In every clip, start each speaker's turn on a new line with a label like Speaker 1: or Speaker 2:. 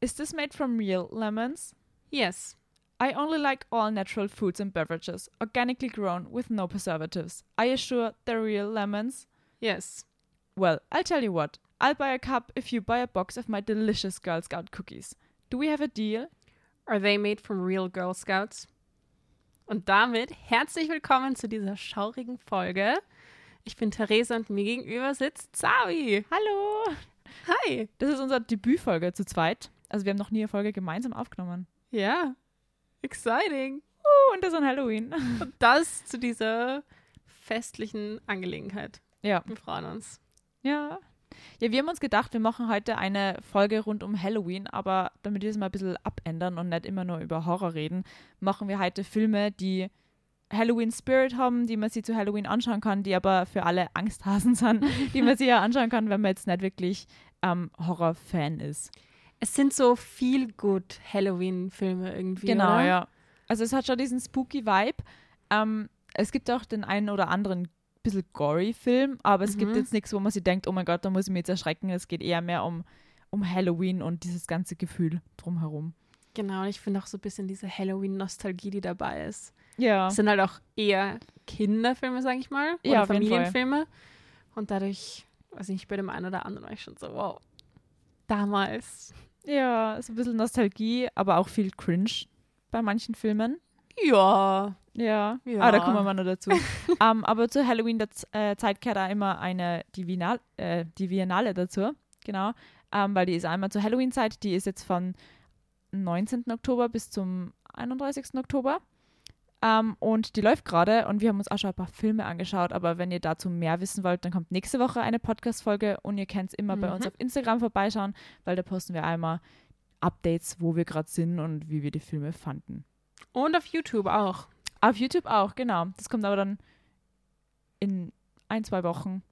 Speaker 1: Is this made from real lemons?
Speaker 2: Yes.
Speaker 1: I only like all natural foods and beverages, organically grown with no preservatives. Are you sure they're real lemons?
Speaker 2: Yes.
Speaker 1: Well, I'll tell you what. I'll buy a cup if you buy a box of my delicious Girl Scout cookies. Do we have a deal?
Speaker 2: Are they made from real Girl Scouts? Und damit herzlich willkommen zu dieser schaurigen Folge. Ich bin Theresa und mir gegenüber sitzt Zabi.
Speaker 1: Hallo!
Speaker 2: Hi.
Speaker 1: Das ist unsere Debütfolge zu zweit. Also wir haben noch nie eine Folge gemeinsam aufgenommen.
Speaker 2: Ja. Exciting.
Speaker 1: Uh, und das an Halloween.
Speaker 2: Und das zu dieser festlichen Angelegenheit.
Speaker 1: Ja.
Speaker 2: Wir freuen uns.
Speaker 1: Ja. Ja, wir haben uns gedacht, wir machen heute eine Folge rund um Halloween, aber damit wir es mal ein bisschen abändern und nicht immer nur über Horror reden, machen wir heute Filme, die Halloween Spirit haben, die man sich zu Halloween anschauen kann, die aber für alle Angsthasen sind, die man sich ja anschauen kann, wenn man jetzt nicht wirklich ähm, Horror-Fan ist.
Speaker 2: Es sind so viel gut Halloween-Filme irgendwie.
Speaker 1: Genau,
Speaker 2: oder?
Speaker 1: ja. Also es hat schon diesen spooky Vibe. Ähm, es gibt auch den einen oder anderen bisschen gory Film, aber es gibt
Speaker 2: Mhm.
Speaker 1: jetzt nichts, wo man sich denkt, oh mein Gott, da muss ich mich jetzt erschrecken. Es geht eher mehr um, um Halloween und dieses ganze Gefühl drumherum.
Speaker 2: Genau, und ich finde auch so ein bisschen diese Halloween-Nostalgie, die dabei ist.
Speaker 1: Ja.
Speaker 2: Es sind halt auch eher Kinderfilme, sage ich mal, oder
Speaker 1: Ja, auf jeden Fall.
Speaker 2: Familienfilme. Und dadurch, weiß ich nicht, bei dem einen oder anderen war ich schon so, wow, damals.
Speaker 1: Ja, so ein bisschen Nostalgie, aber auch viel Cringe bei manchen Filmen.
Speaker 2: Ja,
Speaker 1: Ja.
Speaker 2: Ja.
Speaker 1: Ah, da kommen wir mal noch dazu. Ähm, aber zur Halloween-Zeit äh, Zeit gehört da immer eine die, Biennale, äh, die Biennale dazu. Genau. Ähm, weil die ist einmal zur Halloween-Zeit, die ist jetzt von 19. Oktober bis zum 31. Oktober. Ähm, und die läuft gerade und wir haben uns auch schon ein paar Filme angeschaut. Aber wenn ihr dazu mehr wissen wollt, dann kommt nächste Woche eine Podcast-Folge und ihr könnt immer bei
Speaker 2: Mhm.
Speaker 1: uns auf Instagram vorbeischauen, weil da posten wir einmal Updates, wo wir gerade sind und wie wir die Filme fanden.
Speaker 2: und auf YouTube auch.
Speaker 1: Auf YouTube auch, genau. Das kommt aber dann in ein, zwei Wochen.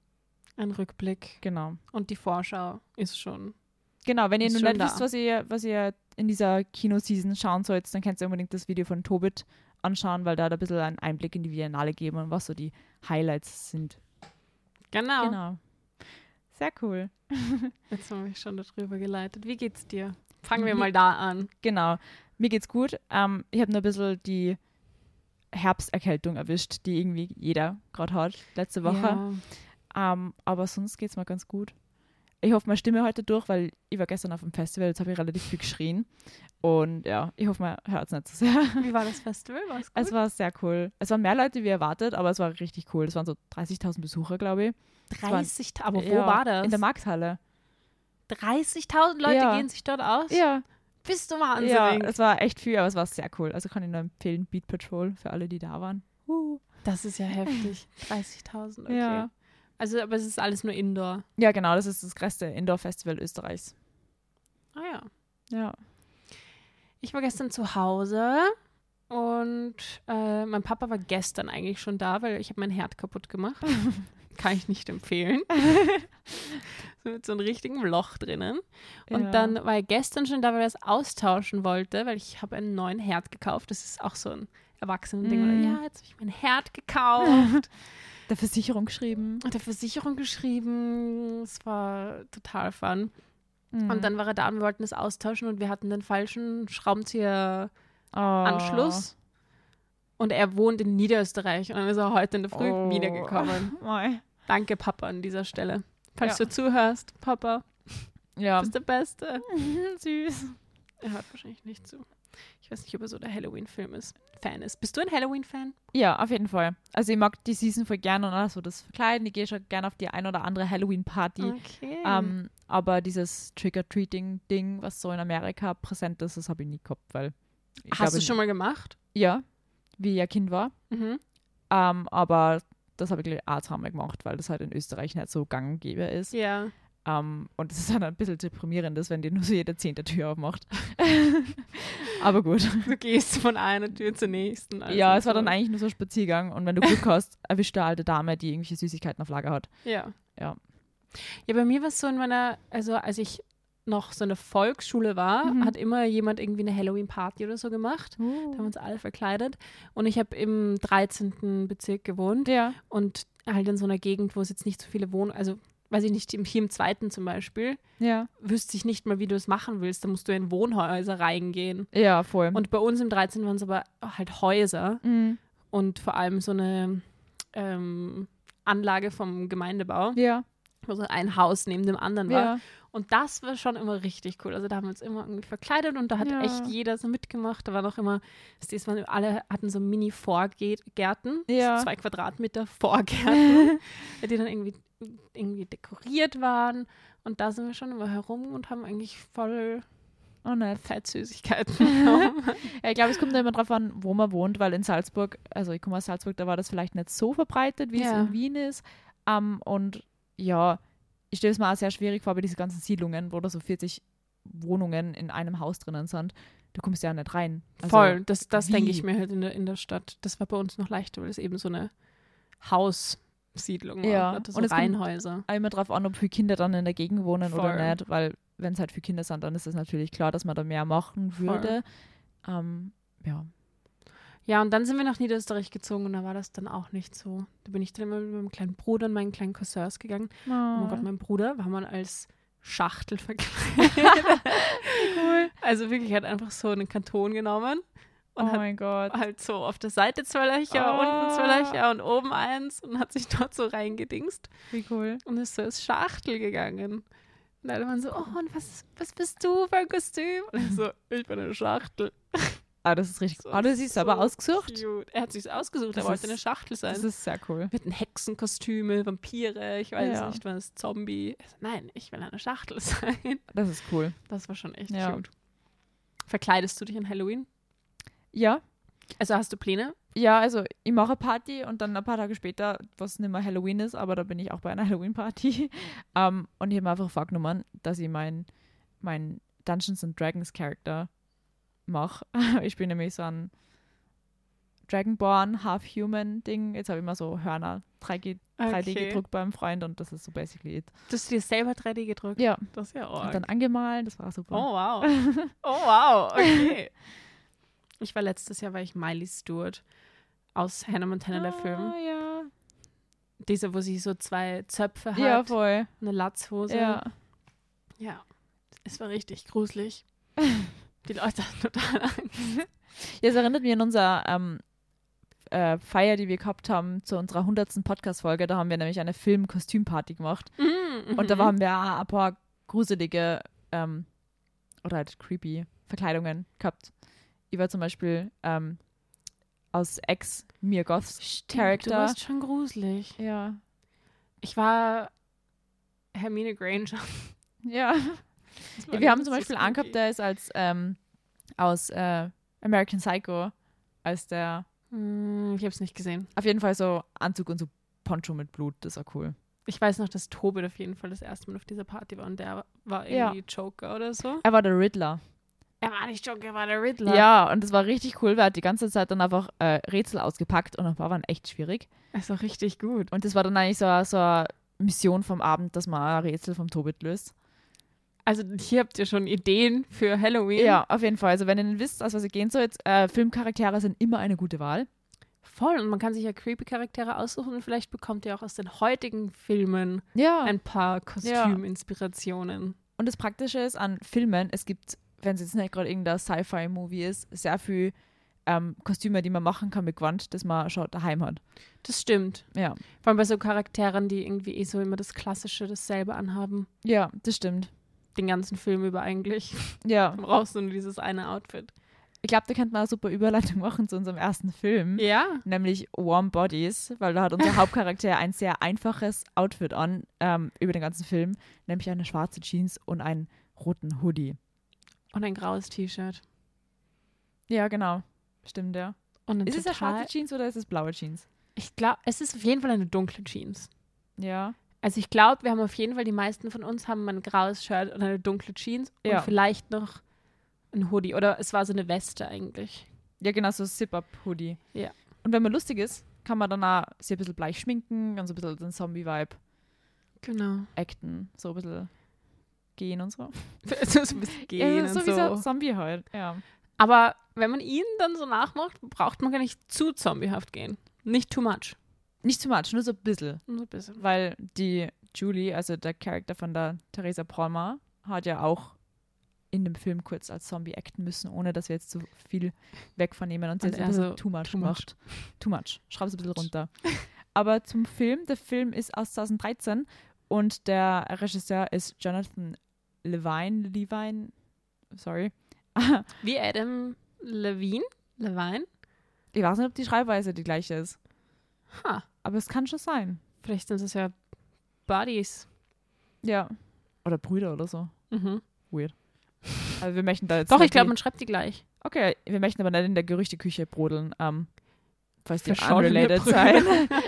Speaker 2: Ein Rückblick.
Speaker 1: Genau.
Speaker 2: Und die Vorschau ist schon.
Speaker 1: Genau, wenn ihr
Speaker 2: Ist
Speaker 1: nun
Speaker 2: schon
Speaker 1: nicht
Speaker 2: da.
Speaker 1: wisst, was ihr, was ihr in dieser Kinoseason schauen sollt, dann könnt ihr unbedingt das Video von Tobit anschauen, weil da hat er ein bisschen einen Einblick in die Biennale geben und was so die Highlights sind.
Speaker 2: Genau.
Speaker 1: Genau. Sehr cool.
Speaker 2: Jetzt haben wir schon darüber geleitet. Wie geht's dir? Fangen wir
Speaker 1: Mir-
Speaker 2: mal da an.
Speaker 1: Genau. Mir geht's gut. Ähm, ich habe nur ein bisschen die Herbsterkältung erwischt, die irgendwie jeder gerade hat, letzte Woche.
Speaker 2: Ja.
Speaker 1: Ähm, aber sonst geht es mir ganz gut. Ich hoffe, meine Stimme heute durch, weil ich war gestern auf dem Festival, jetzt habe ich relativ viel geschrien. Und ja, ich hoffe, man hört es nicht so sehr.
Speaker 2: Wie war das Festival? War es gut?
Speaker 1: Es war sehr cool. Es waren mehr Leute, wie erwartet, aber es war richtig cool. Es waren so 30.000 Besucher, glaube ich. waren-
Speaker 2: 30. Aber wo
Speaker 1: Ja,
Speaker 2: war das?
Speaker 1: In der Markthalle.
Speaker 2: 30.000 Leute
Speaker 1: Ja.
Speaker 2: gehen sich dort aus?
Speaker 1: Ja,
Speaker 2: Bist du
Speaker 1: ja,
Speaker 2: wahnsinnig?
Speaker 1: es war echt viel, aber es war sehr cool. Also kann ich nur empfehlen, Beat Patrol für alle, die da waren. Uh,
Speaker 2: das ist ja heftig. 30.000, okay.
Speaker 1: ja.
Speaker 2: Also, aber es ist alles nur Indoor.
Speaker 1: ja, genau, das ist das größte Indoor-Festival Österreichs.
Speaker 2: Ah ja.
Speaker 1: Ja.
Speaker 2: Ich war gestern zu Hause und äh, mein Papa war gestern eigentlich schon da, weil ich habe mein Herd kaputt gemacht. Kann ich nicht empfehlen. so mit so einem richtigen Loch drinnen. Und
Speaker 1: ja.
Speaker 2: dann war er gestern schon da, weil er es austauschen wollte, weil ich habe einen neuen Herd gekauft. Das ist auch so ein Erwachsenen-Ding.
Speaker 1: Mm.
Speaker 2: oder, Ja, jetzt habe ich meinen Herd gekauft.
Speaker 1: Der Versicherung geschrieben.
Speaker 2: und der Versicherung geschrieben. Es war total fun.
Speaker 1: Mhm.
Speaker 2: Und dann war er da und wir wollten es austauschen und wir hatten den falschen
Speaker 1: Oh.
Speaker 2: Schraubenzieher-Anschluss. Und er wohnt in Niederösterreich und dann ist er heute in der Früh
Speaker 1: Oh.
Speaker 2: wiedergekommen.
Speaker 1: Moi.
Speaker 2: Danke, Papa, an dieser Stelle. Falls
Speaker 1: Ja.
Speaker 2: du zuhörst, Papa,
Speaker 1: Ja.
Speaker 2: du bist der Beste.
Speaker 1: Süß.
Speaker 2: Er hört wahrscheinlich nicht zu. Ich weiß nicht, ob er so der Halloween-Film ist. Fan ist. Bist du ein Halloween-Fan?
Speaker 1: Ja, auf jeden Fall. Also ich mag die Season voll gerne und alles so das Verkleiden. Ich gehe schon gerne auf die ein oder andere Halloween-Party.
Speaker 2: Okay.
Speaker 1: Ähm, aber dieses Trick-or-Treating-Ding, was so in Amerika präsent ist, das habe ich nie gehabt, weil ich
Speaker 2: Hast
Speaker 1: glaub,
Speaker 2: du
Speaker 1: ich-
Speaker 2: schon mal gemacht?
Speaker 1: Ja, wie ich ja Kind war.
Speaker 2: Mhm.
Speaker 1: Ähm, aber das habe ich gleich auch zweimal gemacht, weil das halt in Österreich nicht so gang und gäbe ist.
Speaker 2: Ja.
Speaker 1: Ähm, und es ist dann ein bisschen deprimierendes, wenn die nur so jede zehnte Tür aufmacht. aber gut.
Speaker 2: Du gehst von einer Tür zur nächsten. also
Speaker 1: ja, es war
Speaker 2: so.
Speaker 1: dann eigentlich nur so ein Spaziergang und wenn du Glück hast, erwischt du eine alte Dame, die irgendwelche Süßigkeiten auf Lager hat.
Speaker 2: Ja.
Speaker 1: Ja.
Speaker 2: Ja, bei mir war es so in meiner, also als ich noch so eine Volksschule war,
Speaker 1: Mhm.
Speaker 2: hat immer jemand irgendwie eine Halloween-Party oder so gemacht. Da haben wir uns alle verkleidet. Und ich habe im 13. Bezirk gewohnt
Speaker 1: Ja.
Speaker 2: und halt in so einer Gegend, wo es jetzt nicht so viele Wohnungen, also weiß ich nicht, im- hier im zweiten zum Beispiel,
Speaker 1: Ja.
Speaker 2: wüsste ich nicht mal, wie du es machen willst. Da musst du in Wohnhäuser reingehen.
Speaker 1: Ja, voll.
Speaker 2: Und bei uns im 13 waren es aber halt Häuser
Speaker 1: Mhm.
Speaker 2: und vor allem so eine ähm, Anlage vom Gemeindebau,
Speaker 1: Ja,
Speaker 2: wo so Also ein Haus neben dem anderen war.
Speaker 1: ja.
Speaker 2: Und das war schon immer richtig cool. Also da haben wir uns immer irgendwie verkleidet und da hat
Speaker 1: Ja.
Speaker 2: echt jeder so mitgemacht. Da waren auch immer, das ist, waren alle hatten so Mini-Vorgärten,
Speaker 1: Ja.
Speaker 2: so zwei Quadratmeter Vorgärten, die dann irgendwie, irgendwie dekoriert waren. Und da sind wir schon immer herum und haben eigentlich voll
Speaker 1: Oh nett.
Speaker 2: Fettsüßigkeiten genommen.
Speaker 1: Ja, ich glaube, es kommt immer drauf an, wo man wohnt, weil in Salzburg, also ich komme aus Salzburg, da war das vielleicht nicht so verbreitet, wie es
Speaker 2: Ja.
Speaker 1: in Wien ist. Ähm, und ja, ich stelle es mir auch sehr schwierig vor bei diesen ganzen Siedlungen, wo da so 40 Wohnungen in einem Haus drinnen sind. Du kommst ja nicht rein. Also,
Speaker 2: voll, das, das denke ich
Speaker 1: wie?
Speaker 2: mir halt in der, in der Stadt. Das war bei uns noch leichter, weil es eben so eine Haussiedlung
Speaker 1: Ja.
Speaker 2: war. Hatte so
Speaker 1: Und es kommt-
Speaker 2: Reihenhäuser.
Speaker 1: Auch immer drauf an, ob viele Kinder dann in der Gegend wohnen
Speaker 2: Voll.
Speaker 1: oder nicht, weil wenn es halt für Kinder sind, dann ist es natürlich klar, dass man da mehr machen würde. Ähm, ja.
Speaker 2: Ja, und dann sind wir nach Niederösterreich gezogen und da war das dann auch nicht so. Da bin ich dann immer mit meinem kleinen Bruder und meinen kleinen Cousins gegangen. Oh,
Speaker 1: Mhm.
Speaker 2: mein Gott, mein Bruder war man als Schachtel verkleidet. cool. Also wirklich, er hat einfach so einen Kanton genommen und
Speaker 1: oh
Speaker 2: hat
Speaker 1: mein Gott.
Speaker 2: halt so auf der Seite zwei Löcher,
Speaker 1: Ah.
Speaker 2: unten zwei Löcher und oben eins und hat sich dort so reingedingst
Speaker 1: Wie cool.
Speaker 2: und ist so als Schachtel gegangen. Und alle waren so, oh, und was, was bist du für ein Kostüm? Und ich so, ich bin eine Schachtel.
Speaker 1: Ah, das ist richtig.
Speaker 2: So,
Speaker 1: ah, das ist selber
Speaker 2: so
Speaker 1: ausgesucht.
Speaker 2: Cute. Er hat sich's ausgesucht,
Speaker 1: Das
Speaker 2: er wollte
Speaker 1: ist-
Speaker 2: eine Schachtel sein.
Speaker 1: Das ist sehr cool.
Speaker 2: Wir hatten Hexenkostüme, Vampire, ich weiß
Speaker 1: Ja.
Speaker 2: nicht was, Zombie. Nein, ich will eine Schachtel sein.
Speaker 1: Das ist cool.
Speaker 2: Das war schon echt
Speaker 1: Ja.
Speaker 2: cute. Verkleidest du dich an Halloween?
Speaker 1: Ja,
Speaker 2: Also hast du Pläne?
Speaker 1: ja, also ich mache eine Party und dann ein paar Tage später, was nicht mehr Halloween ist, aber da bin ich auch bei einer Halloween-Party. Ähm, und ich habe mir einfach vorgenommen, dass ich meinen mein Dungeons and Dragons Charakter mache. Ich bin nämlich so ein Dragonborn, Half-Human-Ding. Jetzt habe ich immer so Hörner 3D, 3D gedruckt beim Freund und das ist so basically it.
Speaker 2: Du hast dir selber 3D gedruckt?
Speaker 1: Ja,
Speaker 2: Das ist ja
Speaker 1: und
Speaker 2: arg.
Speaker 1: dann angemalt, das war auch super.
Speaker 2: Oh wow. Oh wow, okay. ich war letztes Jahr, war ich Miley Stewart aus Hannah Montana, der Film.
Speaker 1: Ah, ja.
Speaker 2: Diese, wo sie so zwei Zöpfe hat, also
Speaker 1: ja, voll.
Speaker 2: eine Latzhose.
Speaker 1: Ja.
Speaker 2: ja. Es war richtig gruselig. Die Leute hatten total Angst.
Speaker 1: Ja, es erinnert mich an unsere ähm, äh, Feier, die wir gehabt haben zu unserer 100. Podcast-Folge. Da haben wir nämlich eine Film-Kostümparty gemacht. Und da
Speaker 2: war
Speaker 1: haben wir auch ein paar gruselige ähm, oder halt creepy Verkleidungen gehabt. Ich war zum Beispiel ähm, aus Ex Mir Goths
Speaker 2: Du
Speaker 1: Charakter.
Speaker 2: warst schon gruselig.
Speaker 1: Ja.
Speaker 2: Ich war Hermine Granger.
Speaker 1: Ja.
Speaker 2: Das war
Speaker 1: Wir haben
Speaker 2: nicht
Speaker 1: zum
Speaker 2: so
Speaker 1: Beispiel
Speaker 2: spooky.
Speaker 1: angehabt, der ist als ähm, aus äh, American Psycho, als der
Speaker 2: Hm, Ich habe es nicht gesehen.
Speaker 1: auf jeden Fall so Anzug und so Poncho mit Blut, das war cool.
Speaker 2: Ich weiß noch, dass Tobit auf jeden Fall das erste Mal auf dieser Party war und der war
Speaker 1: Ja.
Speaker 2: irgendwie Joker oder so.
Speaker 1: Er war der Riddler.
Speaker 2: Er war nicht Joker, er war der Riddler.
Speaker 1: Ja, und es war richtig cool. Wir hat die ganze Zeit dann einfach äh, Rätsel ausgepackt und ein paar waren echt schwierig.
Speaker 2: Ist auch richtig gut.
Speaker 1: Und das war dann eigentlich so, so eine Mission vom Abend, dass man ein Rätsel vom Tobit löst.
Speaker 2: Also hier habt ihr schon Ideen für Halloween.
Speaker 1: Ja, auf jeden Fall. Also wenn ihr nicht wisst, aus was ihr gehen sollt, äh, Filmcharaktere sind immer eine gute Wahl.
Speaker 2: Voll. Und man kann sich ja creepy Charaktere aussuchen und vielleicht bekommt ihr auch aus den heutigen Filmen
Speaker 1: Ja.
Speaker 2: ein paar Kostüminspirationen.
Speaker 1: Und das Praktische ist an Filmen, es gibt, wenn es jetzt nicht gerade irgendein Sci-Fi-Movie ist, sehr viel ähm, Kostüme, die man machen kann mit Gewand, das man schon daheim hat.
Speaker 2: Das stimmt.
Speaker 1: Ja.
Speaker 2: Vor allem bei so Charakteren, die irgendwie eh so immer das Klassische, dasselbe anhaben.
Speaker 1: Ja, das stimmt.
Speaker 2: Den ganzen Film über eigentlich.
Speaker 1: Ja.
Speaker 2: Du brauchst nur dieses eine Outfit.
Speaker 1: Ich glaube, da könnte man eine super Überleitung machen zu unserem ersten Film.
Speaker 2: Ja.
Speaker 1: nämlich Warm Bodies, weil da hat unser Hauptcharakter ein sehr einfaches Outfit an ähm, über den ganzen Film, nämlich eine schwarze Jeans und einen roten Hoodie.
Speaker 2: Und ein graues T-Shirt.
Speaker 1: Ja, genau. Stimmt, ja.
Speaker 2: Und ein
Speaker 1: Ist es ja
Speaker 2: total-
Speaker 1: schwarze Jeans oder ist es blaue Jeans?
Speaker 2: Ich glaube, es ist auf jeden Fall eine dunkle Jeans.
Speaker 1: Ja.
Speaker 2: Also ich glaube, wir haben auf jeden Fall, die meisten von uns haben ein graues Shirt und eine dunkle Jeans
Speaker 1: Ja.
Speaker 2: und vielleicht noch ein Hoodie. Oder es war so eine Weste eigentlich.
Speaker 1: Ja, genau, so Zip-Up-Hoodie.
Speaker 2: Ja.
Speaker 1: Und wenn man lustig ist, kann man dann auch sich ein bisschen bleich schminken, ganz ein bisschen den Zombie-Vibe
Speaker 2: Genau.
Speaker 1: acten, so ein bisschen gehen und so.
Speaker 2: so ein bisschen
Speaker 1: ja,
Speaker 2: gehen
Speaker 1: so
Speaker 2: und
Speaker 1: wie
Speaker 2: so.
Speaker 1: so Zombie halt. Ja.
Speaker 2: Aber wenn man ihn dann so nachmacht, braucht man gar nicht zu zombiehaft gehen. Nicht too much.
Speaker 1: Nicht too much, nur so ein bisschen.
Speaker 2: Nur ein bisschen.
Speaker 1: weil die Julie, also der Charakter von der Theresa Palmer, hat ja auch in dem Film kurz als Zombie acten müssen, ohne dass wir jetzt zu viel weg von nehmen und sie
Speaker 2: Und
Speaker 1: jetzt
Speaker 2: er
Speaker 1: ein bisschen
Speaker 2: so,
Speaker 1: too much
Speaker 2: Also, too much.
Speaker 1: gemacht. Too much. Schreib es ein bisschen runter. Aber zum Film, der Film ist aus 2013 und der Regisseur ist Jonathan Levine, Levine, sorry.
Speaker 2: Wie Adam Levine? Levine?
Speaker 1: Ich weiß nicht, ob die Schreibweise die gleiche ist,
Speaker 2: Ha,
Speaker 1: aber es kann schon sein.
Speaker 2: vielleicht sind es ja Buddies.
Speaker 1: Ja. Oder Brüder oder so.
Speaker 2: Mhm.
Speaker 1: Also wir möchten da jetzt
Speaker 2: Doch,
Speaker 1: nicht
Speaker 2: ich glaube,
Speaker 1: die-
Speaker 2: man schreibt die gleich.
Speaker 1: Okay, wir möchten aber nicht in der Gerüchteküche brodeln, ähm, falls die
Speaker 2: Verschollene
Speaker 1: unrelated
Speaker 2: Brüder.
Speaker 1: sein.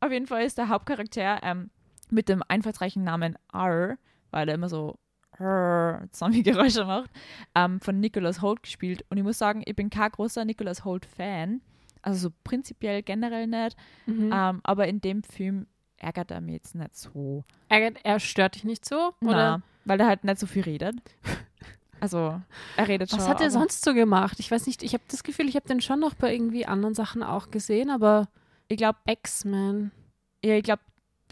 Speaker 1: Auf jeden Fall ist der Hauptcharakter ähm, mit dem einfallsreichen Namen R, weil er immer so R Zombie-Geräusche macht, ähm, von Nicholas Holt gespielt. Und ich muss sagen, ich bin kein großer Nicholas Holt-Fan. Also so prinzipiell generell nicht.
Speaker 2: Mhm.
Speaker 1: Ähm, aber in dem Film ärgert er mich jetzt nicht so.
Speaker 2: Er, er stört dich nicht so?
Speaker 1: Na,
Speaker 2: Oder
Speaker 1: weil er halt nicht so viel redet. Also, er redet schon.
Speaker 2: was hat er
Speaker 1: aber-
Speaker 2: sonst so gemacht? Ich weiß nicht, ich habe das Gefühl, ich habe den schon noch bei irgendwie anderen Sachen auch gesehen, aber
Speaker 1: Ich glaube,
Speaker 2: X-Men.
Speaker 1: Ja, ich glaube,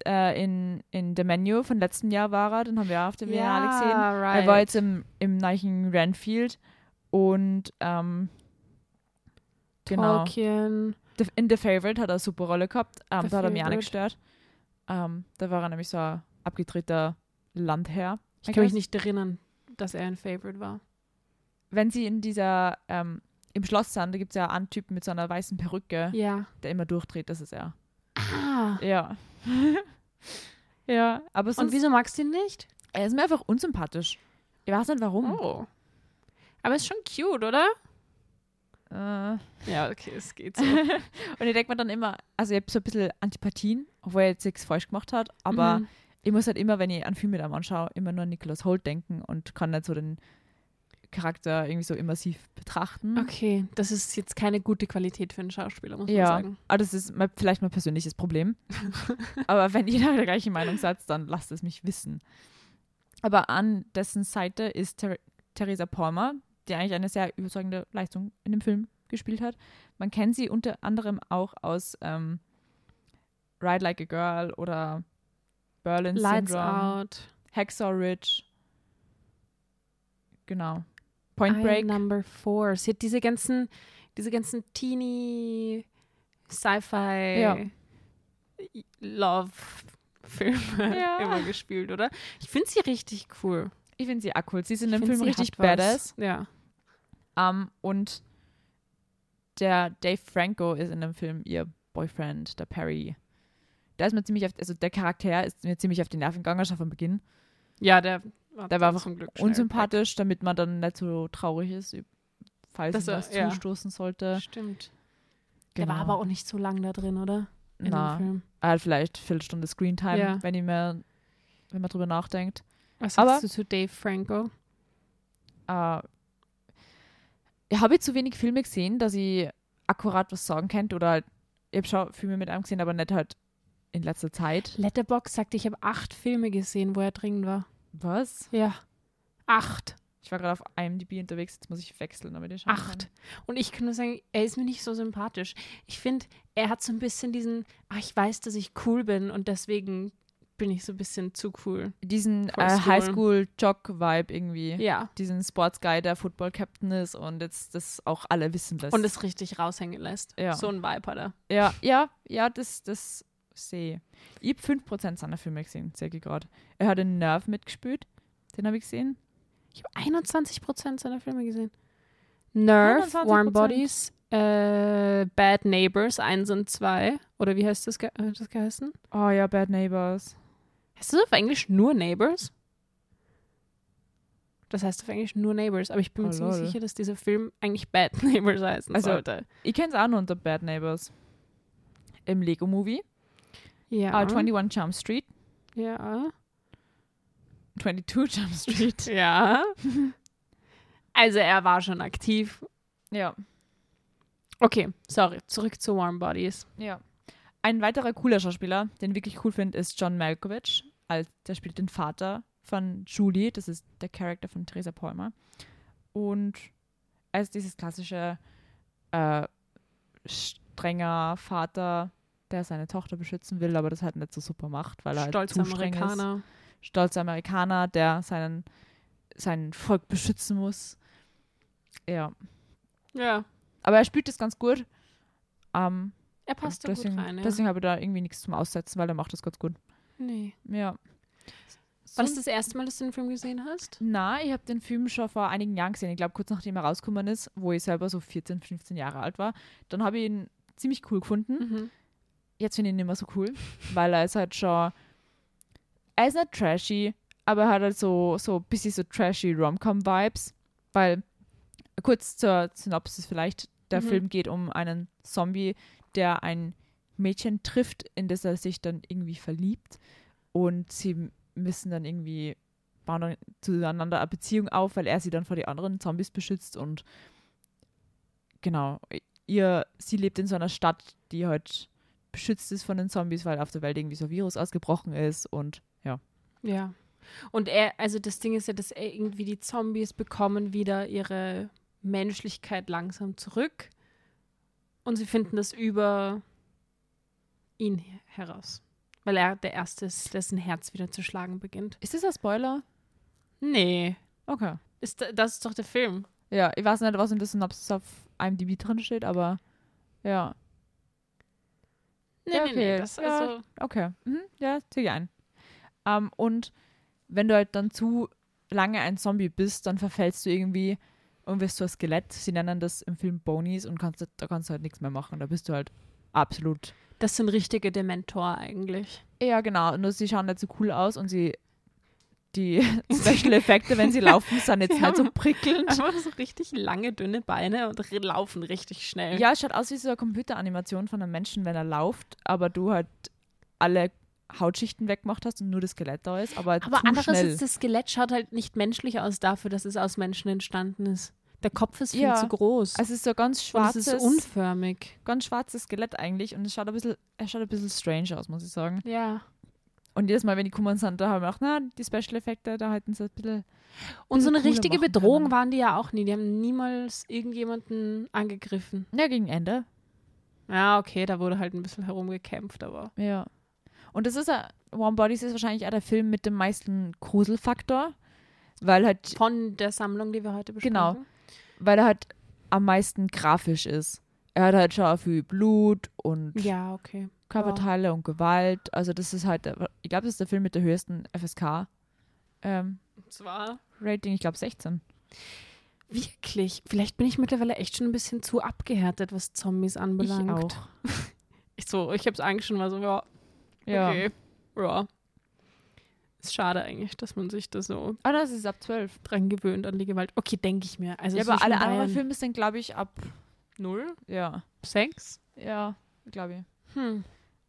Speaker 1: äh, in, in The Menu von letztem Jahr war er, den haben wir auch auf der Biennale gesehen.
Speaker 2: right.
Speaker 1: Er war jetzt im, im neuen Renfield und ähm, genau.
Speaker 2: Tolkien.
Speaker 1: The- In The Favorite hat er eine super Rolle gehabt, ähm,
Speaker 2: The
Speaker 1: da hat er mich auch nicht
Speaker 2: Favourite.
Speaker 1: gestört. Ähm, da war er nämlich so ein abgedrehter Landherr.
Speaker 2: Ich kann mich nicht erinnern, dass er ein Favorite war.
Speaker 1: Wenn sie in dieser, ähm, im Schloss sind, da gibt es ja einen Typen mit so einer weißen Perücke,
Speaker 2: Ja.
Speaker 1: der immer durchdreht, das ist er.
Speaker 2: Ah.
Speaker 1: Ja. ja, aber sonst,
Speaker 2: Und wieso magst du ihn nicht?
Speaker 1: er ist mir einfach unsympathisch. Ich weiß nicht warum.
Speaker 2: Oh. Aber ist schon cute, oder?
Speaker 1: Äh,
Speaker 2: Ja, okay, es geht so.
Speaker 1: Und ich denke mir dann immer, also ich habe so ein bisschen Antipathien, obwohl er jetzt nichts falsch gemacht hat, aber
Speaker 2: Mhm.
Speaker 1: ich muss halt immer, wenn ich einen Film mit einem anschaue, immer nur an Nicholas Holt denken und kann nicht so den Charakter irgendwie so immersiv betrachten.
Speaker 2: Okay, das ist jetzt keine gute Qualität für einen Schauspieler, muss
Speaker 1: Ja,
Speaker 2: man sagen.
Speaker 1: aber Ah, das ist mein, vielleicht mein persönliches Problem. aber wenn jeder der gleichen Meinung sagt, dann lasst es mich wissen. Aber an dessen Seite ist Ther Theresa Palmer, die eigentlich eine sehr überzeugende Leistung in dem Film gespielt hat. Man kennt sie unter anderem auch aus ähm, Ride Like a Girl oder Berlin
Speaker 2: Lights
Speaker 1: Syndrome,
Speaker 2: Out.
Speaker 1: Hacksaw Ridge. Genau. Point
Speaker 2: I
Speaker 1: Break.
Speaker 2: Am Number Four. Sie hat diese ganzen, diese ganzen teeny Sci-Fi
Speaker 1: Ja.
Speaker 2: Love Filme
Speaker 1: Ja.
Speaker 2: immer gespielt, oder? Ich finde sie richtig cool.
Speaker 1: Ich finde sie auch cool. Sie ist in
Speaker 2: Ich
Speaker 1: dem
Speaker 2: find,
Speaker 1: Film
Speaker 2: sie
Speaker 1: richtig
Speaker 2: hat was.
Speaker 1: badass.
Speaker 2: Ja.
Speaker 1: Ähm, und der Dave Franco ist in dem Film ihr Boyfriend, der Perry. Da ist mir ziemlich auf, also der Charakter ist mir ziemlich auf die Nerven gegangen, schon von Beginn.
Speaker 2: Ja, der, hat
Speaker 1: Der war
Speaker 2: dann zum Glück schnell
Speaker 1: Unsympathisch, damit man dann nicht so traurig ist, üb- falls
Speaker 2: Dass
Speaker 1: ihm
Speaker 2: er-
Speaker 1: was
Speaker 2: ja.
Speaker 1: zustoßen sollte. Genau.
Speaker 2: weg. Genau. Stimmt. Der war aber auch nicht so lang da drin, oder? In dem
Speaker 1: Na,
Speaker 2: Film.
Speaker 1: er hat vielleicht eine Viertelstunde Screentime,
Speaker 2: Ja.
Speaker 1: wenn ich mir, wenn man drüber nachdenkt.
Speaker 2: Was sagst
Speaker 1: Aber-
Speaker 2: du zu Dave Franco?
Speaker 1: Äh, ich habe zu wenig Filme gesehen, dass ich akkurat was sagen könnte oder halt, ich habe schon Filme mit einem gesehen, aber nicht halt in letzter Zeit.
Speaker 2: Letterbox sagte, ich habe acht Filme gesehen, wo er drin war.
Speaker 1: Was?
Speaker 2: Ja. Acht.
Speaker 1: Ich war gerade auf IMDb unterwegs, jetzt muss ich wechseln, damit ich schauen
Speaker 2: Acht. Und ich kann nur sagen, er ist mir nicht so sympathisch. Ich finde, er hat so ein bisschen diesen, ach, ich weiß, dass ich cool bin und deswegen bin ich so ein bisschen zu cool.
Speaker 1: Kann. Diesen
Speaker 2: Voll
Speaker 1: äh,
Speaker 2: cool.
Speaker 1: Highschool-Jock-Vibe irgendwie.
Speaker 2: Ja.
Speaker 1: Diesen Sportsguy, der Football-Captain ist und jetzt das auch alle wissen lässt.
Speaker 2: Und es richtig raushängen lässt.
Speaker 1: Ja.
Speaker 2: So ein Vibe hat er.
Speaker 1: ja, ja, ja, das, das sehe ich. Ich habe 5% seiner Filme gesehen, sehr gerade. Er hat den Nerve mitgespielt, den habe ich gesehen.
Speaker 2: Ich habe 21 Prozent seiner Filme gesehen. Nerve,
Speaker 1: 21%.
Speaker 2: Warm Bodies, äh, Bad Neighbors 1 und 2. Oder wie heißt das, ge äh, das geheißen?
Speaker 1: Oh ja, Bad Neighbors.
Speaker 2: Heißt das auf Englisch nur Neighbors? Das heißt auf Englisch nur Neighbors, aber ich bin mir
Speaker 1: Oh,
Speaker 2: ziemlich
Speaker 1: lol.
Speaker 2: sicher, dass dieser Film eigentlich Bad Neighbors heißen
Speaker 1: Also-
Speaker 2: sollte.
Speaker 1: Ich kenne es auch nur unter Bad Neighbors. Im Lego-Movie.
Speaker 2: Ja.
Speaker 1: Äh, 21 Jump Street.
Speaker 2: ja.
Speaker 1: 22 Jump Street.
Speaker 2: Ja. Also er war schon aktiv.
Speaker 1: ja.
Speaker 2: Okay, sorry. Zurück zu Warm Bodies.
Speaker 1: Ja. Ein weiterer cooler Schauspieler, den ich wirklich cool finde, ist John Malkovich. Als, der spielt den Vater von Julie, das ist der Charakter von Theresa Palmer. Und er ist dieses klassische äh, strenger Vater, der seine Tochter beschützen will, aber das halt nicht so super macht, weil er
Speaker 2: Stolz
Speaker 1: halt zu streng ist.
Speaker 2: Amerikaner.
Speaker 1: Stolzer Amerikaner, der seinen, sein Volk beschützen muss. Ja.
Speaker 2: Ja,
Speaker 1: Aber er spielt das ganz gut. Ähm,
Speaker 2: er passt da
Speaker 1: deswegen
Speaker 2: gut rein. Ja.
Speaker 1: deswegen habe ich da irgendwie nichts zum Aussetzen, weil er macht das ganz gut.
Speaker 2: nee.
Speaker 1: Ja.
Speaker 2: War das das erste Mal, dass du den Film gesehen hast?
Speaker 1: Na, ich habe den Film schon vor einigen Jahren gesehen. Ich glaube, kurz nachdem er rausgekommen ist, wo ich selber so 14, 15 Jahre alt war. Dann habe ich ihn ziemlich cool gefunden.
Speaker 2: Mhm.
Speaker 1: Jetzt finde ich ihn nicht mehr so cool, weil er ist halt schon. Er ist nicht trashy, aber er hat halt so, so ein bisschen so trashy Rom-Com-Vibes. Weil, kurz zur Synopsis vielleicht: Der
Speaker 2: Mhm.
Speaker 1: Film geht um einen Zombie, der ein Mädchen trifft, in das er sich dann irgendwie verliebt. Und sie müssen dann irgendwie bauen dann zueinander eine Beziehung auf, weil er sie dann vor die anderen Zombies beschützt und genau, ihr, sie lebt in so einer Stadt, die halt beschützt ist von den Zombies, weil auf der Welt irgendwie so ein Virus ausgebrochen ist und ja.
Speaker 2: Ja. Und er, also das Ding ist ja, dass er irgendwie die Zombies bekommen wieder ihre Menschlichkeit langsam zurück. Und sie finden das über ihn her- heraus. Weil er der Erste ist, dessen Herz wieder zu schlagen beginnt.
Speaker 1: Ist das ein Spoiler?
Speaker 2: Nee.
Speaker 1: Okay.
Speaker 2: Ist, da- das ist doch der Film.
Speaker 1: Ja, ich weiß nicht, was in der Synopsis auf IMDb drin steht, aber ja,
Speaker 2: Nee,
Speaker 1: Ja,
Speaker 2: nee, nee.
Speaker 1: okay.
Speaker 2: Das,
Speaker 1: Ja.
Speaker 2: also,
Speaker 1: okay. Mhm, ja, zieh ich ein. Ähm, und wenn du halt dann zu lange ein Zombie bist, dann verfällst du irgendwie und wirst du ein Skelett. Sie nennen das im Film Bonies und kannst, da kannst du halt nichts mehr machen. Da bist du halt absolut
Speaker 2: das sind richtige Dementor eigentlich.
Speaker 1: Ja, genau. Nur sie schauen nicht so cool aus und sie die Special Effekte, wenn sie laufen, sind jetzt
Speaker 2: Sie
Speaker 1: nicht so
Speaker 2: haben-
Speaker 1: prickelnd.
Speaker 2: Einfach so richtig lange, dünne Beine und re- laufen richtig schnell.
Speaker 1: Ja, es schaut aus wie so eine Computeranimation von einem Menschen, wenn er läuft, aber du halt alle Hautschichten weggemacht hast und nur das Skelett da ist, aber,
Speaker 2: Aber
Speaker 1: zu schnell.
Speaker 2: andererseits, das Skelett schaut halt nicht menschlich aus dafür, dass es aus Menschen entstanden ist. Der Kopf ist viel
Speaker 1: Ja.
Speaker 2: zu groß.
Speaker 1: es ist so ein ganz
Speaker 2: und es
Speaker 1: schwarzes,
Speaker 2: ist unförmig.
Speaker 1: ganz schwarzes Skelett eigentlich und es schaut ein bisschen, es schaut ein bisschen strange aus, muss ich sagen.
Speaker 2: Ja.
Speaker 1: Und jedes Mal, wenn die kommen sind, da haben wir auch, na, die Special Effekte, da halten sie ein bisschen
Speaker 2: Und so eine
Speaker 1: cooler
Speaker 2: richtige
Speaker 1: machen
Speaker 2: Bedrohung
Speaker 1: können.
Speaker 2: waren die ja auch nie. Die haben niemals irgendjemanden angegriffen.
Speaker 1: ja, gegen Ende.
Speaker 2: Ja, okay, da wurde halt ein bisschen herumgekämpft, aber.
Speaker 1: Ja. Und das ist ja, Warm Bodies ist wahrscheinlich auch der Film mit dem meisten Gruselfaktor, weil halt,
Speaker 2: Von der Sammlung, die wir heute besprechen.
Speaker 1: Genau. weil er halt am meisten grafisch ist. Er hat halt schon viel Blut und
Speaker 2: Ja, okay.
Speaker 1: Körperteile und Gewalt. Also das ist halt, der- ich glaube, das ist der Film mit der höchsten FSK ähm,
Speaker 2: Und zwar.
Speaker 1: Rating, ich glaube 16.
Speaker 2: Wirklich. Vielleicht bin ich mittlerweile echt schon ein bisschen zu abgehärtet, was Zombies
Speaker 1: Ich
Speaker 2: anbelangt.
Speaker 1: auch.
Speaker 2: Ich so, ich hab's eigentlich schon mal so, ja,
Speaker 1: Ja.
Speaker 2: Okay. Ja. Ist schade eigentlich, dass man sich da so
Speaker 1: Ah, das ist ab 12.
Speaker 2: dran gewöhnt an die Gewalt. Okay, denke ich mir. Also
Speaker 1: ja,
Speaker 2: es
Speaker 1: aber
Speaker 2: ist
Speaker 1: alle
Speaker 2: schon
Speaker 1: anderen
Speaker 2: Bayern.
Speaker 1: Filme sind, glaube ich, ab,
Speaker 2: Null?
Speaker 1: ja,
Speaker 2: Sechs?
Speaker 1: ja, glaube ich.
Speaker 2: Hm.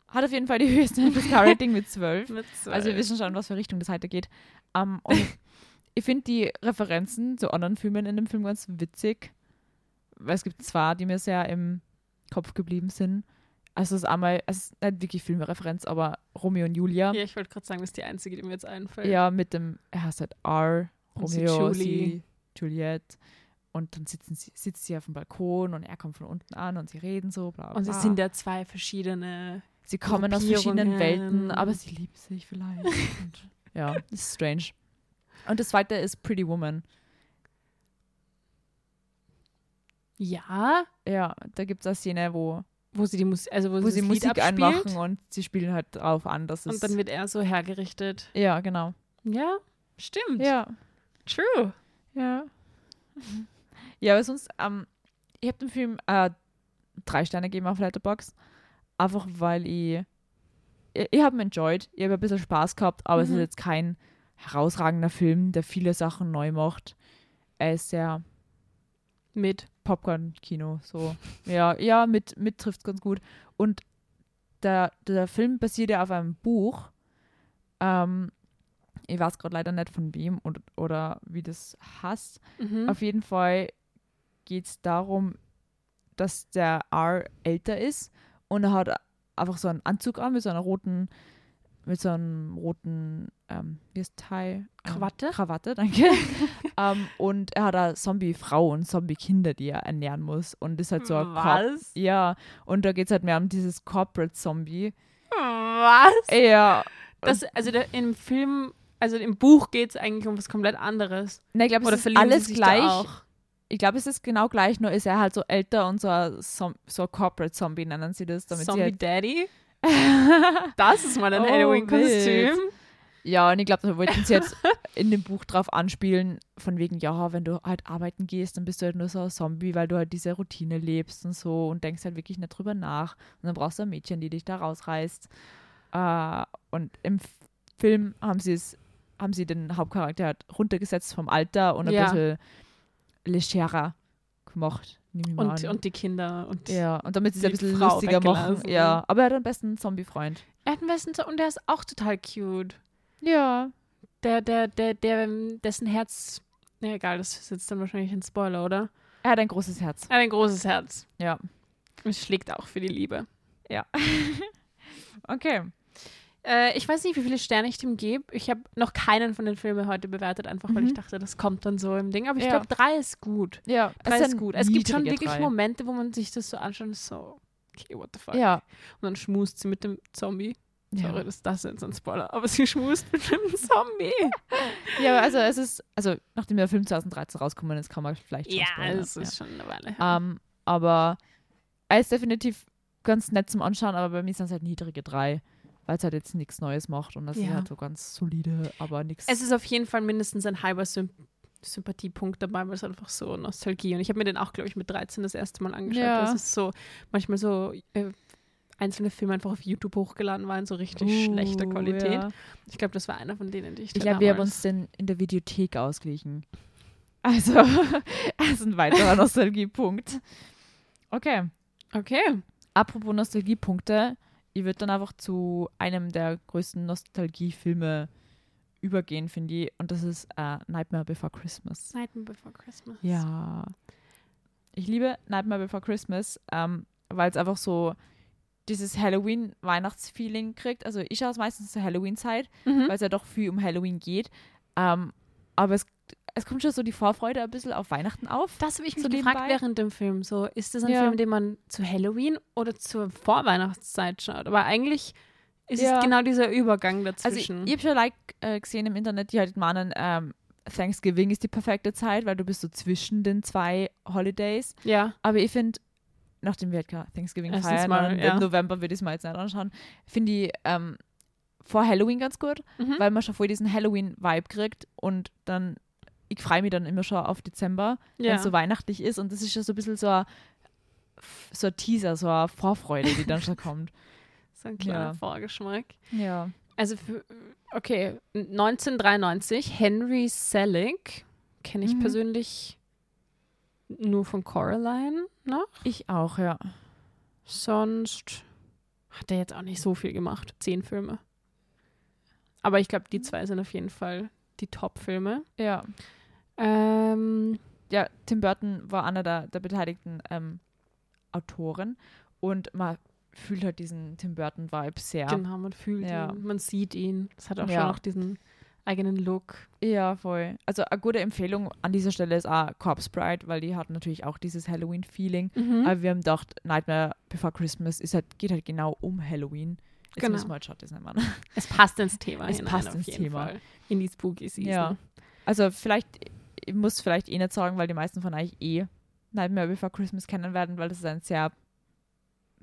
Speaker 1: Hat auf jeden Fall die höchste FSK-Rating mit 12.
Speaker 2: Mit zwei.
Speaker 1: Also wir wissen schon, in was für Richtung das heute geht. Ähm, und ich finde die Referenzen zu anderen Filmen in dem Film ganz witzig. Weil es gibt zwei, die mir sehr im Kopf geblieben sind. Also es ist einmal, es ist nicht wirklich Filmreferenz, aber Romeo und Julia.
Speaker 2: Ja, ich wollte gerade sagen, das ist die einzige, die mir jetzt einfällt.
Speaker 1: Ja, mit dem, er heißt halt R,
Speaker 2: Und sie
Speaker 1: Romeo,
Speaker 2: Julie.
Speaker 1: sie, Juliet. Und dann sitzen sie, sitzt sie auf dem Balkon und er kommt von unten an und sie reden so, bla bla.
Speaker 2: Und sie
Speaker 1: bla.
Speaker 2: sind ja zwei verschiedene.
Speaker 1: Sie kommen aus verschiedenen
Speaker 2: Gruppierungen.
Speaker 1: Welten, aber sie lieben sich vielleicht. Und, ja, das ist strange. Und das zweite ist Pretty Woman.
Speaker 2: Ja,
Speaker 1: Ja, da gibt es eine Szene, wo,
Speaker 2: wo sie die Musik, also wo,
Speaker 1: wo
Speaker 2: sie,
Speaker 1: sie
Speaker 2: das
Speaker 1: Musik
Speaker 2: Lied abspielt
Speaker 1: einmachen und sie spielen halt drauf an, dass es.
Speaker 2: und dann wird er so hergerichtet.
Speaker 1: ja, genau.
Speaker 2: Ja, stimmt.
Speaker 1: Ja,
Speaker 2: True.
Speaker 1: ja. Ja, aber sonst, ähm, ich habe dem Film äh, drei Sterne gegeben auf Letterboxd. Einfach weil ich. Ich, ich habe ihn enjoyed. Ich habe ein bisschen Spaß gehabt, aber es ist
Speaker 2: Mhm.
Speaker 1: jetzt kein herausragender Film, der viele Sachen neu macht. Er ist sehr
Speaker 2: Mit.
Speaker 1: Popcorn-Kino, so. Ja, ja, mit, mit trifft ganz gut. Und der, der Film basiert ja auf einem Buch. Ähm, ich weiß gerade leider nicht von wem und, oder wie das heißt.
Speaker 2: Mhm.
Speaker 1: Auf jeden Fall geht es darum, dass der R älter ist und er hat einfach so einen Anzug an mit so einer roten, mit so einem roten ähm, wie ist Teil? Ähm,
Speaker 2: Krawatte?
Speaker 1: Krawatte, danke. ähm, und er hat da Zombie-Frau und Zombie-Kinder, die er ernähren muss. Und ist halt so ein Cor-
Speaker 2: Was?
Speaker 1: Ja, und da geht es halt mehr um dieses Corporate-Zombie.
Speaker 2: Was?
Speaker 1: Ja.
Speaker 2: Das, also der, im Film, also im Buch geht es eigentlich um was komplett anderes.
Speaker 1: Na, ich glaube, es
Speaker 2: Oder
Speaker 1: ist
Speaker 2: verlieben
Speaker 1: alles
Speaker 2: sie sich da
Speaker 1: gleich.
Speaker 2: auch?
Speaker 1: Ich glaube, es ist genau gleich, nur ist er halt so älter und so ein, Som- so ein Corporate-Zombie nennen sie das. Damit
Speaker 2: Zombie
Speaker 1: sie halt
Speaker 2: Daddy? Das ist mal ein
Speaker 1: Oh,
Speaker 2: Halloween-Kostüm.
Speaker 1: Ja, und ich glaube, da wollten sie jetzt in dem Buch drauf anspielen, von wegen, ja, wenn du halt arbeiten gehst, dann bist du halt nur so ein Zombie, weil du halt diese Routine lebst und so und denkst halt wirklich nicht drüber nach. Und dann brauchst du ein Mädchen, die dich da rausreißt. Äh, und im F- Film haben sie es, haben sie den Hauptcharakter halt runtergesetzt vom Alter und ein
Speaker 2: Ja.
Speaker 1: bisschen legerer gemacht. Nehm ich mal
Speaker 2: Und,
Speaker 1: an.
Speaker 2: und die Kinder. Und
Speaker 1: ja, und damit sie es ein
Speaker 2: die
Speaker 1: bisschen
Speaker 2: Frau
Speaker 1: lustiger machen.
Speaker 2: weggelassen. ne?
Speaker 1: Ja, aber er hat am besten einen Zombie-Freund.
Speaker 2: Er hat einen besten Zo- und der ist auch total cute.
Speaker 1: Ja.
Speaker 2: Der, der, der, der, ähm, dessen Herz. Ja, egal, das ist jetzt dann wahrscheinlich ein Spoiler, oder?
Speaker 1: Er hat ein großes Herz.
Speaker 2: Er hat ein großes Herz.
Speaker 1: Ja.
Speaker 2: Und schlägt auch für die Liebe.
Speaker 1: Okay.
Speaker 2: Äh, ich weiß nicht, wie viele Sterne ich dem gebe. Ich habe noch keinen von den Filmen heute bewertet, einfach weil
Speaker 1: Mhm.
Speaker 2: ich dachte, das kommt dann so im Ding. Aber ich
Speaker 1: Ja.
Speaker 2: glaube, drei ist gut.
Speaker 1: Ja,
Speaker 2: Drei ist gut. Es gibt schon
Speaker 1: niedrige
Speaker 2: wirklich
Speaker 1: drei.
Speaker 2: Momente, wo man sich das so anschaut und ist so, okay, what the fuck.
Speaker 1: Ja.
Speaker 2: Und dann schmust sie mit dem Zombie. Sorry,
Speaker 1: Ja.
Speaker 2: das, das ist jetzt ein Spoiler. Aber sie schmust mit dem Zombie.
Speaker 1: ja, aber also es ist, also nachdem der Film 2013 rausgekommen ist, kann man vielleicht schon
Speaker 2: ja,
Speaker 1: spoilern,
Speaker 2: es ist schon eine Weile. her.
Speaker 1: ja. Ähm, aber er ist definitiv ganz nett zum Anschauen, aber bei mir sind es halt niedrige drei, weil es halt jetzt nichts Neues macht und das ist
Speaker 2: Ja.
Speaker 1: halt so ganz solide, aber nichts.
Speaker 2: Es ist auf jeden Fall mindestens ein halber Symp Sympathiepunkt dabei, weil es einfach so Nostalgie und ich habe mir den auch, glaube ich, mit 13 das erste Mal angeschaut.
Speaker 1: Ja.
Speaker 2: Das ist so manchmal so äh, einzelne Filme einfach auf YouTube hochgeladen waren, so richtig
Speaker 1: Uh,
Speaker 2: schlechter Qualität.
Speaker 1: Ja.
Speaker 2: Ich glaube, das war einer von denen, die ich,
Speaker 1: Ich
Speaker 2: da
Speaker 1: glaube, wir haben
Speaker 2: damals-
Speaker 1: uns den in der Videothek ausgeglichen. Also, das ist ein weiterer Nostalgiepunkt. Okay.
Speaker 2: Okay.
Speaker 1: Apropos Nostalgiepunkte, ich würde dann einfach zu einem der größten Nostalgiefilme übergehen, finde ich. Und das ist äh, Nightmare Before Christmas.
Speaker 2: Zeiten before Christmas.
Speaker 1: Ja. Ich liebe Nightmare Before Christmas, ähm, weil es einfach so dieses Halloween-Weihnachtsfeeling kriegt. Also ich schaue es meistens zur Halloween-Zeit,
Speaker 2: Mhm.
Speaker 1: weil es ja doch viel um Halloween geht. Ähm, aber es, es kommt schon so die Vorfreude ein bisschen auf Weihnachten auf.
Speaker 2: Das habe ich mich
Speaker 1: So
Speaker 2: gefragt
Speaker 1: nebenbei?
Speaker 2: während dem Film. So, ist das ein
Speaker 1: Ja.
Speaker 2: Film, den man zu Halloween oder zur Vorweihnachtszeit schaut? Aber eigentlich ist
Speaker 1: Ja.
Speaker 2: es genau dieser Übergang
Speaker 1: Also ich,
Speaker 2: dazwischen.
Speaker 1: ich habe schon like äh, gesehen im Internet, die halt meinen, ähm, Thanksgiving ist die perfekte Zeit, weil du bist so zwischen den zwei Holidays.
Speaker 2: ja.
Speaker 1: Aber ich finde, nachdem wir halt gerade Thanksgiving
Speaker 2: Erstens
Speaker 1: feiern
Speaker 2: mal,
Speaker 1: und
Speaker 2: ja.
Speaker 1: im November würde ich es mal jetzt nicht anschauen, finde ich ähm, vor Halloween ganz gut,
Speaker 2: Mhm.
Speaker 1: weil man schon voll diesen Halloween-Vibe kriegt und dann, ich freue mich dann immer schon auf Dezember, wenn
Speaker 2: ja.
Speaker 1: es so weihnachtlich ist und das ist ja so ein bisschen so ein, so ein Teaser, so eine Vorfreude, die dann schon kommt.
Speaker 2: So ein kleiner
Speaker 1: Ja.
Speaker 2: Vorgeschmack.
Speaker 1: Ja.
Speaker 2: Also, für, okay, 1993, Henry Selick kenne ich
Speaker 1: Mhm.
Speaker 2: persönlich nur von Coraline noch.
Speaker 1: Ich auch, ja.
Speaker 2: Sonst hat er jetzt auch nicht so viel gemacht. Zehn Filme. Aber ich glaube, die zwei sind auf jeden Fall die Top-Filme.
Speaker 1: Ja.
Speaker 2: Ähm,
Speaker 1: ja, Tim Burton war einer der, der beteiligten ähm, Autoren und man fühlt halt diesen Tim Burton-Vibe sehr.
Speaker 2: Genau, man fühlt
Speaker 1: Ja.
Speaker 2: ihn, man sieht ihn. Das hat auch
Speaker 1: Ja.
Speaker 2: schon auch diesen eigenen Look.
Speaker 1: Ja, voll. Also eine gute Empfehlung an dieser Stelle ist auch Corpse Bride, weil die hat natürlich auch dieses Halloween-Feeling.
Speaker 2: Mhm.
Speaker 1: Aber wir haben gedacht, Nightmare Before Christmas ist halt, geht halt genau um Halloween. Jetzt
Speaker 2: Genau.
Speaker 1: müssen wir halt schaut das nicht machen.
Speaker 2: Es passt ins Thema.
Speaker 1: Es
Speaker 2: hinein,
Speaker 1: passt
Speaker 2: auf
Speaker 1: ins
Speaker 2: jeden
Speaker 1: Thema.
Speaker 2: Fall. In die Spooky Season.
Speaker 1: Ja. Also vielleicht, ich muss vielleicht eh nicht sagen, weil die meisten von euch eh Nightmare Before Christmas kennen werden, weil das ist ein sehr,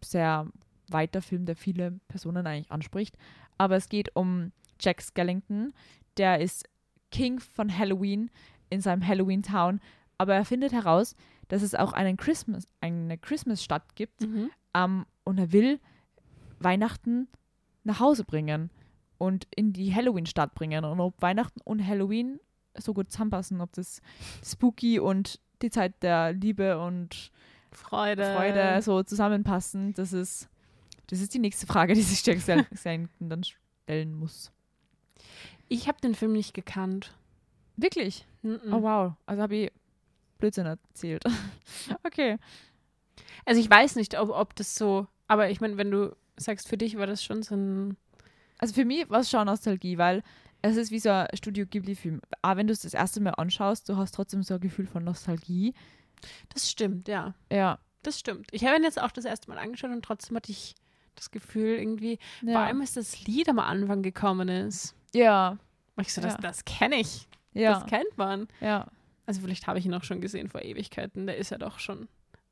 Speaker 1: sehr weiter Film, der viele Personen eigentlich anspricht. Aber es geht um Jack Skellington, der ist King von Halloween in seinem Halloween Town, aber er findet heraus, dass es auch einen Christmas, eine Christmas-Stadt gibt
Speaker 2: Mhm.
Speaker 1: ähm, und er will Weihnachten nach Hause bringen und in die Halloween-Stadt bringen. Und ob Weihnachten und Halloween so gut zusammenpassen, ob das spooky und die Zeit der Liebe und
Speaker 2: Freude.
Speaker 1: Freude so zusammenpassen, das ist, das ist die nächste Frage, die sich Jack Sel- Sellington dann stellen muss.
Speaker 2: Ich habe den Film nicht gekannt.
Speaker 1: Wirklich?
Speaker 2: Mhm.
Speaker 1: Oh wow, also habe ich Blödsinn erzählt. okay.
Speaker 2: Also ich weiß nicht, ob, ob das so, aber ich meine, wenn du sagst, für dich war das schon so ein
Speaker 1: Also für mich war es schon Nostalgie, weil es ist wie so ein Studio Ghibli-Film. Auch wenn du es das erste Mal anschaust, du hast trotzdem so ein Gefühl von Nostalgie.
Speaker 2: Das stimmt, ja.
Speaker 1: Ja.
Speaker 2: Das stimmt. Ich habe ihn jetzt auch das erste Mal angeschaut und trotzdem hatte ich das Gefühl irgendwie, vor allem als das Lied am Anfang gekommen ist.
Speaker 1: Ja.
Speaker 2: War Ich so,
Speaker 1: Ja.
Speaker 2: das, das kenne ich.
Speaker 1: Ja.
Speaker 2: Das kennt man.
Speaker 1: Ja.
Speaker 2: Also vielleicht habe ich ihn auch schon gesehen vor Ewigkeiten. Der ist ja doch schon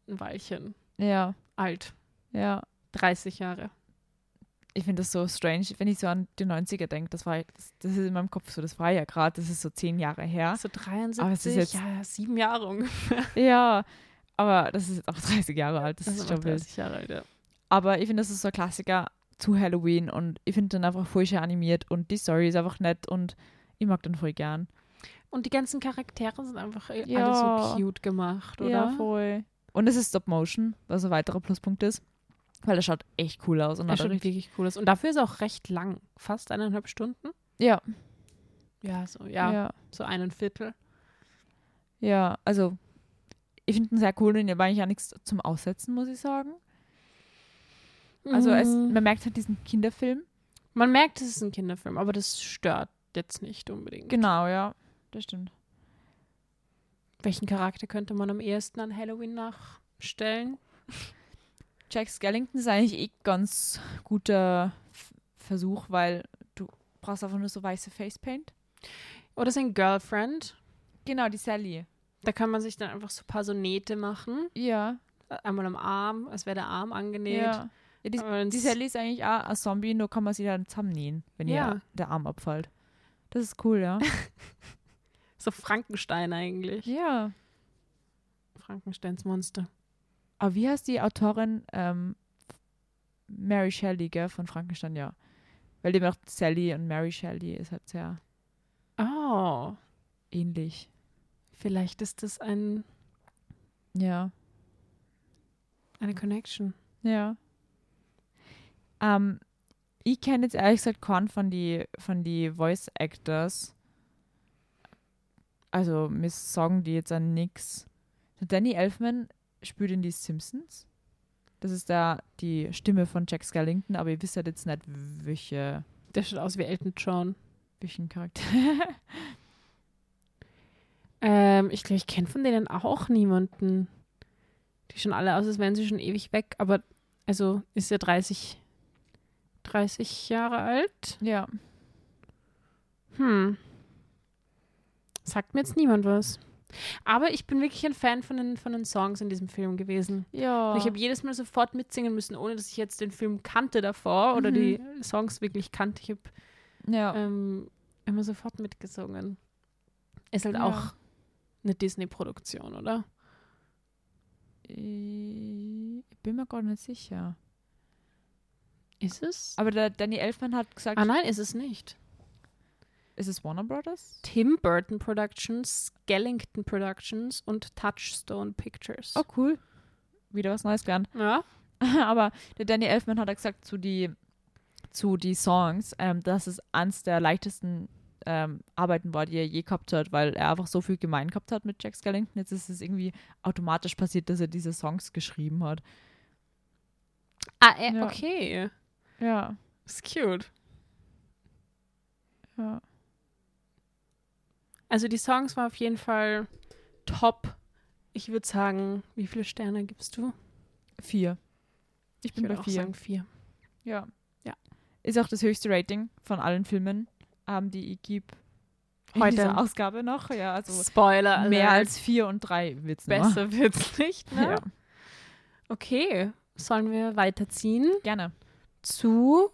Speaker 2: ein Weilchen
Speaker 1: Ja.
Speaker 2: alt.
Speaker 1: Ja.
Speaker 2: 30 Jahre.
Speaker 1: Ich finde das so strange, wenn ich so an die 90er denke. Das war, das, das ist in meinem Kopf so, das war ja gerade, das ist so zehn Jahre her.
Speaker 2: So
Speaker 1: Aber es ist
Speaker 2: 73,
Speaker 1: jetzt-
Speaker 2: ja, sieben Jahre ungefähr.
Speaker 1: Ja. Aber das ist jetzt auch 30 Jahre alt, das ist
Speaker 2: Also
Speaker 1: schon wild.
Speaker 2: 30 Jahre alt, ja.
Speaker 1: Aber ich finde, das ist so ein Klassiker zu Halloween und ich finde den einfach voll schön animiert und die Story ist einfach nett und ich mag den voll gern.
Speaker 2: Und die ganzen Charaktere sind einfach äh, alle
Speaker 1: Ja.
Speaker 2: so cute gemacht, oder?
Speaker 1: Ja, voll. Und es ist Stop Motion, was ein weiterer Pluspunkt ist, weil er schaut echt cool aus. Und
Speaker 2: Er
Speaker 1: hat
Speaker 2: schaut
Speaker 1: richtig-
Speaker 2: wirklich cool aus. Und dafür ist er auch recht lang. Fast eineinhalb Stunden.
Speaker 1: ja,
Speaker 2: Ja, so, ja.
Speaker 1: ja, ja,
Speaker 2: So ein Viertel.
Speaker 1: Also, ich finde ihn sehr cool und ich habe eigentlich auch nichts zum Aussetzen, muss ich sagen. Also, es,
Speaker 2: Mhm.
Speaker 1: man merkt halt diesen Kinderfilm.
Speaker 2: Man merkt, es ist ein Kinderfilm, aber das stört jetzt nicht unbedingt.
Speaker 1: Genau, ja, das stimmt.
Speaker 2: Welchen Charakter könnte man am ehesten an Halloween nachstellen?
Speaker 1: Jack Skellington ist eigentlich eh ganz guter F Versuch, weil du brauchst einfach nur so weiße Facepaint.
Speaker 2: Oder sein Girlfriend?
Speaker 1: Genau, die Sally.
Speaker 2: Da kann man sich dann einfach so ein paar so Nähte machen. Äh,
Speaker 1: Ja,
Speaker 2: Einmal am Arm, als wäre der Arm angenäht.
Speaker 1: ja. ja die,
Speaker 2: Aber wenn's-
Speaker 1: Die Sally ist eigentlich auch ein Zombie, nur kann man sie dann zusammennähen, wenn
Speaker 2: Ja.
Speaker 1: ihr der Arm abfällt. Das ist cool, ja.
Speaker 2: so Frankenstein eigentlich.
Speaker 1: ja.
Speaker 2: Frankensteins Monster.
Speaker 1: Aber wie heißt die Autorin ähm, Mary Shelley, gell, von Frankenstein, ja. Weil dem auch Sally und Mary Shelley ist halt sehr
Speaker 2: Oh,
Speaker 1: ähnlich.
Speaker 2: vielleicht ist das ein,
Speaker 1: Ja.
Speaker 2: eine Connection.
Speaker 1: Ja. Ähm, ich kenne jetzt ehrlich gesagt keinen von die von die Voice Actors. Also mir sagen die jetzt an nix. Der Danny Elfman spielt in die Simpsons. Das ist da die Stimme von Jack Skellington, aber ihr wisst halt jetzt nicht, welche,
Speaker 2: Der schaut aus wie Elton John.
Speaker 1: welchen Charakter.
Speaker 2: Ähm, ich glaube, ich kenne von denen auch niemanden. Die schon alle aus, als wären sie schon ewig weg. Aber, also, ist ja 30, 30 Jahre alt.
Speaker 1: ja.
Speaker 2: Hm. Sagt mir jetzt niemand was. Aber ich bin wirklich ein Fan von den, von den Songs in diesem Film gewesen.
Speaker 1: Ja.
Speaker 2: Ich habe jedes Mal sofort mitsingen müssen, ohne dass ich jetzt den Film kannte davor oder
Speaker 1: Mhm.
Speaker 2: die Songs wirklich kannte. Ich habe
Speaker 1: ja.
Speaker 2: ähm, immer sofort mitgesungen. Ist halt
Speaker 1: Ja.
Speaker 2: auch eine Disney-Produktion, oder?
Speaker 1: ich bin mir gar nicht sicher.
Speaker 2: Ist es?
Speaker 1: Aber der Danny Elfman hat gesagt,
Speaker 2: Ah nein, ist es nicht.
Speaker 1: ist es Warner Brothers?
Speaker 2: Tim Burton Productions, Skellington Productions und Touchstone Pictures.
Speaker 1: Oh, cool. Wieder was Neues gelernt.
Speaker 2: Ja.
Speaker 1: Aber der Danny Elfman hat ja gesagt zu die, zu die Songs, ähm, dass es eins der leichtesten ähm, Arbeiten war, die er je gehabt hat, weil er einfach so viel gemein gehabt hat mit Jack Skellington. Jetzt ist es irgendwie automatisch passiert, dass er diese Songs geschrieben hat.
Speaker 2: Ah, äh,
Speaker 1: Ja.
Speaker 2: okay.
Speaker 1: Ja,
Speaker 2: Ist cute.
Speaker 1: ja.
Speaker 2: Also die Songs waren auf jeden Fall top. Ich würde sagen, wie viele Sterne gibst du?
Speaker 1: Vier. Ich bin
Speaker 2: würd
Speaker 1: bei
Speaker 2: auch
Speaker 1: vier.
Speaker 2: sagen vier.
Speaker 1: Ja.
Speaker 2: Ja.
Speaker 1: Ist auch das höchste Rating von allen Filmen, ähm, die ich gebe.
Speaker 2: Heute.
Speaker 1: In dieser Ausgabe noch, ja, also
Speaker 2: Spoiler, alert.
Speaker 1: mehr als vier und drei wird's noch.
Speaker 2: besser wird's nicht, ne?
Speaker 1: Ja,
Speaker 2: Okay, sollen wir weiterziehen
Speaker 1: gerne.
Speaker 2: zu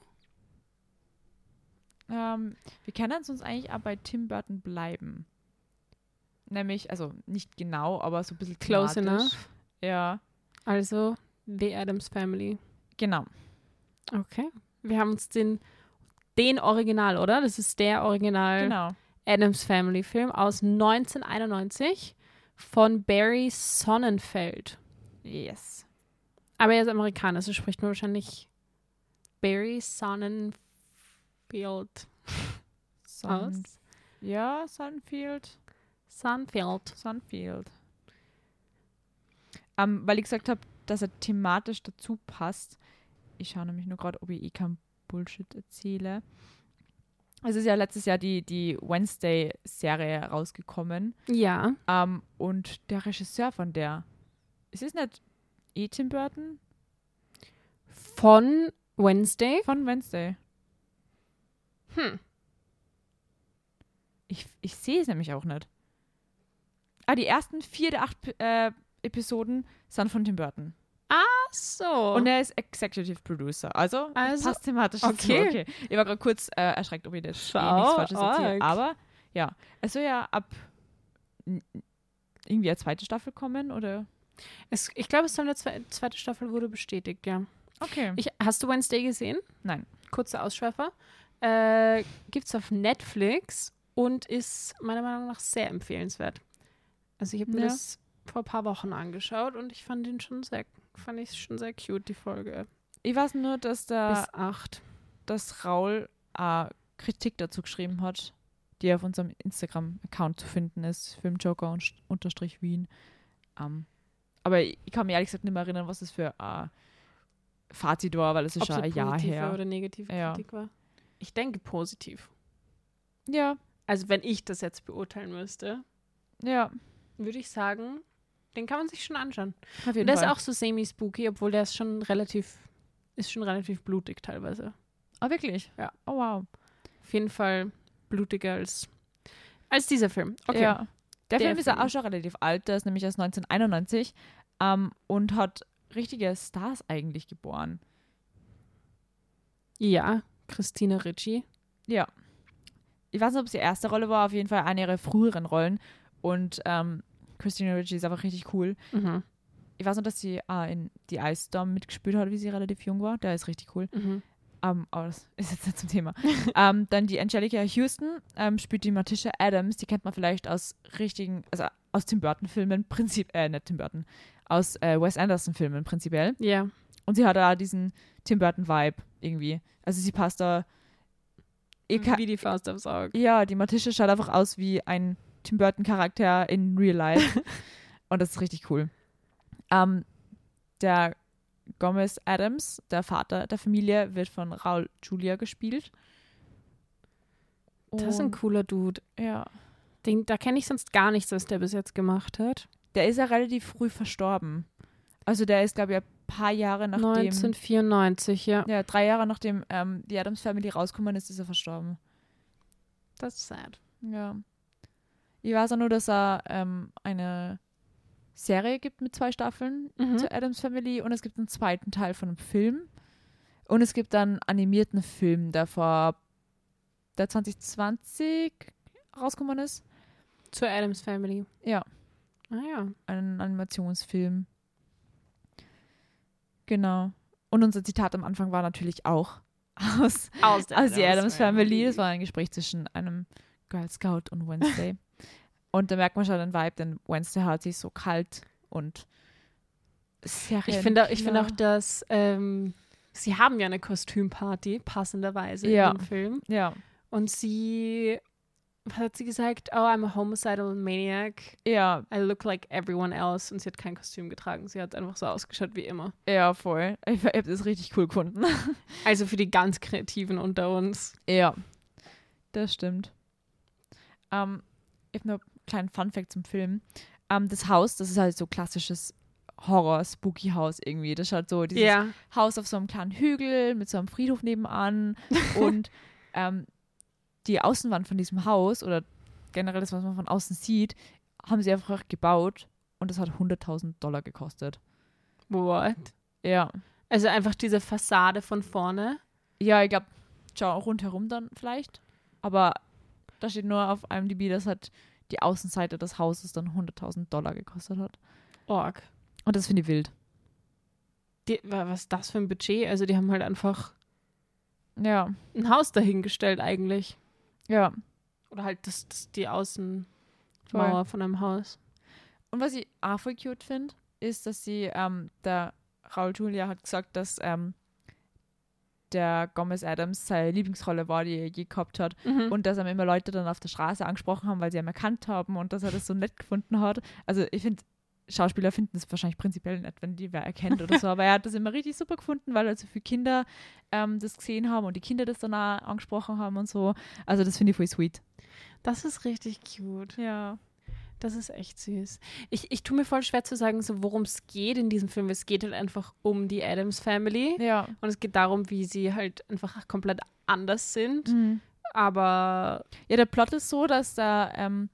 Speaker 1: Ähm, wir können uns eigentlich auch bei Tim Burton bleiben. Nämlich, also nicht genau, aber so ein bisschen
Speaker 2: Close
Speaker 1: thematisch.
Speaker 2: Enough,
Speaker 1: Ja,
Speaker 2: also The Adams Family.
Speaker 1: genau.
Speaker 2: Okay. Wir haben uns den den Original, oder? Das ist der Original
Speaker 1: Genau.
Speaker 2: Adams Family Film aus 1991 von Barry Sonnenfeld.
Speaker 1: Yes.
Speaker 2: Aber er ist Amerikaner, also spricht man wahrscheinlich Barry Sonnenfield
Speaker 1: Sun
Speaker 2: aus.
Speaker 1: ja, Sunfield.
Speaker 2: Sunfield.
Speaker 1: Sunfield. Ähm, weil ich gesagt habe, dass er thematisch dazu passt. Ich schaue nämlich nur gerade, ob ich eh kein Bullshit erzähle. Es ist ja letztes Jahr die, die Wednesday-Serie rausgekommen.
Speaker 2: Ja.
Speaker 1: Ähm, und der Regisseur von der, ist es nicht E. Tim Burton?
Speaker 2: Von Wednesday.
Speaker 1: Von Wednesday.
Speaker 2: Hm.
Speaker 1: Ich, ich sehe es nämlich auch nicht. Ah, die ersten vier der acht äh, Episoden sind von Tim Burton.
Speaker 2: Ach so.
Speaker 1: Und er ist Executive Producer. Also, das
Speaker 2: Also,
Speaker 1: passt thematisch. dazu.
Speaker 2: okay.
Speaker 1: okay. Ich war gerade kurz äh, erschreckt, ob ich das eh
Speaker 2: Schau
Speaker 1: nichts Falsches erzähle.
Speaker 2: arg.
Speaker 1: Aber ja, es soll ja ab n- irgendwie eine zweite Staffel kommen oder.
Speaker 2: es, ich glaube, es soll eine zwe zweite Staffel wurde bestätigt, ja.
Speaker 1: Okay.
Speaker 2: Ich, hast du Wednesday gesehen?
Speaker 1: Hm. Nein.
Speaker 2: Kurzer Ausschweifer. Äh, gibt's auf Netflix und ist meiner Meinung nach sehr empfehlenswert. Also ich habe mir
Speaker 1: Ja.
Speaker 2: das vor ein paar Wochen angeschaut und ich fand den schon sehr, fand ich schon sehr cute, die Folge.
Speaker 1: Ich weiß nur, dass da
Speaker 2: Bis acht.
Speaker 1: dass Raul äh, Kritik dazu geschrieben hat, die auf unserem Instagram-Account zu finden ist, Filmjoker und unterstrich Wien. Ähm, aber ich kann mir ehrlich gesagt nicht mehr erinnern, was das für ein Fazit war, weil es ist
Speaker 2: Ob
Speaker 1: schon
Speaker 2: sie
Speaker 1: ein Jahr
Speaker 2: positive
Speaker 1: her.
Speaker 2: oder negative
Speaker 1: Ja.
Speaker 2: Kritik war. Ich denke positiv.
Speaker 1: Ja,
Speaker 2: Also wenn ich das jetzt beurteilen müsste,
Speaker 1: ja.
Speaker 2: würde ich sagen, den kann man sich schon anschauen.
Speaker 1: Auf jeden
Speaker 2: Und der ist
Speaker 1: Fall.
Speaker 2: auch so semi-spooky, obwohl der ist schon relativ, ist schon relativ blutig teilweise.
Speaker 1: Ah, wirklich?
Speaker 2: Ja.
Speaker 1: Oh, wow.
Speaker 2: Auf jeden Fall blutiger als, als dieser Film. Okay.
Speaker 1: Ja. Der,
Speaker 2: Der
Speaker 1: Film ist ja
Speaker 2: Film.
Speaker 1: auch schon relativ alt, der ist nämlich erst 1991 ähm, und hat richtige Stars eigentlich geboren.
Speaker 2: Ja, Christina Ricci.
Speaker 1: Ja. Ich weiß nicht, ob es die erste Rolle war, auf jeden Fall eine ihrer früheren Rollen. Und ähm, Christina Ricci ist einfach richtig cool.
Speaker 2: Mhm.
Speaker 1: Ich weiß nur, dass sie äh, in die Ice Storm mitgespielt hat, wie sie relativ jung war. Der ist richtig cool.
Speaker 2: Mhm.
Speaker 1: Ähm, aber das ist jetzt nicht zum Thema. ähm, dann die Angelica Houston ähm, spielt die Matisha Adams. Die kennt man vielleicht aus richtigen, also aus Tim Burton-Filmen, prinzip, äh, nicht Tim Burton, aus äh, Wes Anderson-Filmen prinzipiell.
Speaker 2: Ja.
Speaker 1: Und sie hat da diesen Tim Burton-Vibe irgendwie. Also sie passt da. Ihr ka-
Speaker 2: Wie die Faust aufs Auge.
Speaker 1: ja, die Matische schaut einfach aus wie ein Tim Burton-Charakter in Real Life. und das ist richtig cool. Ähm, der Gomez Adams, der Vater der Familie, wird von Raul Julia gespielt.
Speaker 2: Das ist ein
Speaker 1: Und-
Speaker 2: cooler Dude.
Speaker 1: Ja.
Speaker 2: Den, da kenne ich sonst gar nichts, was der bis jetzt gemacht hat.
Speaker 1: Der ist ja relativ früh verstorben. Also der ist, glaube ich, ein paar Jahre nachdem.
Speaker 2: 1994, ja.
Speaker 1: Ja, drei Jahre nachdem ähm, die Adams Family rausgekommen ist, ist er verstorben.
Speaker 2: Das ist sad.
Speaker 1: Ja. Ich weiß auch nur, dass er ähm, eine Serie gibt mit zwei Staffeln
Speaker 2: Mhm.
Speaker 1: zur Adams Family und es gibt einen zweiten Teil von einem Film. Und es gibt einen animierten Film, der vor der 2020 rausgekommen ist.
Speaker 2: Zur Adams Family.
Speaker 1: Ja,
Speaker 2: Ah ja.
Speaker 1: einen Animationsfilm. Genau. Und unser Zitat am Anfang war natürlich auch aus
Speaker 2: Aus
Speaker 1: Also die Adams Family, das war ein Gespräch zwischen einem Girl Scout und Wednesday. und da merkt man schon den Vibe, denn Wednesday hat sich so kalt und
Speaker 2: Ich finde ich finde
Speaker 1: Serienkiller.
Speaker 2: auch, dass ähm, sie haben ja eine Kostümparty, passenderweise
Speaker 1: Ja.
Speaker 2: in dem Film.
Speaker 1: Ja,
Speaker 2: Und sie, was hat sie gesagt? Oh, I'm a homicidal maniac.
Speaker 1: ja,
Speaker 2: I look like everyone else. Und sie hat kein Kostüm getragen. Sie hat einfach so ausgeschaut wie immer.
Speaker 1: ja, voll. Ich habe das richtig cool gefunden.
Speaker 2: Also für die ganz Kreativen unter uns.
Speaker 1: ja, das stimmt. Ähm, ich habe noch einen kleinen Funfact zum Film. Ähm, das Haus, das ist halt so klassisches Horror-Spooky-Haus irgendwie. Das schaut so dieses
Speaker 2: Ja.
Speaker 1: Haus auf so einem kleinen Hügel mit so einem Friedhof nebenan und ähm, die Außenwand von diesem Haus oder generell das, was man von außen sieht, haben sie einfach gebaut und das hat 100.000 Dollar gekostet.
Speaker 2: What?
Speaker 1: Ja.
Speaker 2: Also einfach diese Fassade von vorne.
Speaker 1: Ja, ich glaube, schau rundherum dann vielleicht, aber da steht nur auf IMDb, dass halt die Außenseite des Hauses dann 100.000 Dollar gekostet hat.
Speaker 2: Org.
Speaker 1: Und das finde ich wild.
Speaker 2: Die, wa- was ist das für ein Budget? Also die haben halt einfach
Speaker 1: Ja,
Speaker 2: ein Haus dahingestellt eigentlich.
Speaker 1: ja.
Speaker 2: Oder halt das, das, die Außenmauer
Speaker 1: Voll.
Speaker 2: von einem Haus.
Speaker 1: Und was ich auch voll cute finde, ist, dass sie, ähm, der Raul Julia hat gesagt, dass ähm, der Gomez Adams seine Lieblingsrolle war, die er je gehabt hat.
Speaker 2: Mhm.
Speaker 1: Und dass ihm immer Leute dann auf der Straße angesprochen haben, weil sie ihn erkannt haben und dass er das so nett gefunden hat. Also ich finde, Schauspieler finden es wahrscheinlich prinzipiell nicht, wenn die wer erkennt oder so, aber er hat das immer richtig super gefunden, weil also viele Kinder ähm, das gesehen haben und die Kinder das dann auch angesprochen haben und so. Also das finde ich voll sweet.
Speaker 2: Das ist richtig cute.
Speaker 1: Ja.
Speaker 2: Das ist echt süß. Ich, ich tue mir voll schwer zu sagen, so worum es geht in diesem Film. Es geht halt einfach um die Adams Family.
Speaker 1: Ja.
Speaker 2: Und es geht darum, wie sie halt einfach komplett anders sind.
Speaker 1: Mhm.
Speaker 2: Aber
Speaker 1: Ja, der Plot ist so, dass da, ähm,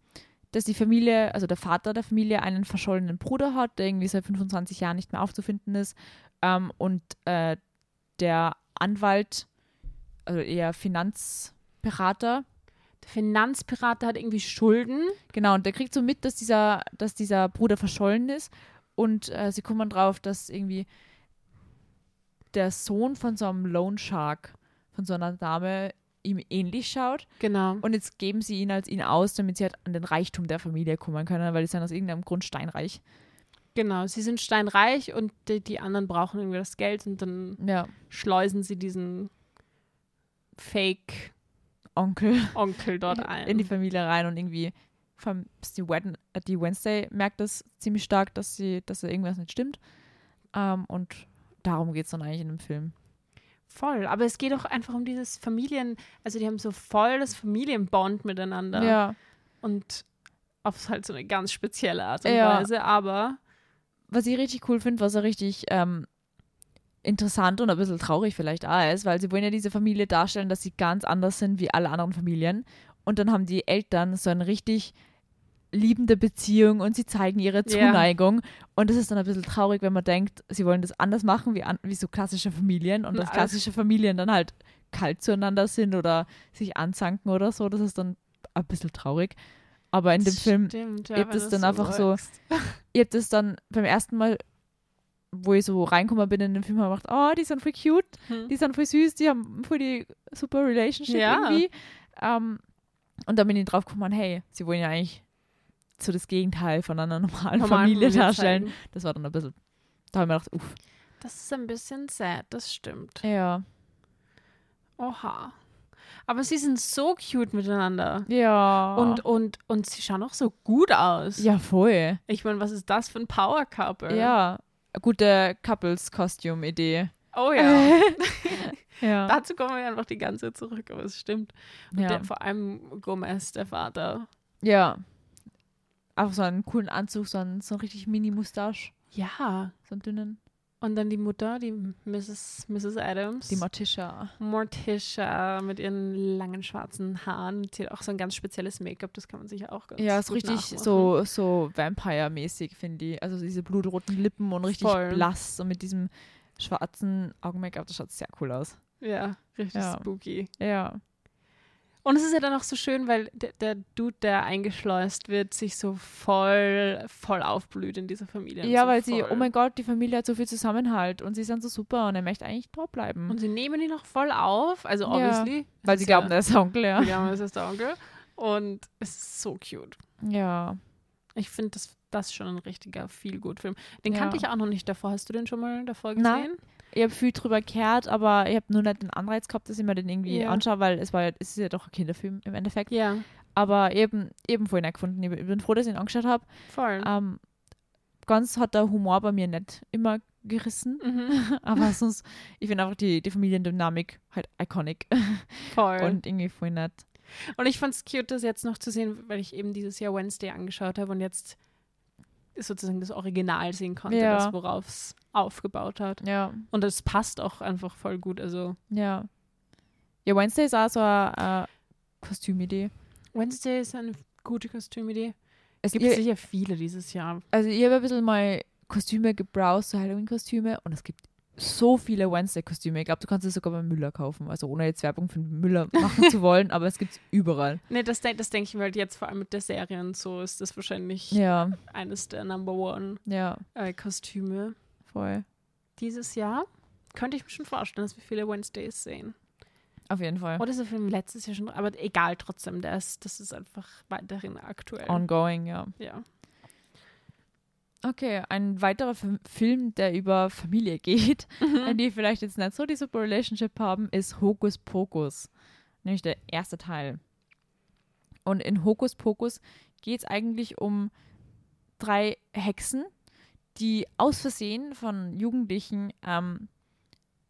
Speaker 1: dass die Familie, also der Vater der Familie, einen verschollenen Bruder hat, der irgendwie seit 25 Jahren nicht mehr aufzufinden ist. Ähm, und äh, der Anwalt, also eher Finanzberater,
Speaker 2: der Finanzpirat der hat irgendwie Schulden.
Speaker 1: genau, und der kriegt so mit, dass dieser, dass dieser Bruder verschollen ist. Und äh, sie kommen drauf, dass irgendwie der Sohn von so einem Loan Shark, von so einer Dame, ihm ähnlich schaut.
Speaker 2: Genau.
Speaker 1: Und jetzt geben sie ihn als ihn aus, damit sie halt an den Reichtum der Familie kommen können, weil die sind aus irgendeinem Grund steinreich.
Speaker 2: Genau. Sie sind steinreich und die, die anderen brauchen irgendwie das Geld und dann
Speaker 1: Ja.
Speaker 2: schleusen sie diesen Fake-Onkel
Speaker 1: Onkel
Speaker 2: dort ein.
Speaker 1: in die Familie rein und irgendwie vor allem ist die, Wed äh, die Wednesday merkt das ziemlich stark, dass sie, dass da irgendwas nicht stimmt. Ähm, und darum geht es dann eigentlich in dem Film.
Speaker 2: Voll, aber es geht auch einfach um dieses Familien, also die haben so voll das Familienbond miteinander und auf halt so eine ganz spezielle Art und
Speaker 1: Ja.
Speaker 2: Weise, aber
Speaker 1: Was ich richtig cool finde, was er richtig ähm, interessant und ein bisschen traurig vielleicht auch ist, weil sie wollen ja diese Familie darstellen, dass sie ganz anders sind wie alle anderen Familien. Und dann haben die Eltern so eine richtig liebende Beziehung und sie zeigen ihre
Speaker 2: Ja.
Speaker 1: Zuneigung. Und das ist dann ein bisschen traurig, wenn man denkt, sie wollen das anders machen wie, an, wie so klassische Familien und
Speaker 2: Na,
Speaker 1: dass
Speaker 2: alles-
Speaker 1: klassische Familien dann halt kalt zueinander sind oder sich anzanken oder so. Das ist dann ein bisschen traurig. Aber in dem
Speaker 2: das
Speaker 1: Film
Speaker 2: stimmt,
Speaker 1: gibt
Speaker 2: wenn
Speaker 1: es
Speaker 2: du
Speaker 1: dann einfach so-
Speaker 2: sagst.
Speaker 1: ich habe das dann beim ersten Mal, wo ich so reingekommen bin in den Film, hab ich gedacht, oh, die sind voll cute,
Speaker 2: Hm.
Speaker 1: die sind voll süß, die haben voll die super Relationship
Speaker 2: Ja.
Speaker 1: irgendwie. Ähm, und dann bin ich drauf gekommen, hey, sie wollen ja eigentlich so das Gegenteil von einer normalen
Speaker 2: Normalen
Speaker 1: Familie
Speaker 2: Familie
Speaker 1: darstellen.
Speaker 2: zeigen.
Speaker 1: Das war dann ein bisschen, da habe ich mir gedacht, uff.
Speaker 2: Das ist ein bisschen sad, das stimmt.
Speaker 1: Ja,
Speaker 2: Oha. Aber sie sind so cute miteinander.
Speaker 1: ja.
Speaker 2: Und, und, und sie schauen auch so gut aus.
Speaker 1: ja, voll.
Speaker 2: Ich meine, was ist das für ein Power Couple?
Speaker 1: Ja, Eine gute Couples-Costume-Idee.
Speaker 2: Oh ja.
Speaker 1: Ja.
Speaker 2: Dazu kommen wir einfach die ganze Zeit zurück, aber es stimmt. Und
Speaker 1: ja.
Speaker 2: Der, vor allem Gomez, der Vater.
Speaker 1: ja. Auch so einen coolen Anzug, so einen, so einen richtig Mini-Mustache.
Speaker 2: Ja.
Speaker 1: so einen dünnen.
Speaker 2: Und dann die Mutter, die Mrs. Mrs. Adams.
Speaker 1: Die Morticia.
Speaker 2: Morticia mit ihren langen schwarzen Haaren. Sie hat auch so ein ganz spezielles Make-up, das kann man sich auch ganz
Speaker 1: Ja, ist
Speaker 2: gut
Speaker 1: richtig
Speaker 2: nachmachen.
Speaker 1: so, so Vampire-mäßig, finde ich. Also diese blutroten Lippen und richtig
Speaker 2: Voll.
Speaker 1: blass und mit diesem schwarzen Augen-Make-up, das schaut sehr cool aus.
Speaker 2: Ja, richtig
Speaker 1: Ja.
Speaker 2: spooky.
Speaker 1: Ja.
Speaker 2: Und es ist ja dann auch so schön, weil der, der Dude, der eingeschleust wird, sich so voll, voll aufblüht in dieser Familie. und
Speaker 1: Ja,
Speaker 2: so
Speaker 1: weil sie,
Speaker 2: voll-
Speaker 1: oh mein Gott, die Familie hat so viel Zusammenhalt und sie sind so super und er möchte eigentlich da bleiben.
Speaker 2: Und sie nehmen ihn auch voll auf, also
Speaker 1: Ja.
Speaker 2: obviously. es
Speaker 1: weil
Speaker 2: ist
Speaker 1: sie glauben,
Speaker 2: ja,
Speaker 1: er ist Onkel, ja.
Speaker 2: Sie glauben, es ist der Onkel. Und es ist so cute.
Speaker 1: Ja.
Speaker 2: Ich finde das, das schon ein richtiger Feel-Good-Film. Den
Speaker 1: Ja.
Speaker 2: kannte ich auch noch nicht davor. Hast du den schon mal davor
Speaker 1: Nein.
Speaker 2: gesehen?
Speaker 1: Ich habe viel drüber gehört, aber ich habe nur nicht den Anreiz gehabt, dass ich mir den irgendwie
Speaker 2: Ja.
Speaker 1: anschaue, weil es war ja- es ist ja doch ein Kinderfilm im Endeffekt.
Speaker 2: Ja,
Speaker 1: Aber eben, eben vorhin gefunden. Ich bin froh, dass ich ihn angeschaut habe.
Speaker 2: voll.
Speaker 1: Ähm, ganz hat der Humor bei mir nicht immer gerissen,
Speaker 2: Mhm,
Speaker 1: aber sonst, ich finde einfach die, die Familiendynamik halt iconic
Speaker 2: voll. Und,
Speaker 1: und irgendwie voll nett.
Speaker 2: ich fand es cute, das jetzt noch zu sehen, weil ich eben dieses Jahr Wednesday angeschaut habe und jetzt sozusagen das Original sehen konnte,
Speaker 1: Ja.
Speaker 2: das worauf es aufgebaut hat.
Speaker 1: Ja,
Speaker 2: Und es passt auch einfach voll gut. Also
Speaker 1: ja. Ja, Wednesday ist auch so eine äh, Kostümidee.
Speaker 2: Wednesday ist eine gute Kostümidee.
Speaker 1: Es
Speaker 2: Es gibt
Speaker 1: ihr,
Speaker 2: sicher viele dieses Jahr.
Speaker 1: also ich habe ein bisschen mal Kostüme gebrowst, so Halloween-Kostüme und es gibt so viele Wednesday-Kostüme. Ich glaube, du kannst es sogar bei Müller kaufen. Also ohne jetzt Werbung für Müller machen zu wollen, aber es gibt es überall.
Speaker 2: Ne, das, denk- das denke ich mir halt jetzt vor allem mit der Serie und so ist das wahrscheinlich
Speaker 1: Ja,
Speaker 2: eines der Number One
Speaker 1: ja,
Speaker 2: äh, Kostüme
Speaker 1: voll.
Speaker 2: dieses Jahr. Könnte ich mir schon vorstellen, dass wir viele Wednesdays sehen.
Speaker 1: Auf jeden Fall.
Speaker 2: Oder ist der Film letztes Jahr schon, aber egal trotzdem, der ist, das ist einfach weiterhin aktuell.
Speaker 1: Ongoing, ja.
Speaker 2: ja.
Speaker 1: Okay, ein weiterer Fi- Film, der über Familie geht,
Speaker 2: Mhm.
Speaker 1: die vielleicht jetzt nicht so die super Relationship haben, ist Hokus Pokus. Nämlich der erste Teil. Und in Hokus Pokus geht es eigentlich um drei Hexen, die aus Versehen von Jugendlichen ähm,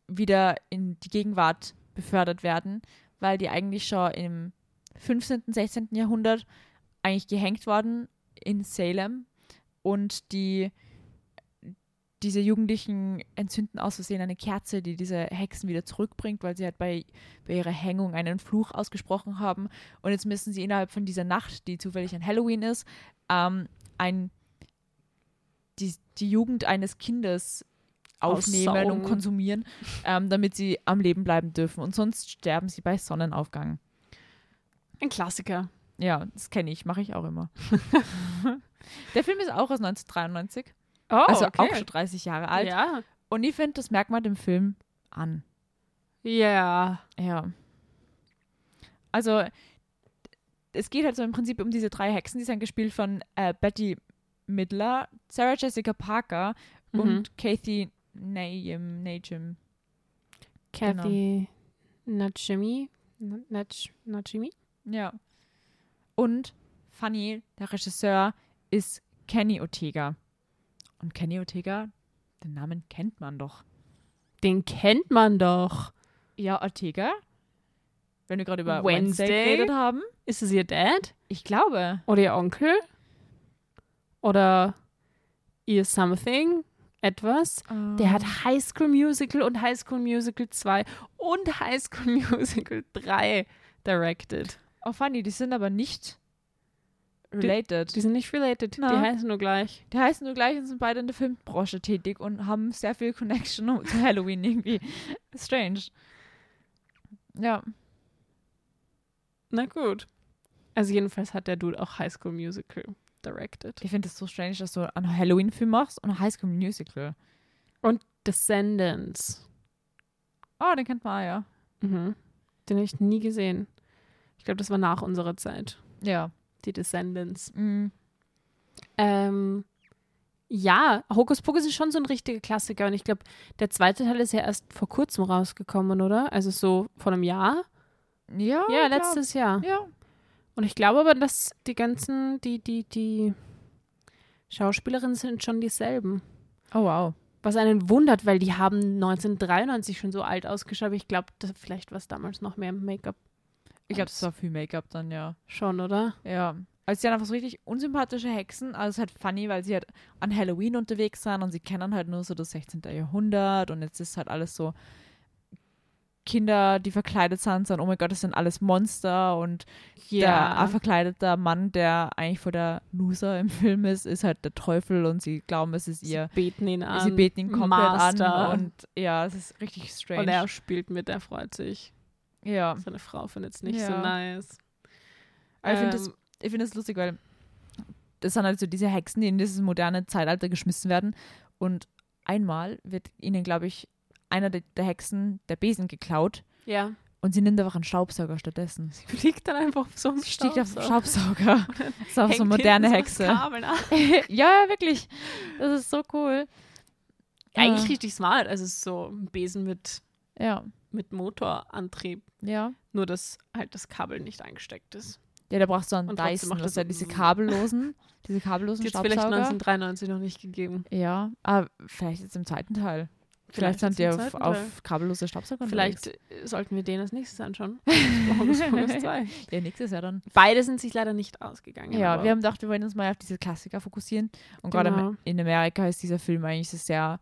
Speaker 1: wieder in die Gegenwart befördert werden, weil die eigentlich schon im 15., 16. Jahrhundert eigentlich gehängt worden in Salem und die diese Jugendlichen entzünden aus Versehen eine Kerze, die diese Hexen wieder zurückbringt, weil sie halt bei, bei ihrer Hängung einen Fluch ausgesprochen haben. Und jetzt müssen sie innerhalb von dieser Nacht, die zufällig an Halloween ist, ähm, ein, die, die Jugend eines Kindes aufnehmen
Speaker 2: Aussaugen.
Speaker 1: und konsumieren, ähm, damit sie am Leben bleiben dürfen. Und sonst sterben sie bei Sonnenaufgang.
Speaker 2: Ein Klassiker.
Speaker 1: Ja, das kenne ich, mache ich auch immer. Der Film ist auch aus 1993,
Speaker 2: Oh,
Speaker 1: also
Speaker 2: okay.
Speaker 1: auch schon 30 Jahre alt.
Speaker 2: Ja.
Speaker 1: Und ich finde, das merkt man dem Film an.
Speaker 2: Ja.
Speaker 1: Ja. Also, es geht halt so im Prinzip um diese drei Hexen, die sind gespielt von äh, Betty Midler, Sarah Jessica Parker
Speaker 2: Und
Speaker 1: und Kathy Najim. Najim.
Speaker 2: genau. Kathy Najimy. Naj- Naj- Najimy?
Speaker 1: Ja. Und Fanny, der Regisseur, ist Kenny Ortega. Und Kenny Ortega, den Namen kennt man doch.
Speaker 2: Den kennt man doch.
Speaker 1: Ja, Ortega? Wenn wir gerade über Wednesday?
Speaker 2: Wednesday?
Speaker 1: geredet haben.
Speaker 2: Ist es ihr Dad?
Speaker 1: Ich glaube.
Speaker 2: Oder ihr Onkel? Oder ihr Something? Etwas? Der
Speaker 1: Ähm,
Speaker 2: hat High School Musical und High School Musical 2 und High School Musical 3 directed.
Speaker 1: Oh, funny, die sind aber nicht related.
Speaker 2: Die sind nicht related, die
Speaker 1: Na.
Speaker 2: heißen nur gleich.
Speaker 1: die heißen nur gleich und sind beide in der Filmbranche tätig und haben sehr viel Connection zu Halloween irgendwie. Strange. Ja,
Speaker 2: Na gut. Also jedenfalls hat der Dude auch High School Musical directed.
Speaker 1: ich finde es so strange, dass du einen Halloween-Film machst und ein Highschool Musical.
Speaker 2: Und Descendants.
Speaker 1: Oh, den kennt man auch, ja.
Speaker 2: Mhm. Den habe ich nie gesehen. Ich glaube, das war nach unserer Zeit.
Speaker 1: Ja.
Speaker 2: Die Descendants.
Speaker 1: Mm.
Speaker 2: Ähm, ja, Hokus Pokus ist schon so ein richtiger Klassiker. Und ich glaube, der zweite Teil ist ja erst vor kurzem rausgekommen, oder? Also so vor einem Jahr.
Speaker 1: Ja, ich
Speaker 2: ja,
Speaker 1: glaub-
Speaker 2: letztes Jahr.
Speaker 1: Ja.
Speaker 2: Und ich glaube aber, dass die ganzen, die, die, die Schauspielerinnen sind schon dieselben.
Speaker 1: Oh, wow.
Speaker 2: Was einen wundert, weil die haben 1993 schon so alt ausgeschaut. Aber ich glaube, da- vielleicht war es damals noch mehr Make-up
Speaker 1: Ich glaube, das war viel Make-up dann, ja.
Speaker 2: schon, oder?
Speaker 1: Ja. Also, sie sind einfach so richtig unsympathische Hexen. Also, es ist halt funny, weil sie halt an Halloween unterwegs sind und sie kennen halt nur so das 16. Jahrhundert und jetzt ist halt alles so Kinder, die verkleidet sind, sind, oh mein Gott, das sind alles Monster und der ein verkleideter Mann, der eigentlich vor der Loser im Film ist, ist halt der Teufel und sie glauben, es ist
Speaker 2: Sie
Speaker 1: ihr.
Speaker 2: beten ihn an.
Speaker 1: Sie beten ihn komplett
Speaker 2: Master.
Speaker 1: an und ja, es ist richtig strange.
Speaker 2: Und er spielt mit, er freut sich.
Speaker 1: ja.
Speaker 2: Seine Frau findet es nicht so
Speaker 1: Ja.
Speaker 2: nice. Ähm,
Speaker 1: Aber ich finde das ähm, ich finde es lustig, weil das sind halt so diese Hexen, die in dieses moderne Zeitalter geschmissen werden. Und einmal wird ihnen, glaube ich, einer der, der Hexen der Besen geklaut
Speaker 2: Ja.
Speaker 1: und sie nimmt einfach einen Staubsauger stattdessen.
Speaker 2: Sie fliegt dann einfach auf so einen
Speaker 1: Sie stieg auf den
Speaker 2: Staubsauger.
Speaker 1: Staubsauger. Das ist auch
Speaker 2: Hängt
Speaker 1: so eine moderne
Speaker 2: hinten
Speaker 1: Hexe.
Speaker 2: So das Kabel nach.
Speaker 1: ja, ja, wirklich. Das ist so cool.
Speaker 2: Eigentlich
Speaker 1: Ja.
Speaker 2: richtig smart. Also es ist so ein Besen mit,
Speaker 1: Ja,
Speaker 2: mit Motorantrieb.
Speaker 1: ja.
Speaker 2: Nur, dass halt das Kabel nicht eingesteckt ist.
Speaker 1: Ja, da brauchst du einen
Speaker 2: Und trotzdem
Speaker 1: Dyson.
Speaker 2: macht
Speaker 1: Das
Speaker 2: das
Speaker 1: sind ja
Speaker 2: so
Speaker 1: diese
Speaker 2: zzz.
Speaker 1: kabellosen, diese kabellosen
Speaker 2: Die jetzt vielleicht
Speaker 1: Staubsauger.
Speaker 2: 1993 noch nicht gegeben.
Speaker 1: Ja, aber vielleicht jetzt im zweiten Teil. Vielleicht, sind die
Speaker 2: jetzt im
Speaker 1: auf,
Speaker 2: zweiten Teil.
Speaker 1: auf kabellose Staubsauger
Speaker 2: Vielleicht
Speaker 1: unterwegs.
Speaker 2: äh, sollten wir den als nächstes anschauen. Hokus Pokus 2.
Speaker 1: Ja, nächstes Jahr dann.
Speaker 2: Beide sind sich leider nicht ausgegangen.
Speaker 1: Ja,
Speaker 2: aber
Speaker 1: wir haben gedacht, wir wollen uns mal auf diese Klassiker fokussieren. Und gerade
Speaker 2: Genau.
Speaker 1: am- in Amerika ist dieser Film eigentlich so sehr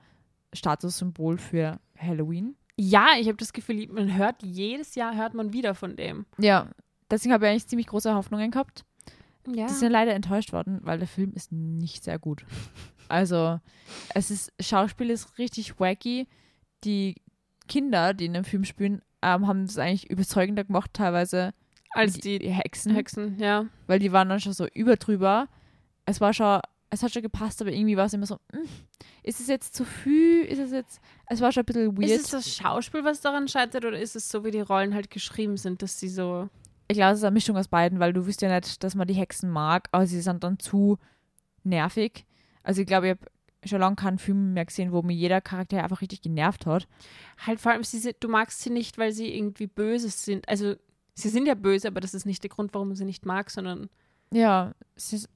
Speaker 1: Statussymbol für Halloween.
Speaker 2: ja ich habe das Gefühl, man hört jedes Jahr hört man wieder von dem.
Speaker 1: Ja, deswegen habe ich eigentlich ziemlich große Hoffnungen gehabt.
Speaker 2: Ja.
Speaker 1: Die sind leider enttäuscht worden, weil der Film ist nicht sehr gut. Also, es ist, Schauspiel ist richtig wacky. Die Kinder, die in dem Film spielen, ähm, haben es eigentlich überzeugender gemacht teilweise
Speaker 2: Als
Speaker 1: die,
Speaker 2: die
Speaker 1: Hexen.
Speaker 2: Hexen, ja.
Speaker 1: weil die waren dann schon so überdrüber. Es war schon, es hat schon gepasst, aber irgendwie war es immer so, "Mm, ist es jetzt zu viel? Ist es jetzt, es war schon ein bisschen weird.
Speaker 2: Ist es das Schauspiel, was daran scheitert, oder ist es so, wie die Rollen halt geschrieben sind, dass sie so.
Speaker 1: ich glaube, es ist eine Mischung aus beiden, weil du wirst ja nicht, dass man die Hexen mag, aber sie sind dann zu nervig. Also ich glaube, ich habe schon lange keinen Film mehr gesehen, wo mir jeder Charakter einfach richtig genervt hat.
Speaker 2: Halt vor allem, sie sind, du magst sie nicht, weil sie irgendwie böse sind. Also, sie sind ja böse, aber das ist nicht der Grund, warum du sie nicht magst, sondern
Speaker 1: Ja, es ist,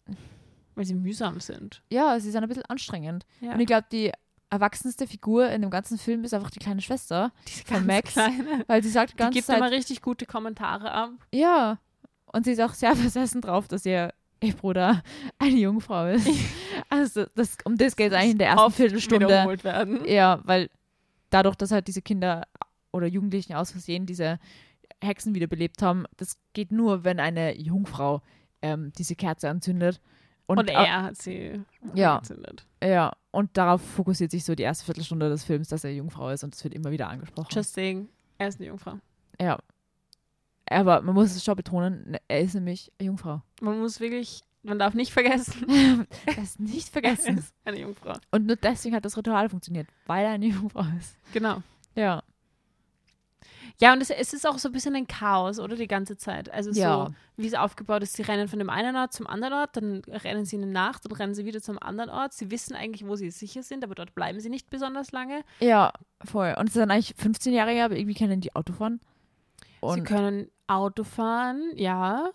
Speaker 2: Weil sie mühsam sind.
Speaker 1: Ja, sie sind ein bisschen anstrengend.
Speaker 2: Ja.
Speaker 1: Und ich glaube, die erwachsenste Figur in dem ganzen Film ist einfach die kleine Schwester,
Speaker 2: Diese
Speaker 1: von
Speaker 2: ganz
Speaker 1: Max.
Speaker 2: Kleine.
Speaker 1: weil sie sagt die
Speaker 2: Die
Speaker 1: ganze
Speaker 2: gibt
Speaker 1: Zeit,
Speaker 2: immer richtig gute Kommentare ab.
Speaker 1: ja. Und sie ist auch sehr versessen drauf, dass ihr ihr Bruder eine Jungfrau ist. Also das, um das geht es eigentlich in der ersten
Speaker 2: Oft
Speaker 1: Viertelstunde.
Speaker 2: Wiederholt werden.
Speaker 1: Ja, weil dadurch, dass halt diese Kinder oder Jugendlichen aus Versehen diese Hexen wiederbelebt haben, das geht nur, wenn eine Jungfrau ähm, diese Kerze anzündet.
Speaker 2: Und,
Speaker 1: au-
Speaker 2: er hat sie
Speaker 1: Ja.
Speaker 2: angezündet.
Speaker 1: Ja, und darauf fokussiert sich so die erste Viertelstunde des Films, dass er Jungfrau ist und das wird immer wieder angesprochen.
Speaker 2: Just saying. Er ist eine Jungfrau.
Speaker 1: Ja. Aber man muss es schon betonen, ne, er ist nämlich eine Jungfrau.
Speaker 2: Man muss wirklich, man darf nicht vergessen,
Speaker 1: Das nicht
Speaker 2: er
Speaker 1: vergessen.
Speaker 2: ist eine Jungfrau.
Speaker 1: Und nur deswegen hat das Ritual funktioniert, weil er eine Jungfrau ist.
Speaker 2: Genau.
Speaker 1: Ja.
Speaker 2: Ja, und es, es ist auch so ein bisschen ein Chaos, oder? Die ganze Zeit. Also
Speaker 1: Ja.
Speaker 2: so, wie es aufgebaut ist, sie rennen von dem einen Ort zum anderen Ort, dann rennen sie in der Nacht und rennen sie wieder zum anderen Ort. Sie wissen eigentlich, wo sie sicher sind, aber dort bleiben sie nicht besonders lange.
Speaker 1: Ja, voll. Und es sind eigentlich 15-Jährige, aber irgendwie können die Autofahren.
Speaker 2: sie
Speaker 1: Und
Speaker 2: können Auto fahren, ja.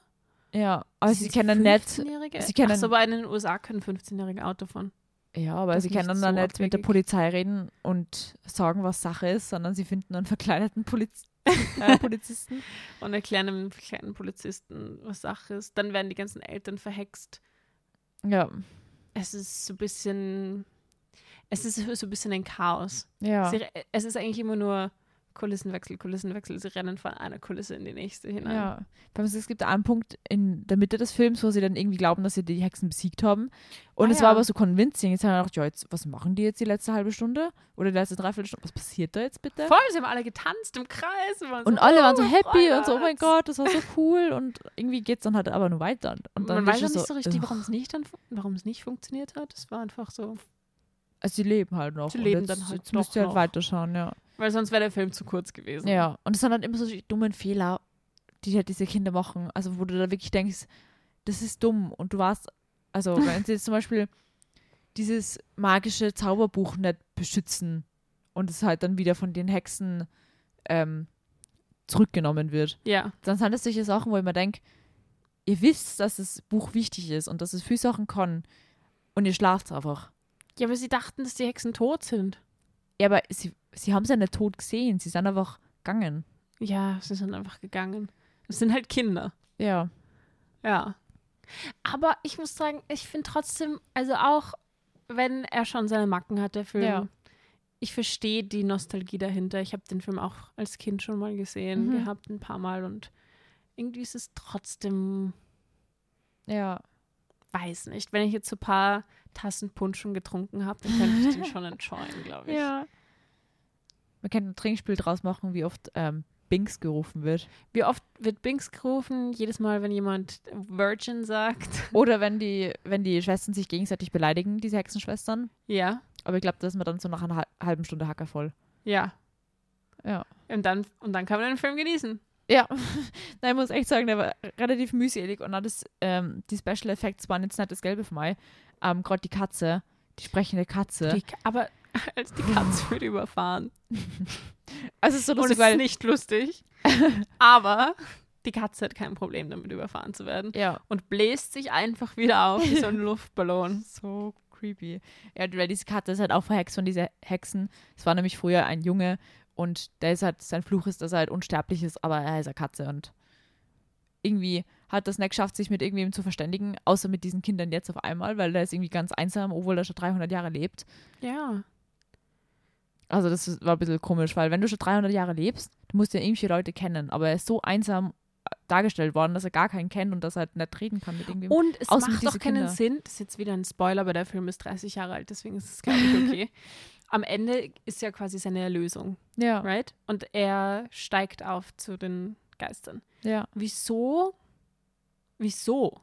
Speaker 1: ja, aber sie, kennen nicht.
Speaker 2: 15-Jährige?
Speaker 1: sie kennen-
Speaker 2: Ach so, aber in den USA können 15-Jährige Auto fahren.
Speaker 1: Ja, aber
Speaker 2: Das
Speaker 1: sie
Speaker 2: ist nicht
Speaker 1: können
Speaker 2: so
Speaker 1: dann nicht mit der
Speaker 2: abwegig.
Speaker 1: Polizei reden und sagen, was Sache ist, sondern sie finden einen verkleideten Poliz äh, Polizisten.
Speaker 2: und erklären einem kleinen Polizisten, was Sache ist. Dann werden die ganzen Eltern verhext.
Speaker 1: Ja,
Speaker 2: Es ist so ein bisschen, es ist so ein bisschen ein Chaos.
Speaker 1: ja.
Speaker 2: Sie, es ist eigentlich immer nur Kulissenwechsel, Kulissenwechsel. Sie rennen von einer Kulisse in die nächste hinein.
Speaker 1: Ja. Vor allem, Es gibt einen Punkt in der Mitte des Films, wo sie dann irgendwie glauben, dass sie die Hexen besiegt haben. Und
Speaker 2: Ah
Speaker 1: es war
Speaker 2: ja.
Speaker 1: aber so convincing. Jetzt haben wir gedacht, ja, jetzt, was machen die jetzt die letzte halbe Stunde? Oder die letzte Dreiviertelstunde? Was passiert da jetzt bitte?
Speaker 2: Voll, sie haben alle getanzt im Kreis. Und, waren
Speaker 1: und
Speaker 2: so,
Speaker 1: alle waren so
Speaker 2: "Oh,
Speaker 1: happy und so, oh mein
Speaker 2: vorwärts."
Speaker 1: Gott, das war so cool. Und irgendwie geht es dann halt aber nur weiter. Und
Speaker 2: Und
Speaker 1: dann
Speaker 2: man
Speaker 1: ist
Speaker 2: weiß auch
Speaker 1: es
Speaker 2: nicht so richtig,
Speaker 1: ugh.
Speaker 2: warum es nicht, dann fun- warum es nicht funktioniert hat. Es war einfach so.
Speaker 1: Also sie leben halt noch.
Speaker 2: Sie
Speaker 1: Und
Speaker 2: leben
Speaker 1: jetzt,
Speaker 2: dann halt
Speaker 1: Jetzt müsst ihr
Speaker 2: doch
Speaker 1: halt
Speaker 2: noch.
Speaker 1: weiterschauen, ja.
Speaker 2: Weil sonst wäre der Film zu kurz gewesen.
Speaker 1: Ja, und es sind halt immer so die dummen Fehler, die halt diese Kinder machen. Also, wo du da wirklich denkst, das ist dumm. Und du warst, also, wenn sie jetzt zum Beispiel dieses magische Zauberbuch nicht beschützen und es halt dann wieder von den Hexen ähm, zurückgenommen wird,
Speaker 2: Ja.
Speaker 1: dann sind das solche Sachen, wo ich mir denke, ihr wisst, dass das Buch wichtig ist und dass es viele Sachen kann und ihr schlaft einfach.
Speaker 2: Ja, aber sie dachten, dass die Hexen tot sind.
Speaker 1: Ja, aber sie, sie haben es ja nicht tot gesehen, sie sind einfach gegangen.
Speaker 2: Ja, sie sind einfach gegangen. Es sind halt Kinder.
Speaker 1: Ja.
Speaker 2: Ja. Aber ich muss sagen, ich finde trotzdem, also auch wenn er schon seine Macken hat, der Film,
Speaker 1: Ja.
Speaker 2: ich verstehe die Nostalgie dahinter. Ich habe den Film auch als Kind schon mal gesehen,
Speaker 1: Mhm.
Speaker 2: gehabt ein paar Mal und irgendwie ist es trotzdem,
Speaker 1: Ja.
Speaker 2: weiß nicht, wenn ich jetzt so ein paar Tassen Punsch schon getrunken habe, dann könnte ich den schon enjoyen, glaube ich.
Speaker 1: Ja. Man kann ein Trinkspiel draus machen, wie oft ähm, Binks gerufen wird.
Speaker 2: Wie oft wird Binks gerufen? Jedes Mal, wenn jemand Virgin sagt.
Speaker 1: Oder wenn die, wenn die Schwestern sich gegenseitig beleidigen, diese Hexenschwestern.
Speaker 2: Ja.
Speaker 1: Aber ich glaube, da ist man dann so nach einer hal- halben Stunde Hacker voll.
Speaker 2: Ja.
Speaker 1: Ja.
Speaker 2: Und dann, und dann kann man den Film genießen.
Speaker 1: Ja, nein, ich muss echt sagen, der war relativ mühselig und auch das, ähm, die Special Effects waren jetzt nicht das Gelbe vom Ei. Ähm, Gerade die Katze, die sprechende Katze.
Speaker 2: Die, aber als die Katze wird überfahren.
Speaker 1: also es ist so
Speaker 2: Und es
Speaker 1: lustig,
Speaker 2: ist
Speaker 1: weil.
Speaker 2: nicht lustig. aber die Katze hat kein Problem damit, überfahren zu werden.
Speaker 1: ja.
Speaker 2: Und bläst sich einfach wieder auf wie so ein Luftballon.
Speaker 1: So creepy. Ja, weil diese Katze ist halt auch verhext von dieser Hexen. Es war nämlich früher ein Junge und der ist halt, sein Fluch ist, dass er halt unsterblich ist, aber er ist eine Katze und irgendwie hat das nicht geschafft, sich mit irgendwem zu verständigen, außer mit diesen Kindern jetzt auf einmal, weil der ist irgendwie ganz einsam, obwohl er schon 300 Jahre lebt.
Speaker 2: Ja.
Speaker 1: Also das ist- war ein bisschen komisch, weil wenn du schon 300 Jahre lebst, du musst ja irgendwelche Leute kennen, aber er ist so einsam äh, dargestellt worden, dass er gar keinen kennt und dass er halt nicht reden kann mit irgendwem.
Speaker 2: Und es
Speaker 1: Außen
Speaker 2: macht
Speaker 1: diese
Speaker 2: doch keinen
Speaker 1: Kinder.
Speaker 2: Sinn. Das ist jetzt wieder ein Spoiler, aber der Film ist 30 Jahre alt, deswegen ist es, glaube ich, okay. Am Ende ist ja quasi seine Erlösung,
Speaker 1: ja,
Speaker 2: right? Und er steigt auf zu den Geistern.
Speaker 1: ja.
Speaker 2: Wieso? Wieso?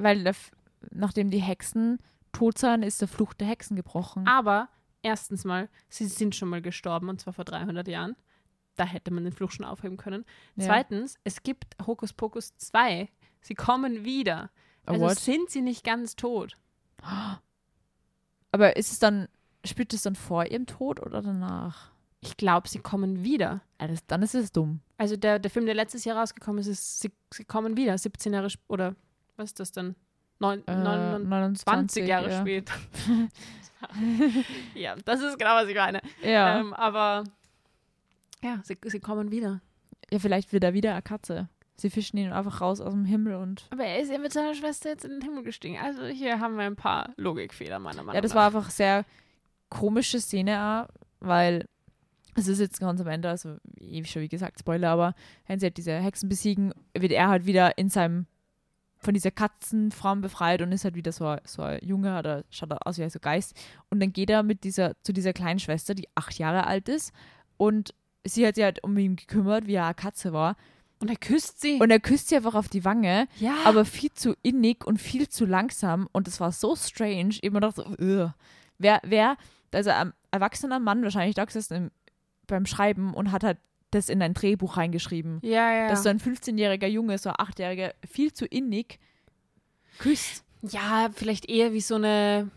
Speaker 1: weil der, F- nachdem die Hexen tot sind, ist der Fluch der Hexen gebrochen.
Speaker 2: Aber erstens mal, sie sind schon mal gestorben und zwar vor 300 Jahren. Da hätte man den Fluch schon aufheben können.
Speaker 1: Ja.
Speaker 2: Zweitens, es gibt Hokus Pokus 2. Sie kommen wieder.
Speaker 1: Oh,
Speaker 2: Also
Speaker 1: what?
Speaker 2: sind sie nicht ganz tot.
Speaker 1: Aber ist es dann, spielt es dann vor ihrem Tod oder danach?
Speaker 2: Ich glaube, sie kommen wieder.
Speaker 1: Ah, das- dann ist es dumm.
Speaker 2: Also der, der Film, der letztes Jahr rausgekommen ist, ist sie, sie kommen wieder. 17 Jahre sp- oder was ist das denn? Neun,
Speaker 1: Äh,
Speaker 2: 29
Speaker 1: 29
Speaker 2: Jahre
Speaker 1: ja.
Speaker 2: später. ja, das ist genau, was ich meine.
Speaker 1: Ja.
Speaker 2: Ähm, aber ja, sie, sie kommen wieder.
Speaker 1: ja, vielleicht wird er wieder eine Katze. Sie fischen ihn einfach raus aus dem Himmel und.
Speaker 2: Aber er ist ja mit seiner Schwester jetzt in den Himmel gestiegen. Also hier haben wir ein paar Logikfehler, meiner Meinung nach.
Speaker 1: Ja, das war einfach sehr komische Szene, auch, weil es ist jetzt ganz am Ende, also eh schon wie gesagt, Spoiler, aber wenn sie halt diese Hexen besiegen, wird er halt wieder in seinem von dieser Katzenfrau befreit und ist halt wieder so ein, so ein Junge oder schaut aus wie ein so Geist. Und dann geht er mit dieser, zu dieser kleinen Schwester, die acht Jahre alt ist, und sie hat sich halt um ihn gekümmert, wie er eine Katze war.
Speaker 2: Und er küsst sie.
Speaker 1: Und er küsst sie einfach auf die Wange
Speaker 2: ja,
Speaker 1: aber viel zu innig und viel zu langsam und das war so strange. Ich hab mir dachte, ugh. wer, wer, also ein erwachsener Mann wahrscheinlich da gesessen im, beim Schreiben und hat halt das in ein Drehbuch reingeschrieben,
Speaker 2: ja, ja.
Speaker 1: dass so ein 15-jähriger Junge, so ein 8-jähriger, viel zu innig küsst.
Speaker 2: ja, vielleicht eher wie so eine,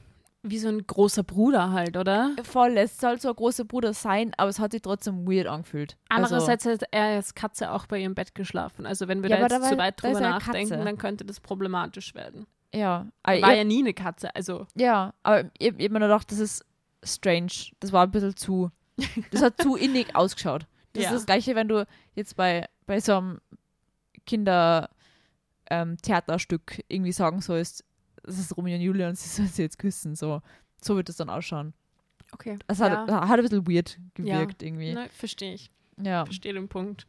Speaker 2: wie so ein großer Bruder halt, oder?
Speaker 1: Voll, es soll so ein großer Bruder sein, aber es hat sich trotzdem weird angefühlt.
Speaker 2: Andererseits hat er als Katze auch bei ihrem Bett geschlafen. Also wenn wir
Speaker 1: Ja,
Speaker 2: Also- da
Speaker 1: aber
Speaker 2: jetzt
Speaker 1: da war-
Speaker 2: zu weit
Speaker 1: da ist
Speaker 2: drüber
Speaker 1: ja eine Katze.
Speaker 2: nachdenken, dann könnte das problematisch werden.
Speaker 1: also, ja.
Speaker 2: War
Speaker 1: Aber ich,
Speaker 2: ja nie eine Katze, also
Speaker 1: Ja, aber ich, ich hab mir nur gedacht, das ist strange. Das war ein bisschen zu. Das hat zu innig ausgeschaut. Das
Speaker 2: Ja.
Speaker 1: ist das Gleiche, wenn du jetzt bei, bei so einem Kinder-Theaterstück irgendwie sagen sollst, das ist Romeo und Julia und sie sollen sie jetzt küssen. So, so wird das dann ausschauen.
Speaker 2: okay.
Speaker 1: Es hat, hat ein bisschen weird
Speaker 2: Ja.
Speaker 1: gewirkt irgendwie.
Speaker 2: Ne, verstehe ich.
Speaker 1: Ja.
Speaker 2: Verstehe den Punkt.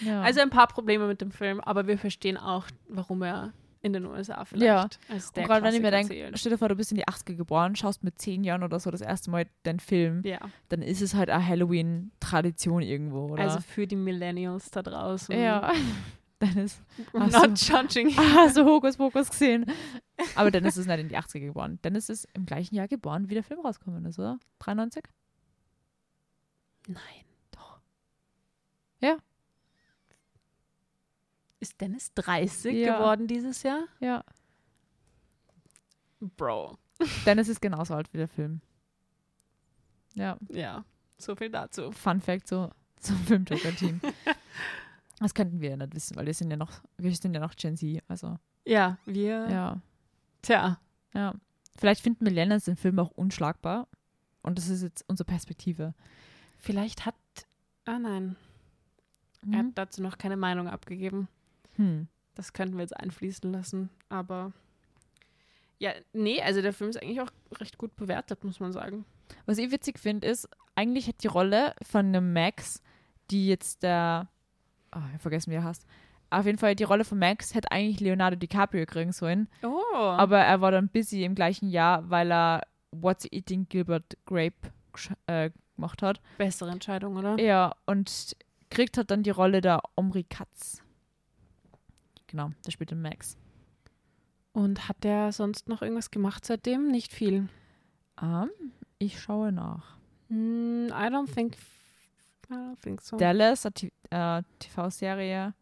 Speaker 1: ja.
Speaker 2: Also ein paar Probleme mit dem Film, aber wir verstehen auch, warum er in den USA vielleicht
Speaker 1: Ja.
Speaker 2: als der
Speaker 1: und gerade wenn ich mir
Speaker 2: Klassiker
Speaker 1: denke,
Speaker 2: zählt.
Speaker 1: stell dir vor, du bist in die 80er geboren, schaust mit 10 Jahren oder so das erste Mal den Film,
Speaker 2: Ja,
Speaker 1: dann ist es halt eine Halloween-Tradition irgendwo, oder?
Speaker 2: also für die Millennials da draußen.
Speaker 1: Ja. Dennis.
Speaker 2: We're
Speaker 1: Ach
Speaker 2: Not judging.
Speaker 1: Ah, so Hokuspokus gesehen. Aber Dennis ist nicht in die 80er geboren. Dennis ist im gleichen Jahr geboren, wie der Film rausgekommen ist, oder? 93?
Speaker 2: Nein.
Speaker 1: Doch.
Speaker 2: Ist Dennis 30
Speaker 1: Ja.
Speaker 2: geworden dieses Jahr?
Speaker 1: Ja.
Speaker 2: Bro.
Speaker 1: Dennis ist genauso alt wie der Film. Ja.
Speaker 2: Ja, so viel dazu.
Speaker 1: Fun Fact so, zum Filmjoker-Team. Das könnten wir ja nicht wissen, weil wir sind ja noch, wir sind ja noch Gen Z. Also,
Speaker 2: Ja, wir.
Speaker 1: ja.
Speaker 2: Tja.
Speaker 1: Ja. Vielleicht finden Millennials den Film auch unschlagbar. Und das ist jetzt unsere Perspektive.
Speaker 2: Vielleicht hat. Ah nein, er
Speaker 1: Mhm.
Speaker 2: hat dazu noch keine Meinung abgegeben.
Speaker 1: Hm.
Speaker 2: Das könnten wir jetzt einfließen lassen. Aber. Ja, nee, also der Film ist eigentlich auch recht gut bewertet, muss man sagen.
Speaker 1: Was ich witzig finde, ist, eigentlich hätte die Rolle von einem Max, die jetzt der. Oh, ich hab vergessen, wie er heißt. Auf jeden Fall, die Rolle von Max hätte eigentlich Leonardo DiCaprio kriegen sollen.
Speaker 2: Oh.
Speaker 1: Aber er war dann busy im gleichen Jahr, weil er What's Eating Gilbert Grape gesch- äh, gemacht hat.
Speaker 2: bessere Entscheidung, oder?
Speaker 1: Ja, und kriegt hat dann die Rolle der Omri Katz. Genau, der spielt den Max.
Speaker 2: Und hat der sonst noch irgendwas gemacht seitdem? Nicht viel.
Speaker 1: Ähm, ich schaue nach.
Speaker 2: Mm, I don't think. I don't think so.
Speaker 1: Dallas, eine T- äh, TV-Serie.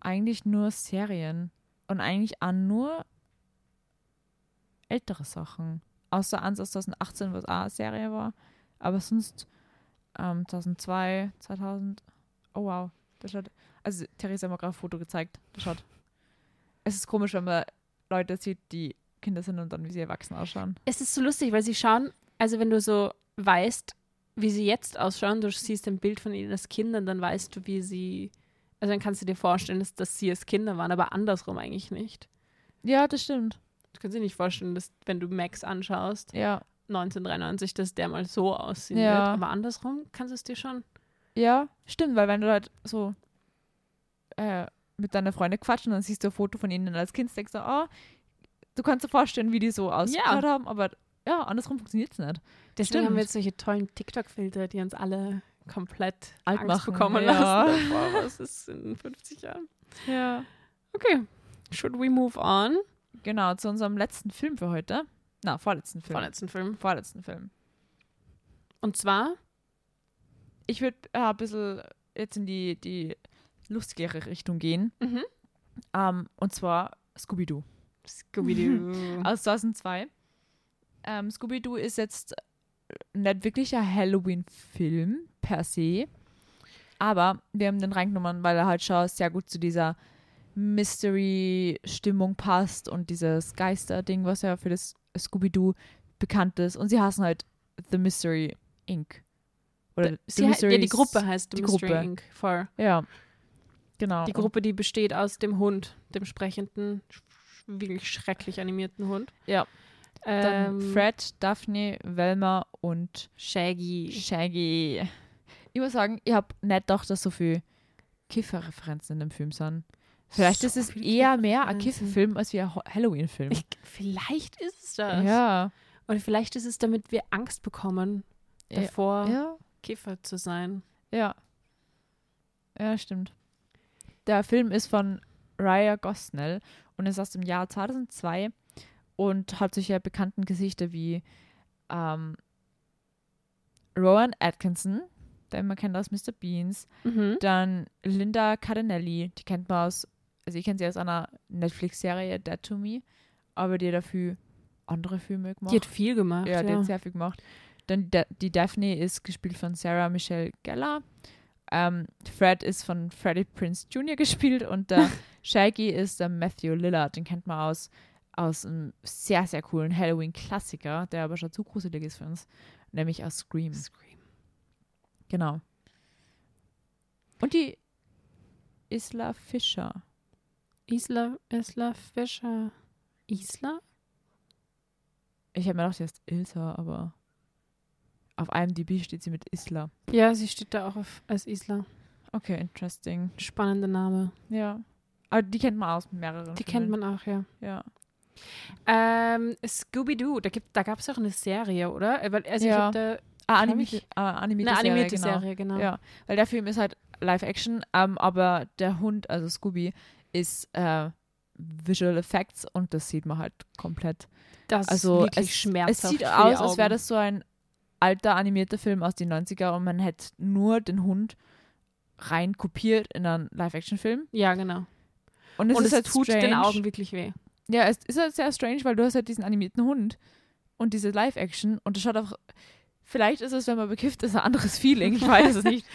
Speaker 1: Eigentlich nur Serien. Und eigentlich auch nur ältere Sachen. Außer eins aus 2018, was auch eine Serie war. Aber sonst ähm, 2002, 2000. Oh wow. Das hat, also, Theresa hat mir gerade ein Foto gezeigt. Das schaut. Es ist komisch, wenn man Leute sieht, die Kinder sind und dann, wie sie erwachsen ausschauen.
Speaker 2: es ist so lustig, weil sie schauen, also wenn du so weißt, wie sie jetzt ausschauen, du siehst ein Bild von ihnen als Kindern, dann weißt du, wie sie, also dann kannst du dir vorstellen, dass, dass sie als Kinder waren, aber andersrum eigentlich nicht.
Speaker 1: Ja, das stimmt.
Speaker 2: Du kannst dir nicht vorstellen, dass wenn du Max anschaust,
Speaker 1: Ja.
Speaker 2: 1993, dass der mal so aussehen
Speaker 1: Ja.
Speaker 2: wird, aber andersrum kannst du es dir schon.
Speaker 1: Ja, stimmt, weil wenn du halt so äh, mit deiner Freundin quatschen, dann siehst du ein Foto von ihnen als Kind, denkst du, oh, du kannst dir vorstellen, wie die so ausgeschaut haben, aber ja, andersrum funktioniert es nicht.
Speaker 2: Deswegen
Speaker 1: Stimmt.
Speaker 2: haben wir jetzt solche tollen TikTok-Filter, die uns alle komplett
Speaker 1: Alt
Speaker 2: Angst
Speaker 1: machen,
Speaker 2: bekommen
Speaker 1: ja.
Speaker 2: lassen. Davor, was ist in 50 Jahren?
Speaker 1: Ja.
Speaker 2: Okay, should we move on?
Speaker 1: Genau, zu unserem letzten Film für heute. Na, vorletzten Film.
Speaker 2: Vorletzten Film.
Speaker 1: Vorletzten Film.
Speaker 2: Und zwar
Speaker 1: Ich würde äh, ein bisschen jetzt in die, die lustigere Richtung gehen.
Speaker 2: Mhm.
Speaker 1: Ähm, und zwar Scooby-Doo.
Speaker 2: Scooby-Doo. Äh,
Speaker 1: aus 2002. Ähm, Scooby-Doo ist jetzt äh, nicht wirklich ein Halloween-Film per se, aber wir haben den reingenommen, weil er halt schon sehr gut zu dieser Mystery-Stimmung passt und dieses Geister-Ding, was ja für das Scooby-Doo bekannt ist. Und sie heißen halt The Mystery Inc. Oder
Speaker 2: Sie, he- ja, die
Speaker 1: Mysteries-
Speaker 2: Gruppe heißt
Speaker 1: die
Speaker 2: die Mystery
Speaker 1: Gruppe.
Speaker 2: Inc. Voll.
Speaker 1: Ja, genau.
Speaker 2: Die
Speaker 1: Und-
Speaker 2: Gruppe, die besteht aus dem Hund, dem sprechenden, sch- wirklich schrecklich animierten Hund.
Speaker 1: Ja. Dann
Speaker 2: Ähm,
Speaker 1: Fred, Daphne, Velma und
Speaker 2: Shaggy.
Speaker 1: Shaggy. Ich muss sagen, ich habe nicht gedacht, dass so viel Kifferreferenzen in dem Film sind. Vielleicht
Speaker 2: So
Speaker 1: ist es
Speaker 2: viele
Speaker 1: eher mehr ein
Speaker 2: Kifferreferenzen.
Speaker 1: Kifferfilm als wie ein Ho- Halloween-Film.
Speaker 2: Ich, vielleicht ist es das.
Speaker 1: Ja,
Speaker 2: Oder vielleicht ist es, damit wir Angst bekommen,
Speaker 1: Ja.
Speaker 2: davor
Speaker 1: ja,
Speaker 2: Käfer zu sein.
Speaker 1: ja. Ja, stimmt. Der Film ist von Raya Gosnell und ist aus dem Jahr 2002 und hat solche bekannten Gesichter wie ähm, Rowan Atkinson, den man kennt aus Mr. Beans,
Speaker 2: Mhm.
Speaker 1: Dann Linda Cardinelli, die kennt man aus, also ich kenne sie aus einer Netflix-Serie Dead to Me, aber die hat dafür andere Filme gemacht.
Speaker 2: Die hat viel gemacht.
Speaker 1: ja,
Speaker 2: Ja,
Speaker 1: die hat sehr viel gemacht. Dann Da- die Daphne ist gespielt von Sarah Michelle Gellar. Ähm, Fred ist von Freddie Prince Jr. gespielt und der Shaggy ist der Matthew Lillard, den kennt man aus, aus einem sehr, sehr coolen Halloween-Klassiker, der aber schon zu gruselig ist für uns, nämlich aus Scream.
Speaker 2: Scream.
Speaker 1: Genau. Und die Isla Fischer.
Speaker 2: Isla, Isla Fischer. Isla?
Speaker 1: Ich habe mir gedacht, sie heißt Ilsa, aber auf IMDb steht sie mit Isla.
Speaker 2: Ja, sie steht da auch auf, als Isla.
Speaker 1: Okay, interesting.
Speaker 2: Spannender Name.
Speaker 1: Ja. Aber die kennt man aus mehreren.
Speaker 2: Die kennt man auch, ja.
Speaker 1: Ja.
Speaker 2: Ähm, Scooby-Doo, da, gibt- da gab es auch eine Serie, oder? Äh, weil- Also ich
Speaker 1: Ja.
Speaker 2: hab da
Speaker 1: Ah,
Speaker 2: Hab
Speaker 1: animierte,
Speaker 2: ich-
Speaker 1: ah, animierte
Speaker 2: eine animierte
Speaker 1: Serie, genau.
Speaker 2: Serie, genau.
Speaker 1: Ja, weil der Film ist halt Live-Action, ähm, aber der Hund, also Scooby, ist äh, Visual Effects und das sieht man halt komplett.
Speaker 2: Das
Speaker 1: Also
Speaker 2: ist wirklich
Speaker 1: es, es
Speaker 2: schmerzhaft.
Speaker 1: sieht
Speaker 2: für die
Speaker 1: aus, als wäre das so ein alter animierter Film aus den 90er und man hätte nur den Hund rein kopiert in einen Live-Action-Film.
Speaker 2: Augen. Ja, genau.
Speaker 1: Und es
Speaker 2: Und
Speaker 1: ist
Speaker 2: es
Speaker 1: halt
Speaker 2: tut
Speaker 1: strange.
Speaker 2: den Augen wirklich weh.
Speaker 1: Ja, es ist halt sehr strange, weil du hast halt diesen animierten Hund und diese Live-Action und das schaut auch. Vielleicht ist es, wenn man bekifft ist, ein anderes Feeling. Ich weiß es nicht.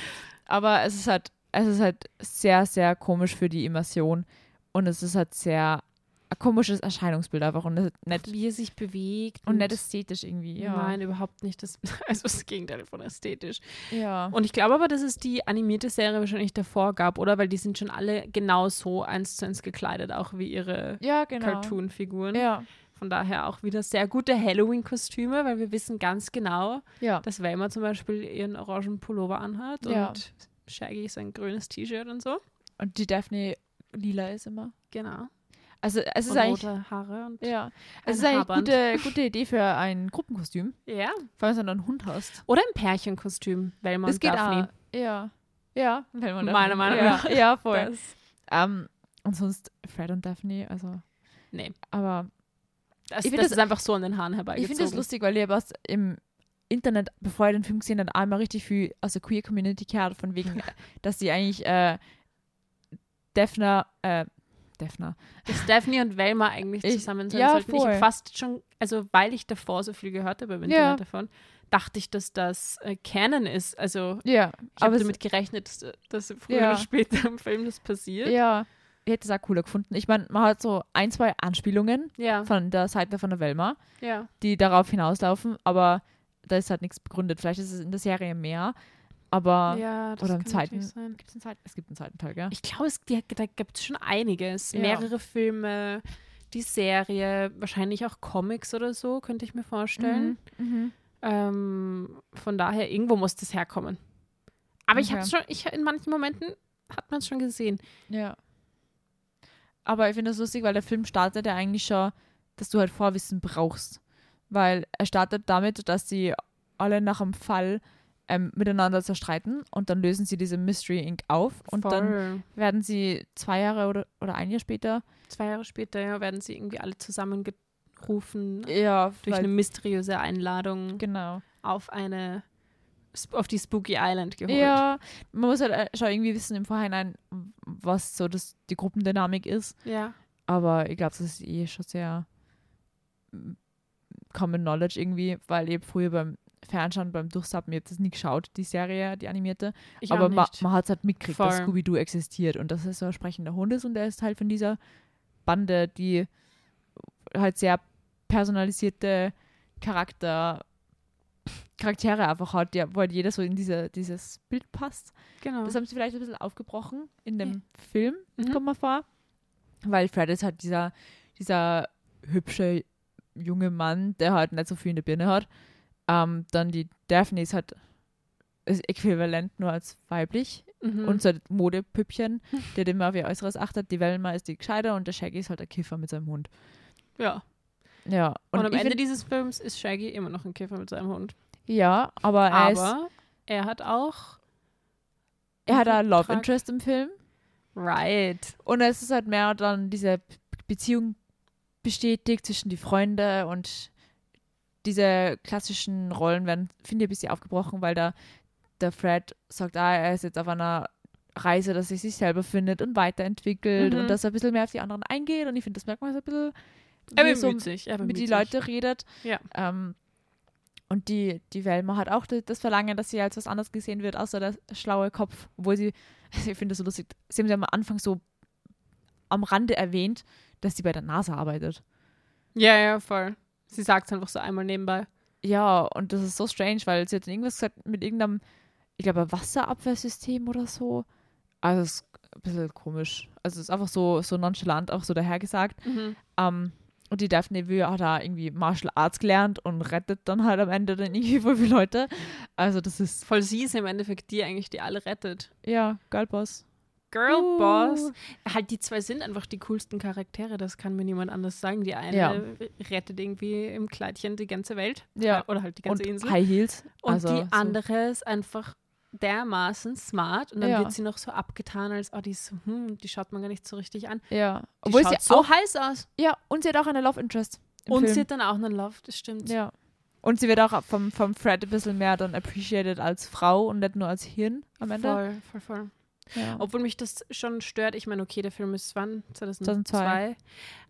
Speaker 1: Aber es ist halt, es ist halt sehr, sehr komisch für die Immersion und es ist halt sehr ein komisches Erscheinungsbild einfach und es ist nicht,
Speaker 2: Wie er sich bewegt.
Speaker 1: und nicht ästhetisch irgendwie. Ja.
Speaker 2: Nein, überhaupt nicht. Das, also das Gegenteil von ästhetisch.
Speaker 1: ja.
Speaker 2: Und ich glaube aber, dass es die animierte Serie wahrscheinlich davor gab, oder? Weil die sind schon alle genau so eins zu eins gekleidet, auch wie ihre
Speaker 1: Ja, genau.
Speaker 2: Cartoon-Figuren.
Speaker 1: Ja,
Speaker 2: Von daher auch wieder sehr gute Halloween-Kostüme, weil wir wissen ganz genau,
Speaker 1: ja.
Speaker 2: dass Velma zum Beispiel ihren orangen Pullover anhat
Speaker 1: Ja.
Speaker 2: und Shaggy sein grünes T-Shirt und so.
Speaker 1: Und die Daphne lila ist immer.
Speaker 2: Genau.
Speaker 1: Also es ist
Speaker 2: und
Speaker 1: eigentlich,
Speaker 2: rote Haare und
Speaker 1: ja, es
Speaker 2: ein
Speaker 1: ist eigentlich
Speaker 2: Haarband.
Speaker 1: eine gute, gute Idee für ein Gruppenkostüm,
Speaker 2: ja.
Speaker 1: vor allem wenn du einen Hund hast.
Speaker 2: Oder ein Pärchenkostüm, Velma
Speaker 1: Das
Speaker 2: und
Speaker 1: geht
Speaker 2: Daphne.
Speaker 1: auch. Ja, ja. Wenn man
Speaker 2: Meiner Meinung
Speaker 1: ja.
Speaker 2: nach.
Speaker 1: Ja, voll.
Speaker 2: Das,
Speaker 1: Ähm, und sonst Fred und Daphne, also.
Speaker 2: Nee.
Speaker 1: Aber
Speaker 2: das,
Speaker 1: Ich
Speaker 2: ich
Speaker 1: find
Speaker 2: das,
Speaker 1: das-
Speaker 2: ist einfach so an den Haaren
Speaker 1: ich
Speaker 2: herbeigezogen.
Speaker 1: finde das lustig, weil ich habe aus im Internet, bevor ich den Film gesehen habe, einmal richtig viel aus der Queer Community gehört, von wegen, dass sie eigentlich äh, Daphne, äh, Daphne,
Speaker 2: dass Daphne und Velma eigentlich
Speaker 1: Ich-
Speaker 2: zusammen sein
Speaker 1: ja,
Speaker 2: sollten. Ich
Speaker 1: voll.
Speaker 2: habe fast schon, also weil ich davor so viel gehört habe im Internet
Speaker 1: Ja.
Speaker 2: davon, dachte ich, dass das äh, Canon ist. Also
Speaker 1: Ja,
Speaker 2: ich habe
Speaker 1: es-
Speaker 2: damit gerechnet, dass, dass früher
Speaker 1: Ja.
Speaker 2: oder später im Film das passiert.
Speaker 1: Ja, ich hätte es auch cooler gefunden. Ich meine, man hat so ein, zwei Anspielungen
Speaker 2: Ja,
Speaker 1: von der Seite von der Velma,
Speaker 2: ja.
Speaker 1: die darauf hinauslaufen, aber da ist halt nichts begründet. Vielleicht ist es in der Serie mehr, aber
Speaker 2: ja das
Speaker 1: oder im
Speaker 2: kann natürlich
Speaker 1: zweiten-
Speaker 2: Sein.
Speaker 1: gibt's einen zweiten, es gibt einen zweiten Teil, gell?
Speaker 2: Ich glaube, es die, da gibt es schon einiges.
Speaker 1: Ja.
Speaker 2: Mehrere Filme, die Serie, wahrscheinlich auch Comics oder so, könnte ich mir vorstellen.
Speaker 1: Mhm.
Speaker 2: Ähm, von daher, irgendwo muss das herkommen. Aber ich
Speaker 1: Okay.
Speaker 2: habe schon, ich, in manchen Momenten hat man es schon gesehen.
Speaker 1: Ja. Aber ich finde das lustig, weil der Film startet ja eigentlich schon, dass du halt Vorwissen brauchst. Weil er startet damit, dass sie alle nach einem Fall ähm, miteinander zerstreiten und dann lösen sie diese Mystery Inc. auf und dann
Speaker 2: Voll.
Speaker 1: werden sie zwei Jahre oder, oder ein Jahr später
Speaker 2: zwei Jahre später ja, werden sie irgendwie alle zusammengerufen
Speaker 1: ja,
Speaker 2: durch eine mysteriöse Einladung
Speaker 1: genau.
Speaker 2: auf eine Sp- auf die Spooky Island geholt.
Speaker 1: Ja, man muss halt äh, schon irgendwie wissen im Vorhinein, was so das, die Gruppendynamik ist.
Speaker 2: ja.
Speaker 1: Aber ich glaube, das ist eh schon sehr mm, Common Knowledge irgendwie, weil eben früher beim Fernschauen, beim Durchsappen, ich habe das nie geschaut, die Serie, die animierte.
Speaker 2: Ich
Speaker 1: aber
Speaker 2: auch
Speaker 1: ma-
Speaker 2: nicht.
Speaker 1: man hat es halt mitgekriegt, dass
Speaker 2: Voll.
Speaker 1: Scooby-Doo existiert und dass er so ein sprechender Hund ist und er ist halt von dieser Bande, die halt sehr personalisierte Charakter, Charaktere einfach hat, die, wo halt jeder so in diese, dieses Bild passt.
Speaker 2: Genau.
Speaker 1: Das haben sie vielleicht ein bisschen aufgebrochen in dem
Speaker 2: Ja.
Speaker 1: Film,
Speaker 2: Mhm.
Speaker 1: kommt mir vor. Weil Fred ist halt dieser, dieser hübsche junge Mann, der halt nicht so viel in der Birne hat. Ähm, dann die Daphne ist halt ist äquivalent nur als weiblich
Speaker 2: mhm.
Speaker 1: und so ein Modepüppchen, der dem auf ihr Äußeres achtet. Die Velma ist die Gescheiter und der Shaggy ist halt ein Kiffer mit seinem Hund.
Speaker 2: ja.
Speaker 1: Ja.
Speaker 2: Und, am
Speaker 1: ich
Speaker 2: Ende
Speaker 1: find-
Speaker 2: dieses Films ist Shaggy immer noch ein Käfer mit seinem Hund.
Speaker 1: ja, aber, er, ist,
Speaker 2: Aber er hat auch.
Speaker 1: er hat ein Love
Speaker 2: Trag-
Speaker 1: Interest im Film.
Speaker 2: Right.
Speaker 1: Und es ist halt mehr dann diese Beziehung bestätigt zwischen die Freunde und diese klassischen Rollen werden, finde ich, ein bisschen aufgebrochen, weil da der Fred sagt, ah, er ist jetzt auf einer Reise, dass er sich selber findet und weiterentwickelt
Speaker 2: Mhm.
Speaker 1: und dass er ein bisschen mehr auf die anderen eingeht und ich finde, das merkt man so ein bisschen,
Speaker 2: Er
Speaker 1: wie er
Speaker 2: bemüht
Speaker 1: so
Speaker 2: sich. Er
Speaker 1: mit
Speaker 2: bemüht
Speaker 1: die
Speaker 2: sich.
Speaker 1: Leute redet.
Speaker 2: Ja.
Speaker 1: Ähm, und die, die Velma hat auch das, das Verlangen, dass sie als was anderes gesehen wird, außer der schlaue Kopf. Obwohl sie, ich finde das so lustig, sie haben sie am Anfang so am Rande erwähnt, dass sie bei der NASA arbeitet.
Speaker 2: Ja, ja, voll. Sie sagt es einfach so einmal nebenbei.
Speaker 1: Ja, und das ist so strange, weil sie hat dann irgendwas gesagt mit irgendeinem, ich glaube, ein Wasserabwehrsystem oder so. Also es ist ein bisschen komisch. Also es ist einfach so, so nonchalant, auch so dahergesagt.
Speaker 2: Mhm.
Speaker 1: Ähm, und die Daphne will hat da irgendwie Martial Arts gelernt und rettet dann halt am Ende dann irgendwie voll viele Leute. Also das ist,
Speaker 2: Voll sie ist im Endeffekt die eigentlich, die alle rettet.
Speaker 1: ja, Girlboss.
Speaker 2: Girl
Speaker 1: Uh.
Speaker 2: Boss. Halt, die zwei sind einfach die coolsten Charaktere, das kann mir niemand anders sagen. Die eine
Speaker 1: Ja.
Speaker 2: rettet irgendwie im Kleidchen die ganze Welt.
Speaker 1: Ja.
Speaker 2: Oder halt die
Speaker 1: Und
Speaker 2: ganze Insel.
Speaker 1: High Heels.
Speaker 2: Und
Speaker 1: also,
Speaker 2: die andere ist einfach dermaßen smart und dann
Speaker 1: Ja.
Speaker 2: wird sie noch so abgetan, als oh, die, ist, so, hm, die schaut man gar nicht so richtig an. Die
Speaker 1: So, ja. Obwohl sie
Speaker 2: schaut so
Speaker 1: auch,
Speaker 2: heiß aus.
Speaker 1: ja, und sie hat auch eine Love Interest. Im
Speaker 2: Und
Speaker 1: Film.
Speaker 2: sie hat dann auch einen Love, das stimmt.
Speaker 1: ja. Und sie wird auch vom, vom Fred ein bisschen mehr dann appreciated als Frau und nicht nur als Hirn am Ende.
Speaker 2: Voll, voll, voll.
Speaker 1: Ja.
Speaker 2: Obwohl mich das schon stört. Ich meine, okay, der Film ist wann? 2002.
Speaker 1: 2002.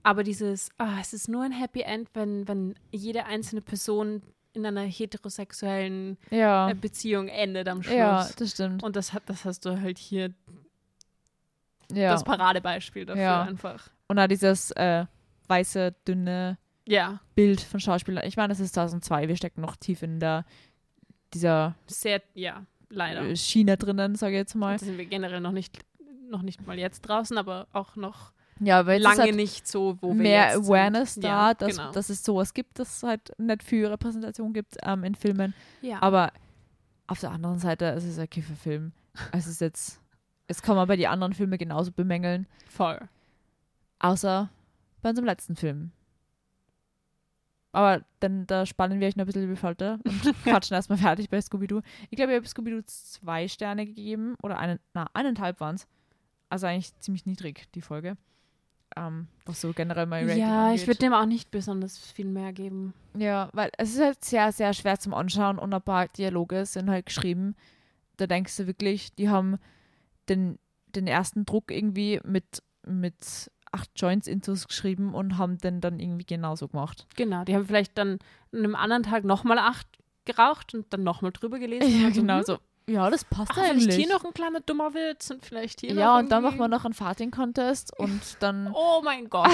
Speaker 2: Aber dieses, ah, es ist nur ein Happy End, wenn, wenn jede einzelne Person in einer heterosexuellen
Speaker 1: ja.
Speaker 2: äh, Beziehung endet am Schluss.
Speaker 1: ja, das stimmt.
Speaker 2: Und das, hat, das hast du halt hier
Speaker 1: Ja.
Speaker 2: das Paradebeispiel dafür
Speaker 1: Ja.
Speaker 2: einfach.
Speaker 1: und auch dieses äh, weiße, dünne
Speaker 2: Ja,
Speaker 1: Bild von Schauspielern. Ich meine, es ist 2002, wir stecken noch tief in der dieser
Speaker 2: sehr, ja, leider.
Speaker 1: äh, Schiene drinnen, sage ich jetzt mal.
Speaker 2: Da sind wir generell noch nicht, noch nicht mal jetzt draußen, aber auch noch
Speaker 1: Ja, weil
Speaker 2: lange nicht so, wo wir
Speaker 1: halt mehr
Speaker 2: jetzt
Speaker 1: Awareness
Speaker 2: sind.
Speaker 1: da,
Speaker 2: ja,
Speaker 1: dass,
Speaker 2: genau.
Speaker 1: dass es sowas gibt, dass es halt nicht viel Repräsentation gibt ähm, in Filmen.
Speaker 2: ja.
Speaker 1: Aber auf der anderen Seite, es ist ein Kifferfilm. Es ist jetzt, es kann man bei den anderen Filmen genauso bemängeln,
Speaker 2: voll.
Speaker 1: außer bei unserem letzten Film. Aber dann da spannen wir euch noch ein bisschen über die Folter und quatschen erstmal fertig bei Scooby-Doo. Ich glaube, ich habe Scooby-Doo zwei Sterne gegeben oder einen, na, eineinhalb waren es. Also eigentlich ziemlich niedrig, die Folge. Ähm, was so generell mein Rating
Speaker 2: Ja, ich
Speaker 1: angeht.
Speaker 2: würde dem auch nicht besonders viel mehr geben.
Speaker 1: Ja, weil es ist halt sehr, sehr schwer zum Anschauen und ein paar Dialoge sind halt geschrieben. Da denkst du wirklich, die haben den, den ersten Druck irgendwie mit, mit acht Joints intus geschrieben und haben den dann irgendwie genauso gemacht.
Speaker 2: Genau, die haben vielleicht dann an einem anderen Tag nochmal acht geraucht und dann nochmal drüber gelesen. und waren so, hm,
Speaker 1: genau so. Ja, das passt
Speaker 2: Ach,
Speaker 1: eigentlich.
Speaker 2: vielleicht hier noch ein kleiner dummer Witz und vielleicht hier noch
Speaker 1: ja, und dann
Speaker 2: irgendwie-
Speaker 1: machen wir noch einen Farting-Contest und dann.
Speaker 2: Oh mein Gott.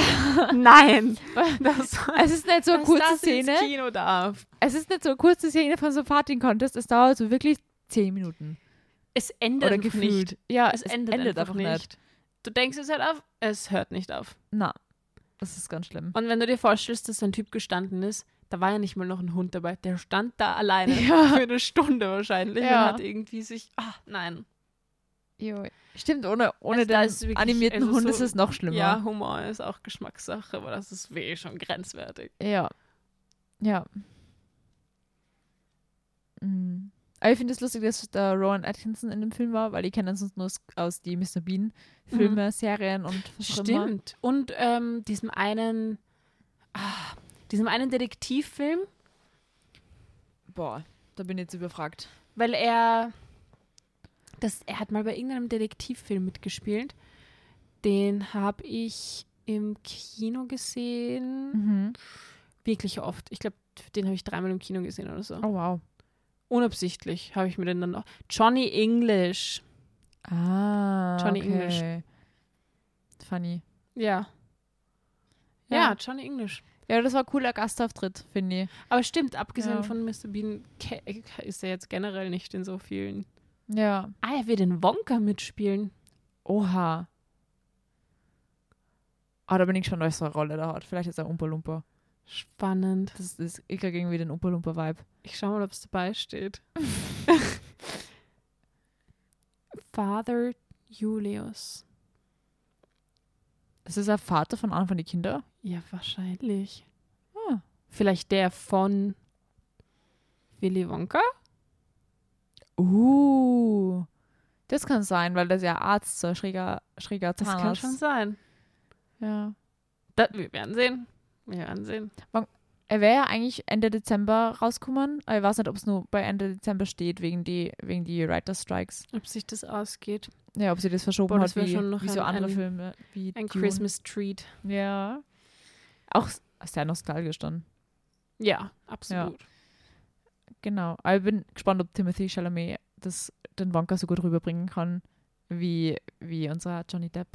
Speaker 2: Nein. Das,
Speaker 1: Es ist nicht so eine kurze
Speaker 2: das lass
Speaker 1: Also Szene.
Speaker 2: ins Kino darf.
Speaker 1: Es ist nicht so eine kurze Szene von so einem Farting-Contest. Es dauert so wirklich zehn Minuten.
Speaker 2: Es endet
Speaker 1: Oder
Speaker 2: einfach
Speaker 1: gefühlt.
Speaker 2: nicht.
Speaker 1: Ja,
Speaker 2: Es, endet, einfach, nicht. Du denkst, es hört auf, es hört nicht auf.
Speaker 1: Na, das ist ganz schlimm.
Speaker 2: Und wenn du dir vorstellst, dass so ein Typ gestanden ist, da war ja nicht mal noch ein Hund dabei, der stand da alleine
Speaker 1: Ja.
Speaker 2: für eine Stunde wahrscheinlich
Speaker 1: Ja.
Speaker 2: und hat irgendwie sich, ah, nein.
Speaker 1: Jo. Stimmt, ohne, ohne
Speaker 2: Also da
Speaker 1: den
Speaker 2: ist wirklich-
Speaker 1: animierten
Speaker 2: also
Speaker 1: Hund
Speaker 2: so-
Speaker 1: ist es noch schlimmer.
Speaker 2: Ja, Humor ist auch Geschmackssache, aber das ist weh schon grenzwertig.
Speaker 1: Ja. Ja. Mhm. Aber ich finde es lustig, dass der Rowan Atkinson in dem Film war, weil ich kenne ihn sonst nur aus- aus die Mr. Bean Filme, Serien und was auch immer.
Speaker 2: Stimmt. Und ähm, diesem einen, ah, diesem einen Detektivfilm,
Speaker 1: Boah, da bin ich jetzt überfragt.
Speaker 2: weil er, das, er hat mal bei irgendeinem Detektivfilm mitgespielt. Den habe ich im Kino gesehen.
Speaker 1: Mhm.
Speaker 2: Wirklich oft. Ich glaube, den habe ich dreimal im Kino gesehen oder so.
Speaker 1: Oh wow.
Speaker 2: Unabsichtlich habe ich mir den dann noch. Johnny English.
Speaker 1: Ah.
Speaker 2: Johnny English.
Speaker 1: okay. Funny.
Speaker 2: Ja. ja.
Speaker 1: Ja.
Speaker 2: Johnny English.
Speaker 1: Ja, das war ein cooler Gastauftritt, finde ich.
Speaker 2: Aber stimmt, abgesehen
Speaker 1: Ja.
Speaker 2: von Mr. Bean ke- ist er jetzt generell nicht in so vielen.
Speaker 1: Ja.
Speaker 2: Ah, er wird in Wonka mitspielen.
Speaker 1: Oha. Ah, da bin ich schon durch so eine Rolle da hat. Vielleicht ist er Umpa Lumpa.
Speaker 2: Spannend.
Speaker 1: Das ist, ich kriege irgendwie den Umpa Lumpa Vibe.
Speaker 2: Ich schau mal, ob es dabei steht. Father Julius.
Speaker 1: Das ist der Vater von Anfang die Kinder.
Speaker 2: Ja, wahrscheinlich.
Speaker 1: Ah.
Speaker 2: Vielleicht der von Willy Wonka?
Speaker 1: Uh. Das kann sein, weil das ja Arzt, so ein schräger, schräger
Speaker 2: Das
Speaker 1: Zahnarzt.
Speaker 2: kann schon sein.
Speaker 1: Ja.
Speaker 2: Da, wir werden sehen. Wir werden sehen.
Speaker 1: Er wäre ja eigentlich Ende Dezember rausgekommen. aber Ich weiß nicht, ob es nur bei Ende Dezember steht, wegen die, wegen die Writer Strikes.
Speaker 2: Ob sich das ausgeht.
Speaker 1: Ja, ob sie das verschoben
Speaker 2: Boah, das
Speaker 1: hat,
Speaker 2: wär
Speaker 1: wie,
Speaker 2: schon noch
Speaker 1: wie so
Speaker 2: ein-
Speaker 1: andere
Speaker 2: ein-
Speaker 1: Filme. Wie
Speaker 2: Ein
Speaker 1: Dune.
Speaker 2: Christmas Treat.
Speaker 1: Ja. Auch s- sehr nostalgisch dann.
Speaker 2: Ja, absolut.
Speaker 1: Genau. Aber ich bin gespannt, ob Timothy Chalamet das, den Wonka so gut rüberbringen kann, wie, wie unser Johnny Depp.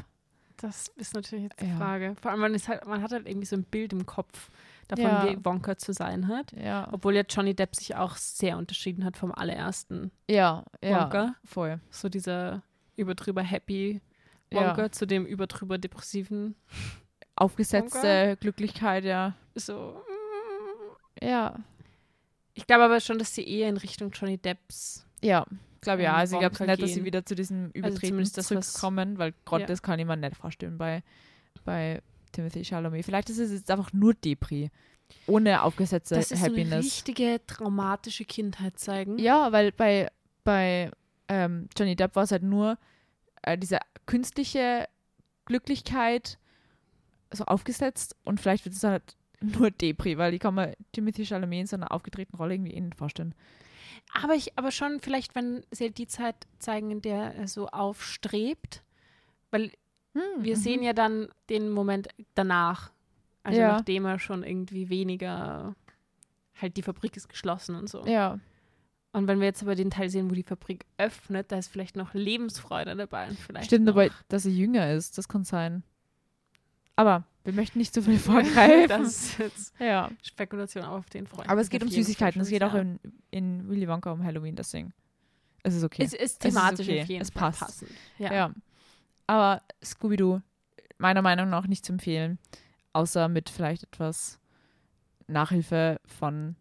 Speaker 2: Das ist natürlich jetzt die
Speaker 1: Ja.
Speaker 2: Frage. Vor allem, man, ist halt, man hat halt irgendwie so ein Bild im Kopf davon,
Speaker 1: Ja.
Speaker 2: wie Wonka zu sein hat.
Speaker 1: Ja.
Speaker 2: Obwohl ja Johnny Depp sich auch sehr unterschieden hat vom allerersten
Speaker 1: Ja, ja.
Speaker 2: Wonka.
Speaker 1: Voll.
Speaker 2: So dieser überdrüber happy Wonka
Speaker 1: Ja.
Speaker 2: zu dem überdrüber depressiven.
Speaker 1: Aufgesetzte
Speaker 2: Wonka.
Speaker 1: Glücklichkeit, ja.
Speaker 2: So. mm.
Speaker 1: Ja.
Speaker 2: Ich glaube aber schon, dass sie eher in Richtung Johnny Depps.
Speaker 1: Ja. Glaube ja.
Speaker 2: Ähm,
Speaker 1: Also ich glaube
Speaker 2: Wonka
Speaker 1: nicht, dass sie
Speaker 2: gehen. Also
Speaker 1: wieder zu diesem Übertreten
Speaker 2: zumindest das, was-
Speaker 1: zurückkommen, weil gerade
Speaker 2: Ja.
Speaker 1: das kann ich mir nicht vorstellen bei, bei Timothy Chalamet. Vielleicht ist es jetzt einfach nur Depri. Ohne aufgesetzte
Speaker 2: Das ist so eine
Speaker 1: Happiness.
Speaker 2: richtige traumatische Kindheit zeigen.
Speaker 1: Ja, weil bei, bei ähm, Johnny Depp war es halt nur äh, diese künstliche Glücklichkeit so aufgesetzt und vielleicht wird es dann halt nur Depri, weil ich kann mir Timothy Chalamet in so einer aufgetretenen Rolle irgendwie eh nicht vorstellen.
Speaker 2: Aber ich, aber schon vielleicht, wenn sie halt die Zeit zeigen, in der er so aufstrebt, weil Hm, wir
Speaker 1: Mhm.
Speaker 2: sehen ja dann den Moment danach, also
Speaker 1: Ja.
Speaker 2: nachdem er schon irgendwie weniger, halt die Fabrik ist geschlossen und so.
Speaker 1: Ja,
Speaker 2: Und wenn wir jetzt aber den Teil sehen, wo die Fabrik öffnet, da ist vielleicht noch Lebensfreude dabei. Und vielleicht
Speaker 1: stimmt,
Speaker 2: noch,
Speaker 1: aber dass er jünger ist, das kann sein. Aber wir möchten nicht so viel vorgreifen.
Speaker 2: das ist jetzt
Speaker 1: ja.
Speaker 2: Spekulation, aber auf den freue ich
Speaker 1: Aber es
Speaker 2: mich
Speaker 1: geht
Speaker 2: auf
Speaker 1: um
Speaker 2: jeden Fall
Speaker 1: Süßigkeiten,
Speaker 2: schon
Speaker 1: es geht auch
Speaker 2: sehr.
Speaker 1: in, in Willy Wonka um Halloween, deswegen. Es ist okay.
Speaker 2: Es ist thematisch
Speaker 1: okay.
Speaker 2: auf jeden
Speaker 1: Es
Speaker 2: Fall
Speaker 1: passt.
Speaker 2: passend. Ja.
Speaker 1: Ja. Aber Scooby-Doo, meiner Meinung nach nicht zu empfehlen. Außer mit vielleicht etwas Nachhilfe von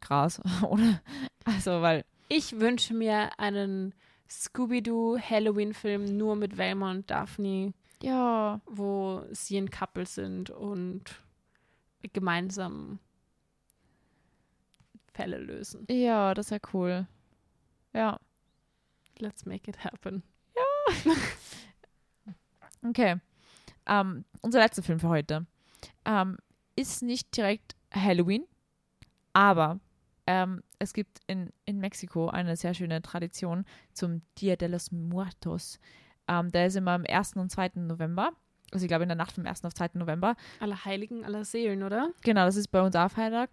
Speaker 1: Gras, oder? Also, weil,
Speaker 2: Ich wünsche mir einen Scooby-Doo-Halloween-Film nur mit Velma und Daphne,
Speaker 1: ja,
Speaker 2: wo sie ein Couple sind und gemeinsam Fälle lösen.
Speaker 1: ja, das ist ja cool. Ja,
Speaker 2: Let's make it happen.
Speaker 1: okay. Ähm, unser letzter Film für heute ähm, ist nicht direkt Halloween, aber ähm, es gibt in, in Mexiko eine sehr schöne Tradition zum Dia de los Muertos. Ähm, der ist immer am 1. und 2. November. Also ich glaube in der Nacht vom 1. auf 2. November.
Speaker 2: Aller Heiligen, aller Seelen, oder?
Speaker 1: Genau, das ist bei uns auch Freitag.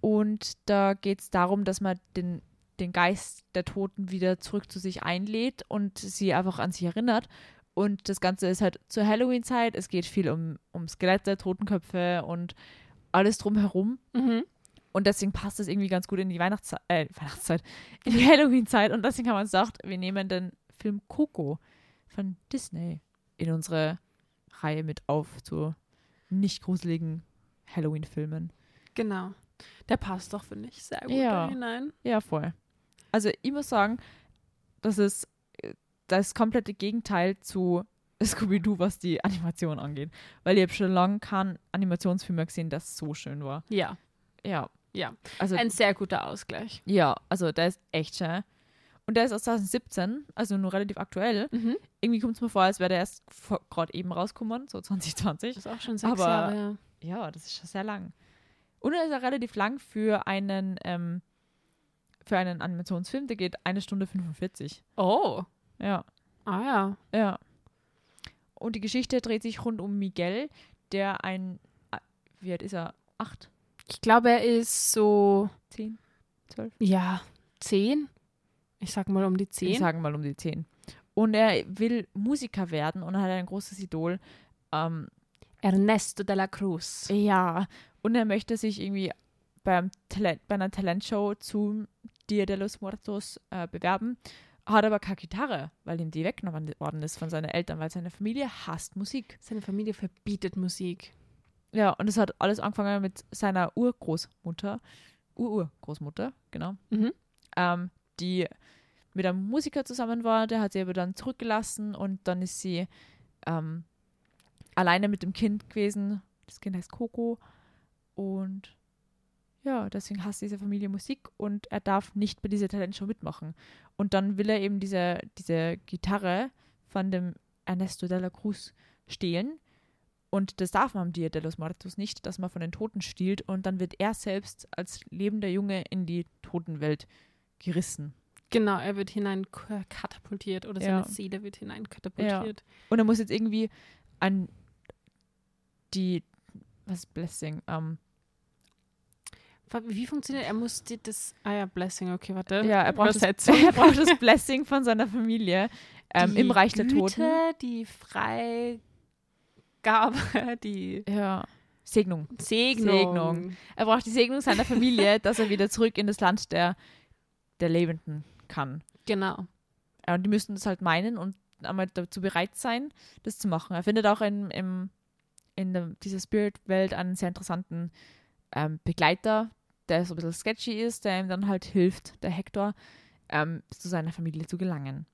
Speaker 1: Und da geht es darum, dass man den, den Geist der Toten wieder zurück zu sich einlädt und sie einfach an sich erinnert. Und das Ganze ist halt zur Halloween-Zeit. Es geht viel um, um Skelette, Totenköpfe und alles drumherum.
Speaker 2: Mhm.
Speaker 1: Und deswegen passt das irgendwie ganz gut in die Weihnachtszeit, äh, Weihnachtszeit, in die Halloween-Zeit. Und deswegen haben wir uns gedacht, wir nehmen den Film Coco von Disney in unsere Reihe mit auf zu nicht gruseligen Halloween-Filmen.
Speaker 2: Genau. Der passt doch, finde ich, sehr gut
Speaker 1: Ja.
Speaker 2: da hinein.
Speaker 1: Ja, voll. Also ich muss sagen, das ist äh, das komplette Gegenteil zu Scooby-Doo, was die Animation angeht. Weil ich habe schon lange keinen Animationsfilm mehr gesehen, das so schön war.
Speaker 2: Ja,
Speaker 1: Ja.
Speaker 2: Ja.
Speaker 1: Also
Speaker 2: ein sehr guter Ausgleich.
Speaker 1: Ja, also der ist echt schön. Und der ist aus 2017, also nur relativ aktuell.
Speaker 2: Mhm.
Speaker 1: Irgendwie kommt es mir vor, als wäre der erst gerade eben rausgekommen, so 2020.
Speaker 2: Ist auch schon sechs
Speaker 1: Aber-
Speaker 2: Jahre her.
Speaker 1: Ja, das ist schon sehr lang. Und er ist ja relativ lang für einen, ähm, für einen Animationsfilm, der geht eine Stunde 45.
Speaker 2: Oh.
Speaker 1: Ja.
Speaker 2: Ah ja.
Speaker 1: Ja. Und die Geschichte dreht sich rund um Miguel, der ein, ah, wie alt ist er? Acht?
Speaker 2: Ich glaube, er ist so
Speaker 1: Zehn? Zwölf?
Speaker 2: Ja, zehn. Ich sag mal um die
Speaker 1: Wir
Speaker 2: zehn.
Speaker 1: sagen mal um die 10. Und er will Musiker werden und hat ein großes Idol. Ähm,
Speaker 2: Ernesto de la Cruz.
Speaker 1: ja, und er möchte sich irgendwie beim Talent, bei einer Talentshow zum Dia de los Muertos äh, bewerben, hat aber keine Gitarre, weil ihm die weggenommen worden ist von seinen Eltern, weil seine Familie hasst Musik.
Speaker 2: Seine Familie verbietet Musik.
Speaker 1: Ja, und es hat alles angefangen mit seiner Urgroßmutter, Ururgroßmutter, genau,
Speaker 2: Mhm.
Speaker 1: ähm, die mit einem Musiker zusammen war, der hat sie aber dann zurückgelassen und dann ist sie ähm, alleine mit dem Kind gewesen. Das Kind heißt Coco und ja, deswegen hasst diese Familie Musik und er darf nicht bei dieser Talentshow mitmachen. Und dann will er eben diese, diese Gitarre von dem Ernesto de la Cruz stehlen und das darf man am Dia de los Muertos nicht, dass man von den Toten stiehlt und dann wird er selbst als lebender Junge in die Totenwelt gerissen.
Speaker 2: Genau, er wird hinein k- katapultiert oder seine
Speaker 1: Ja.
Speaker 2: Seele wird hinein katapultiert.
Speaker 1: Und er muss jetzt irgendwie an die, was ist Blessing? Ähm,
Speaker 2: Wa- Wie funktioniert, er muss die, das, ah ja, Blessing, okay, warte.
Speaker 1: ja, er braucht, das,
Speaker 2: Übersetzung.
Speaker 1: er braucht das Blessing von seiner Familie ähm,
Speaker 2: Die
Speaker 1: im Reich der Toten.
Speaker 2: Güte, Die Freigabe, die
Speaker 1: Ja. Segnung.
Speaker 2: Segnung.
Speaker 1: Segnung. Er braucht die Segnung seiner Familie, dass er wieder zurück in das Land der, der Lebenden kann.
Speaker 2: Genau.
Speaker 1: Ja, und die müssen das halt meinen und einmal dazu bereit sein, das zu machen. Er findet auch in, im, in der, dieser Spirit-Welt einen sehr interessanten ähm, Begleiter, der so ein bisschen sketchy ist, der ihm dann halt hilft, der Hector, ähm, zu seiner Familie zu gelangen.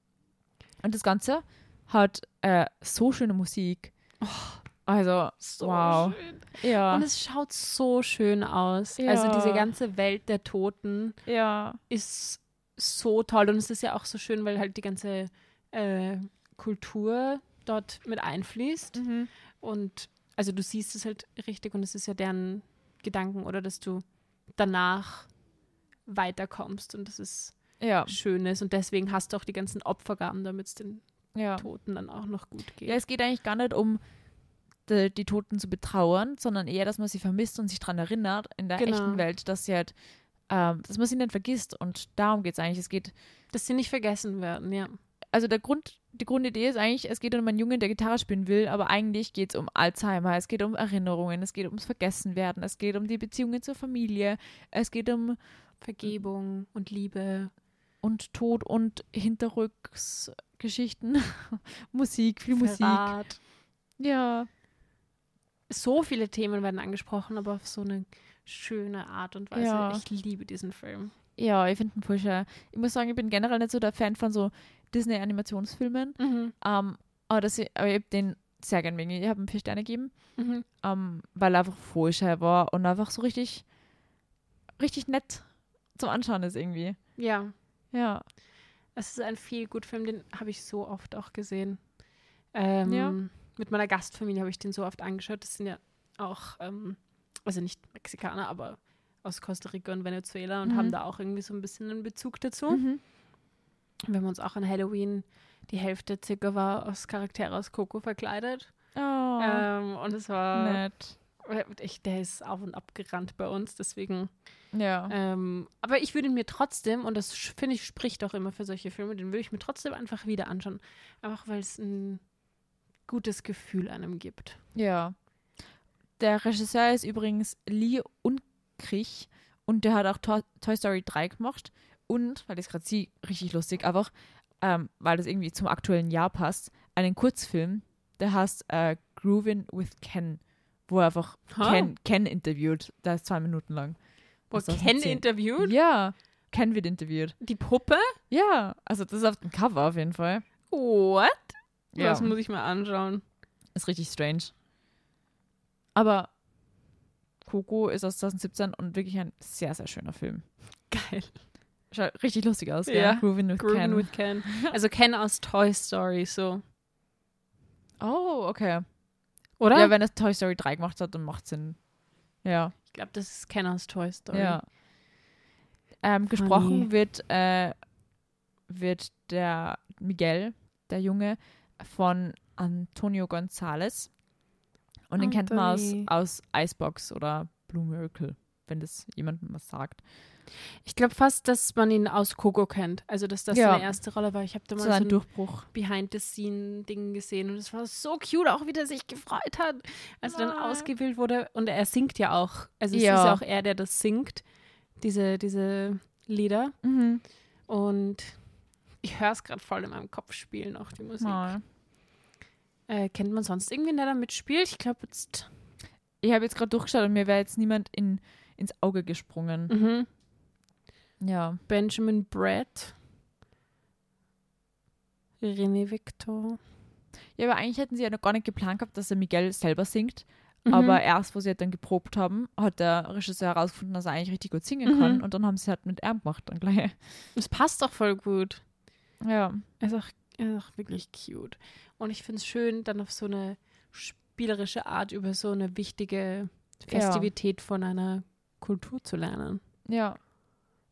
Speaker 1: Und das Ganze hat äh, so schöne Musik. Also,
Speaker 2: Oh, So
Speaker 1: wow.
Speaker 2: schön.
Speaker 1: Ja,
Speaker 2: Und es schaut so schön aus.
Speaker 1: Ja.
Speaker 2: Also diese ganze Welt der Toten
Speaker 1: ja,
Speaker 2: ist so toll und es ist ja auch so schön, weil halt die ganze äh, Kultur dort mit einfließt.
Speaker 1: mhm.
Speaker 2: Und also du siehst es halt richtig und es ist ja deren Gedanken oder dass du danach weiterkommst und das ist
Speaker 1: ja,
Speaker 2: schön ist und deswegen hast du auch die ganzen Opfergaben, damit es den
Speaker 1: ja.
Speaker 2: Toten dann auch noch gut geht.
Speaker 1: Ja, es geht eigentlich gar nicht um die, die Toten zu betrauern, sondern eher, dass man sie vermisst und sich daran erinnert in der
Speaker 2: Genau.
Speaker 1: echten Welt, dass sie halt, ähm, dass man sie nicht vergisst. Und darum geht es eigentlich. Es geht,
Speaker 2: Dass sie nicht vergessen werden, ja.
Speaker 1: also der Grund, die Grundidee ist eigentlich, es geht um einen Jungen, der Gitarre spielen will, aber eigentlich geht es um Alzheimer, es geht um Erinnerungen, es geht ums Vergessenwerden, es geht um die Beziehungen zur Familie, es geht um
Speaker 2: Vergebung und Liebe.
Speaker 1: und Tod und Hinterrücksgeschichten, Musik, viel Musik.
Speaker 2: Verrat.
Speaker 1: Ja,
Speaker 2: So viele Themen werden angesprochen, aber auf so eine schöne Art und Weise.
Speaker 1: Ja.
Speaker 2: Ich liebe diesen Film.
Speaker 1: Ja, ich finde ihn voll schön. Ich muss sagen, ich bin generell nicht so der Fan von so Disney-Animationsfilmen.
Speaker 2: Mhm.
Speaker 1: Ähm, aber, das, aber ich habe den sehr gern wegen. Ich habe ihm vier Sterne gegeben,
Speaker 2: Mhm.
Speaker 1: ähm, weil er einfach voll schön war und einfach so richtig, richtig nett zum Anschauen ist irgendwie.
Speaker 2: Ja,
Speaker 1: Ja,
Speaker 2: es ist ein viel gut Film, den habe ich so oft auch gesehen. Ähm,
Speaker 1: Ja.
Speaker 2: Mit meiner Gastfamilie habe ich den so oft angeschaut. Das sind ja auch, ähm, also nicht Mexikaner, aber aus Costa Rica und Venezuela und
Speaker 1: Mhm.
Speaker 2: haben da auch irgendwie so ein bisschen einen Bezug dazu.
Speaker 1: mhm.
Speaker 2: Wir haben uns auch an Halloween die Hälfte circa war aus Charaktere aus Coco verkleidet.
Speaker 1: oh,
Speaker 2: Ähm, und es war,
Speaker 1: nett.
Speaker 2: ich, der ist auf und ab gerannt bei uns, deswegen.
Speaker 1: Ja,
Speaker 2: Ähm, aber ich würde mir trotzdem, und das sch- finde ich spricht auch immer für solche Filme, den würde ich mir trotzdem einfach wieder anschauen. Einfach weil es ein gutes Gefühl einem gibt.
Speaker 1: ja. Der Regisseur ist übrigens Lee Unkrich und der hat auch To Toy Story 3 gemacht. und, weil ich es gerade sehe, richtig lustig, aber auch, ähm, weil das irgendwie zum aktuellen Jahr passt, einen Kurzfilm, der heißt äh, Groovin' with Ken, wo er einfach
Speaker 2: Ha?
Speaker 1: Ken, Ken interviewt. Da ist zwei Minuten lang.
Speaker 2: Wo
Speaker 1: Aus
Speaker 2: Ken
Speaker 1: 2010.
Speaker 2: interviewt,
Speaker 1: Ja, Ken wird interviewt.
Speaker 2: die Puppe.
Speaker 1: Ja, also das ist auf dem Cover auf jeden Fall.
Speaker 2: What?
Speaker 1: Ja,
Speaker 2: Das muss ich mir anschauen.
Speaker 1: ist richtig strange. Aber Coco ist aus 2017 und wirklich ein sehr, sehr schöner Film.
Speaker 2: Geil.
Speaker 1: Schaut richtig lustig aus,
Speaker 2: Ja.
Speaker 1: gell? Groovin' with
Speaker 2: Groovin'
Speaker 1: Ken.
Speaker 2: with Ken. Also Ken aus Toy Story, so.
Speaker 1: oh, okay.
Speaker 2: Oder?
Speaker 1: Ja, wenn es Toy Story 3 gemacht hat, dann macht Sinn. Ja,
Speaker 2: ich glaube, das ist Ken aus Toy Story.
Speaker 1: ja. Ähm, gesprochen
Speaker 2: Funny.
Speaker 1: wird, äh, wird der Miguel, der Junge, von Antonio González. Und den kennt man aus,
Speaker 2: Anthony.
Speaker 1: aus Icebox oder Blue Miracle. wenn das jemandem was sagt.
Speaker 2: Ich glaube fast, dass man ihn aus Coco kennt. Also, dass das
Speaker 1: Ja.
Speaker 2: seine erste Rolle war. Ich habe da mal
Speaker 1: So
Speaker 2: so
Speaker 1: ein
Speaker 2: ein
Speaker 1: Durchbruch.
Speaker 2: Behind-the-Scene-Ding gesehen und es war so cute, auch wie der sich gefreut hat, als er dann
Speaker 1: Ja.
Speaker 2: ausgewählt wurde. Und er singt ja auch. Also, es
Speaker 1: Ja.
Speaker 2: ist ja auch er, der das singt, diese, diese Lieder.
Speaker 1: Mhm.
Speaker 2: Und ich höre es gerade voll in meinem Kopf spielen, auch die Musik.
Speaker 1: Mal.
Speaker 2: Äh, kennt man sonst irgendwen, der da mitspielt? Ich glaube jetzt.
Speaker 1: Ich habe jetzt gerade durchgeschaut und mir wäre jetzt niemand in, ins Auge gesprungen.
Speaker 2: Mhm.
Speaker 1: Ja.
Speaker 2: Benjamin Brett. René Victor.
Speaker 1: Ja, aber eigentlich hätten sie ja noch gar nicht geplant gehabt, dass der Miguel selber singt. Aber erst, wo sie halt dann geprobt haben, hat der Regisseur herausgefunden, dass er eigentlich richtig gut singen
Speaker 2: Mhm.
Speaker 1: kann. Und dann haben sie halt mit ihm gemacht dann gleich.
Speaker 2: es passt auch voll gut.
Speaker 1: Ja.
Speaker 2: Er ist auch, er ist auch wirklich cute. Und ich finde es schön, dann auf so eine spielerische Art über so eine wichtige
Speaker 1: Ja.
Speaker 2: Festivität von einer Kultur zu lernen.
Speaker 1: Ja.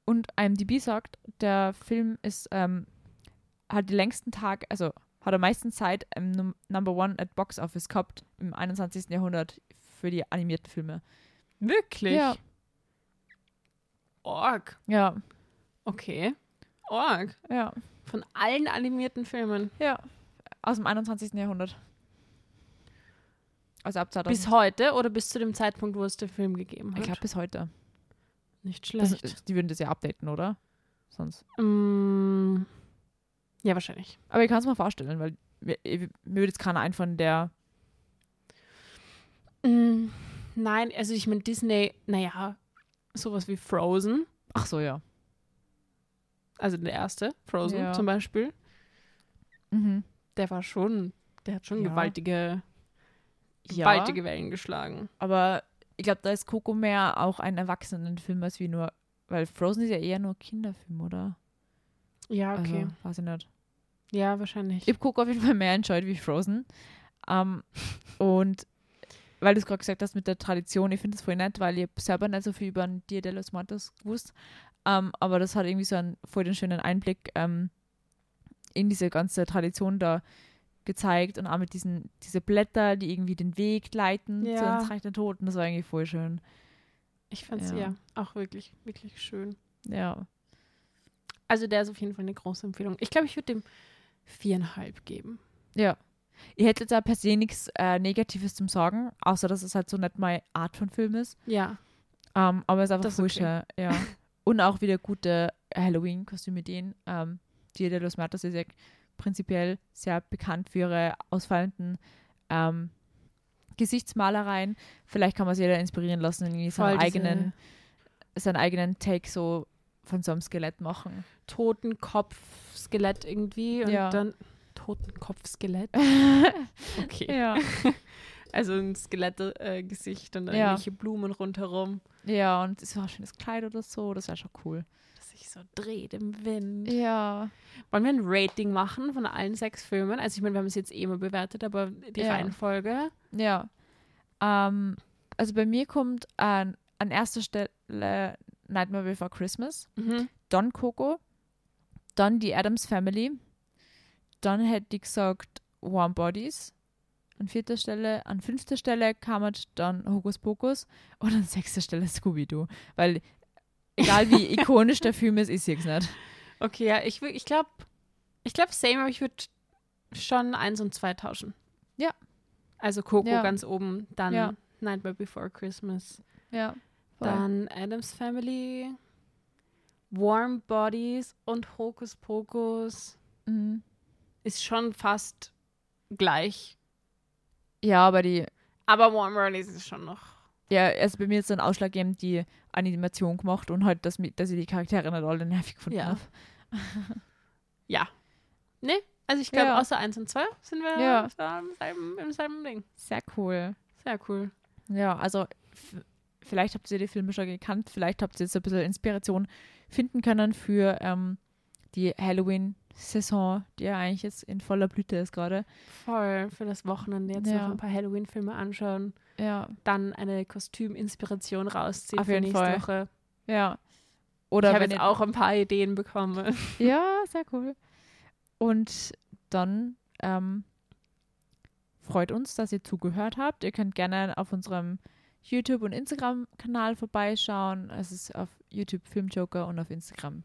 Speaker 1: Und IMDb sagt, der Film ist, ähm, hat den längsten Tag, also hat am meisten Zeit im Num Number One at Box Office gehabt im 21. Jahrhundert für die animierten Filme.
Speaker 2: Wirklich?
Speaker 1: Ja.
Speaker 2: Org.
Speaker 1: Ja,
Speaker 2: Okay. Org.
Speaker 1: ja,
Speaker 2: Von allen animierten Filmen.
Speaker 1: ja. Aus dem 21. Jahrhundert. Also ab 2000.
Speaker 2: Bis heute oder bis zu dem Zeitpunkt, wo es der Film gegeben hat?
Speaker 1: ich glaube bis heute.
Speaker 2: Nicht
Speaker 1: Das,
Speaker 2: schlecht.
Speaker 1: die würden das ja updaten, oder? Sonst.
Speaker 2: Mm, ja, wahrscheinlich.
Speaker 1: Aber ich kann es mir vorstellen, weil mir, mir würde jetzt keiner einfallen, der.
Speaker 2: Mm, nein, also ich meine, Disney, naja, sowas wie Frozen,
Speaker 1: Ach so, ja.
Speaker 2: also der erste, Frozen
Speaker 1: Ja.
Speaker 2: zum Beispiel,
Speaker 1: Mhm.
Speaker 2: der war schon, der hat schon
Speaker 1: Ja.
Speaker 2: gewaltige,
Speaker 1: Ja.
Speaker 2: gewaltige Wellen geschlagen.
Speaker 1: Aber ich glaube, da ist Coco mehr auch ein Erwachsenenfilm als wie nur. Weil Frozen ist ja eher nur Kinderfilm, oder?
Speaker 2: Ja, okay.
Speaker 1: Also, weiß ich nicht.
Speaker 2: Ja, wahrscheinlich.
Speaker 1: Ich habe Coco auf jeden Fall mehr enjoyed wie Frozen. Ähm, und weil du es gerade gesagt hast mit der Tradition, ich finde es voll nett, weil ich hab selber nicht so viel über den Dia de los Muertos gewusst. Ähm, aber das hat irgendwie so einen voll den schönen Einblick ähm, in diese ganze Tradition da gezeigt und auch mit diesen diese Blätter, die irgendwie den Weg leiten zu
Speaker 2: Ja.
Speaker 1: ins Reich der Toten. Das war irgendwie voll schön.
Speaker 2: Ich fand es
Speaker 1: Ja.
Speaker 2: ja. auch wirklich, wirklich schön.
Speaker 1: Ja.
Speaker 2: Also der ist auf jeden Fall eine große Empfehlung. Ich glaube, ich würde dem viereinhalb geben.
Speaker 1: Ja. Ich hätte jetzt auch per se nichts äh, Negatives zum Sagen, außer dass es halt so nicht meine Art von Film ist.
Speaker 2: Ja,
Speaker 1: Ähm, aber es ist einfach
Speaker 2: Das ist
Speaker 1: voll
Speaker 2: okay.
Speaker 1: schön, ja. Und auch wieder gute Halloween-Kostümideen. Ähm, die de los Muertos ist ja prinzipiell sehr bekannt für ihre ausfallenden ähm, Gesichtsmalereien. Vielleicht kann man sich ja da inspirieren lassen und irgendwie seinen
Speaker 2: Voll diese-
Speaker 1: eigenen, seinen eigenen Take so von so einem Skelett machen.
Speaker 2: Totenkopf-Skelett irgendwie und
Speaker 1: Ja.
Speaker 2: dann Totenkopf-Skelett. Okay.
Speaker 1: Ja.
Speaker 2: Also ein Skelettgesicht äh, und
Speaker 1: Ja.
Speaker 2: irgendwelche Blumen rundherum.
Speaker 1: ja, und es war ein schönes Kleid oder so, das wäre schon cool.
Speaker 2: Das sich so dreht im Wind.
Speaker 1: Ja.
Speaker 2: Wollen wir ein Rating machen von allen sechs Filmen? Also ich meine, wir haben es jetzt eh mal bewertet, aber die
Speaker 1: Ja.
Speaker 2: Reihenfolge.
Speaker 1: Ja. Ähm, also bei mir kommt an, an erster Stelle Nightmare Before Christmas, dann Coco, dann die Adams Family, dann hätte ich gesagt Warm Bodies. An vierter Stelle, an fünfter Stelle kam halt dann Hokus Pokus und an sechster Stelle Scooby-Doo. Weil egal wie ikonisch der Film ist, ist es nicht.
Speaker 2: Okay, ja, ich, wür- ich glaube, ich glaube same, aber ich würde schon eins und zwei tauschen.
Speaker 1: Ja.
Speaker 2: Also Coco
Speaker 1: Ja.
Speaker 2: ganz oben, dann
Speaker 1: Ja.
Speaker 2: Nightmare Before Christmas,
Speaker 1: Ja.
Speaker 2: dann Adams Family, Warm Bodies und Hokus Pokus.
Speaker 1: Mhm.
Speaker 2: ist schon fast gleich.
Speaker 1: Ja, aber die
Speaker 2: Aber Warm Bodies ist schon noch.
Speaker 1: Ja, also bei mir ist dann ausschlaggebend die Animation gemacht und halt, dass, mi- dass ich die Charaktere nicht alle nervig gefunden
Speaker 2: Ja.
Speaker 1: habe.
Speaker 2: Ja. Ne? Also ich glaube,
Speaker 1: Ja.
Speaker 2: außer 1 und 2 sind wir
Speaker 1: Ja.
Speaker 2: da im, selben, im selben Ding.
Speaker 1: Sehr cool.
Speaker 2: Sehr cool.
Speaker 1: Ja, also f- vielleicht habt ihr die Filme schon gekannt, vielleicht habt ihr jetzt ein bisschen Inspiration finden können für ähm, die Halloween-Saison, die ja eigentlich jetzt in voller Blüte ist gerade.
Speaker 2: Voll für das Wochenende jetzt
Speaker 1: Ja.
Speaker 2: noch ein paar Halloween-Filme anschauen,
Speaker 1: Ja,
Speaker 2: dann eine Kostüminspiration rausziehen
Speaker 1: Auf
Speaker 2: für
Speaker 1: jeden
Speaker 2: nächste
Speaker 1: Fall.
Speaker 2: Woche.
Speaker 1: ja.
Speaker 2: Ich
Speaker 1: Oder
Speaker 2: habe
Speaker 1: wenn
Speaker 2: jetzt
Speaker 1: ihr-
Speaker 2: auch ein paar Ideen bekommen.
Speaker 1: Ja, sehr cool. Und dann ähm, freut uns, dass ihr zugehört habt. Ihr könnt gerne auf unserem YouTube- und Instagram-Kanal vorbeischauen. Es ist auf YouTube Filmjoker und auf Instagram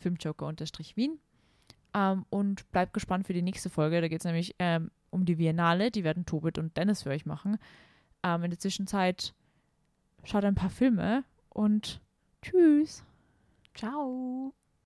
Speaker 1: Filmjoker-Wien. Ähm, und bleibt gespannt für die nächste Folge. Da geht es nämlich ähm, um die Biennale. Die werden Tobit und Dennis für euch machen. Ähm, in der Zwischenzeit schaut ein paar Filme und tschüss.
Speaker 2: Ciao.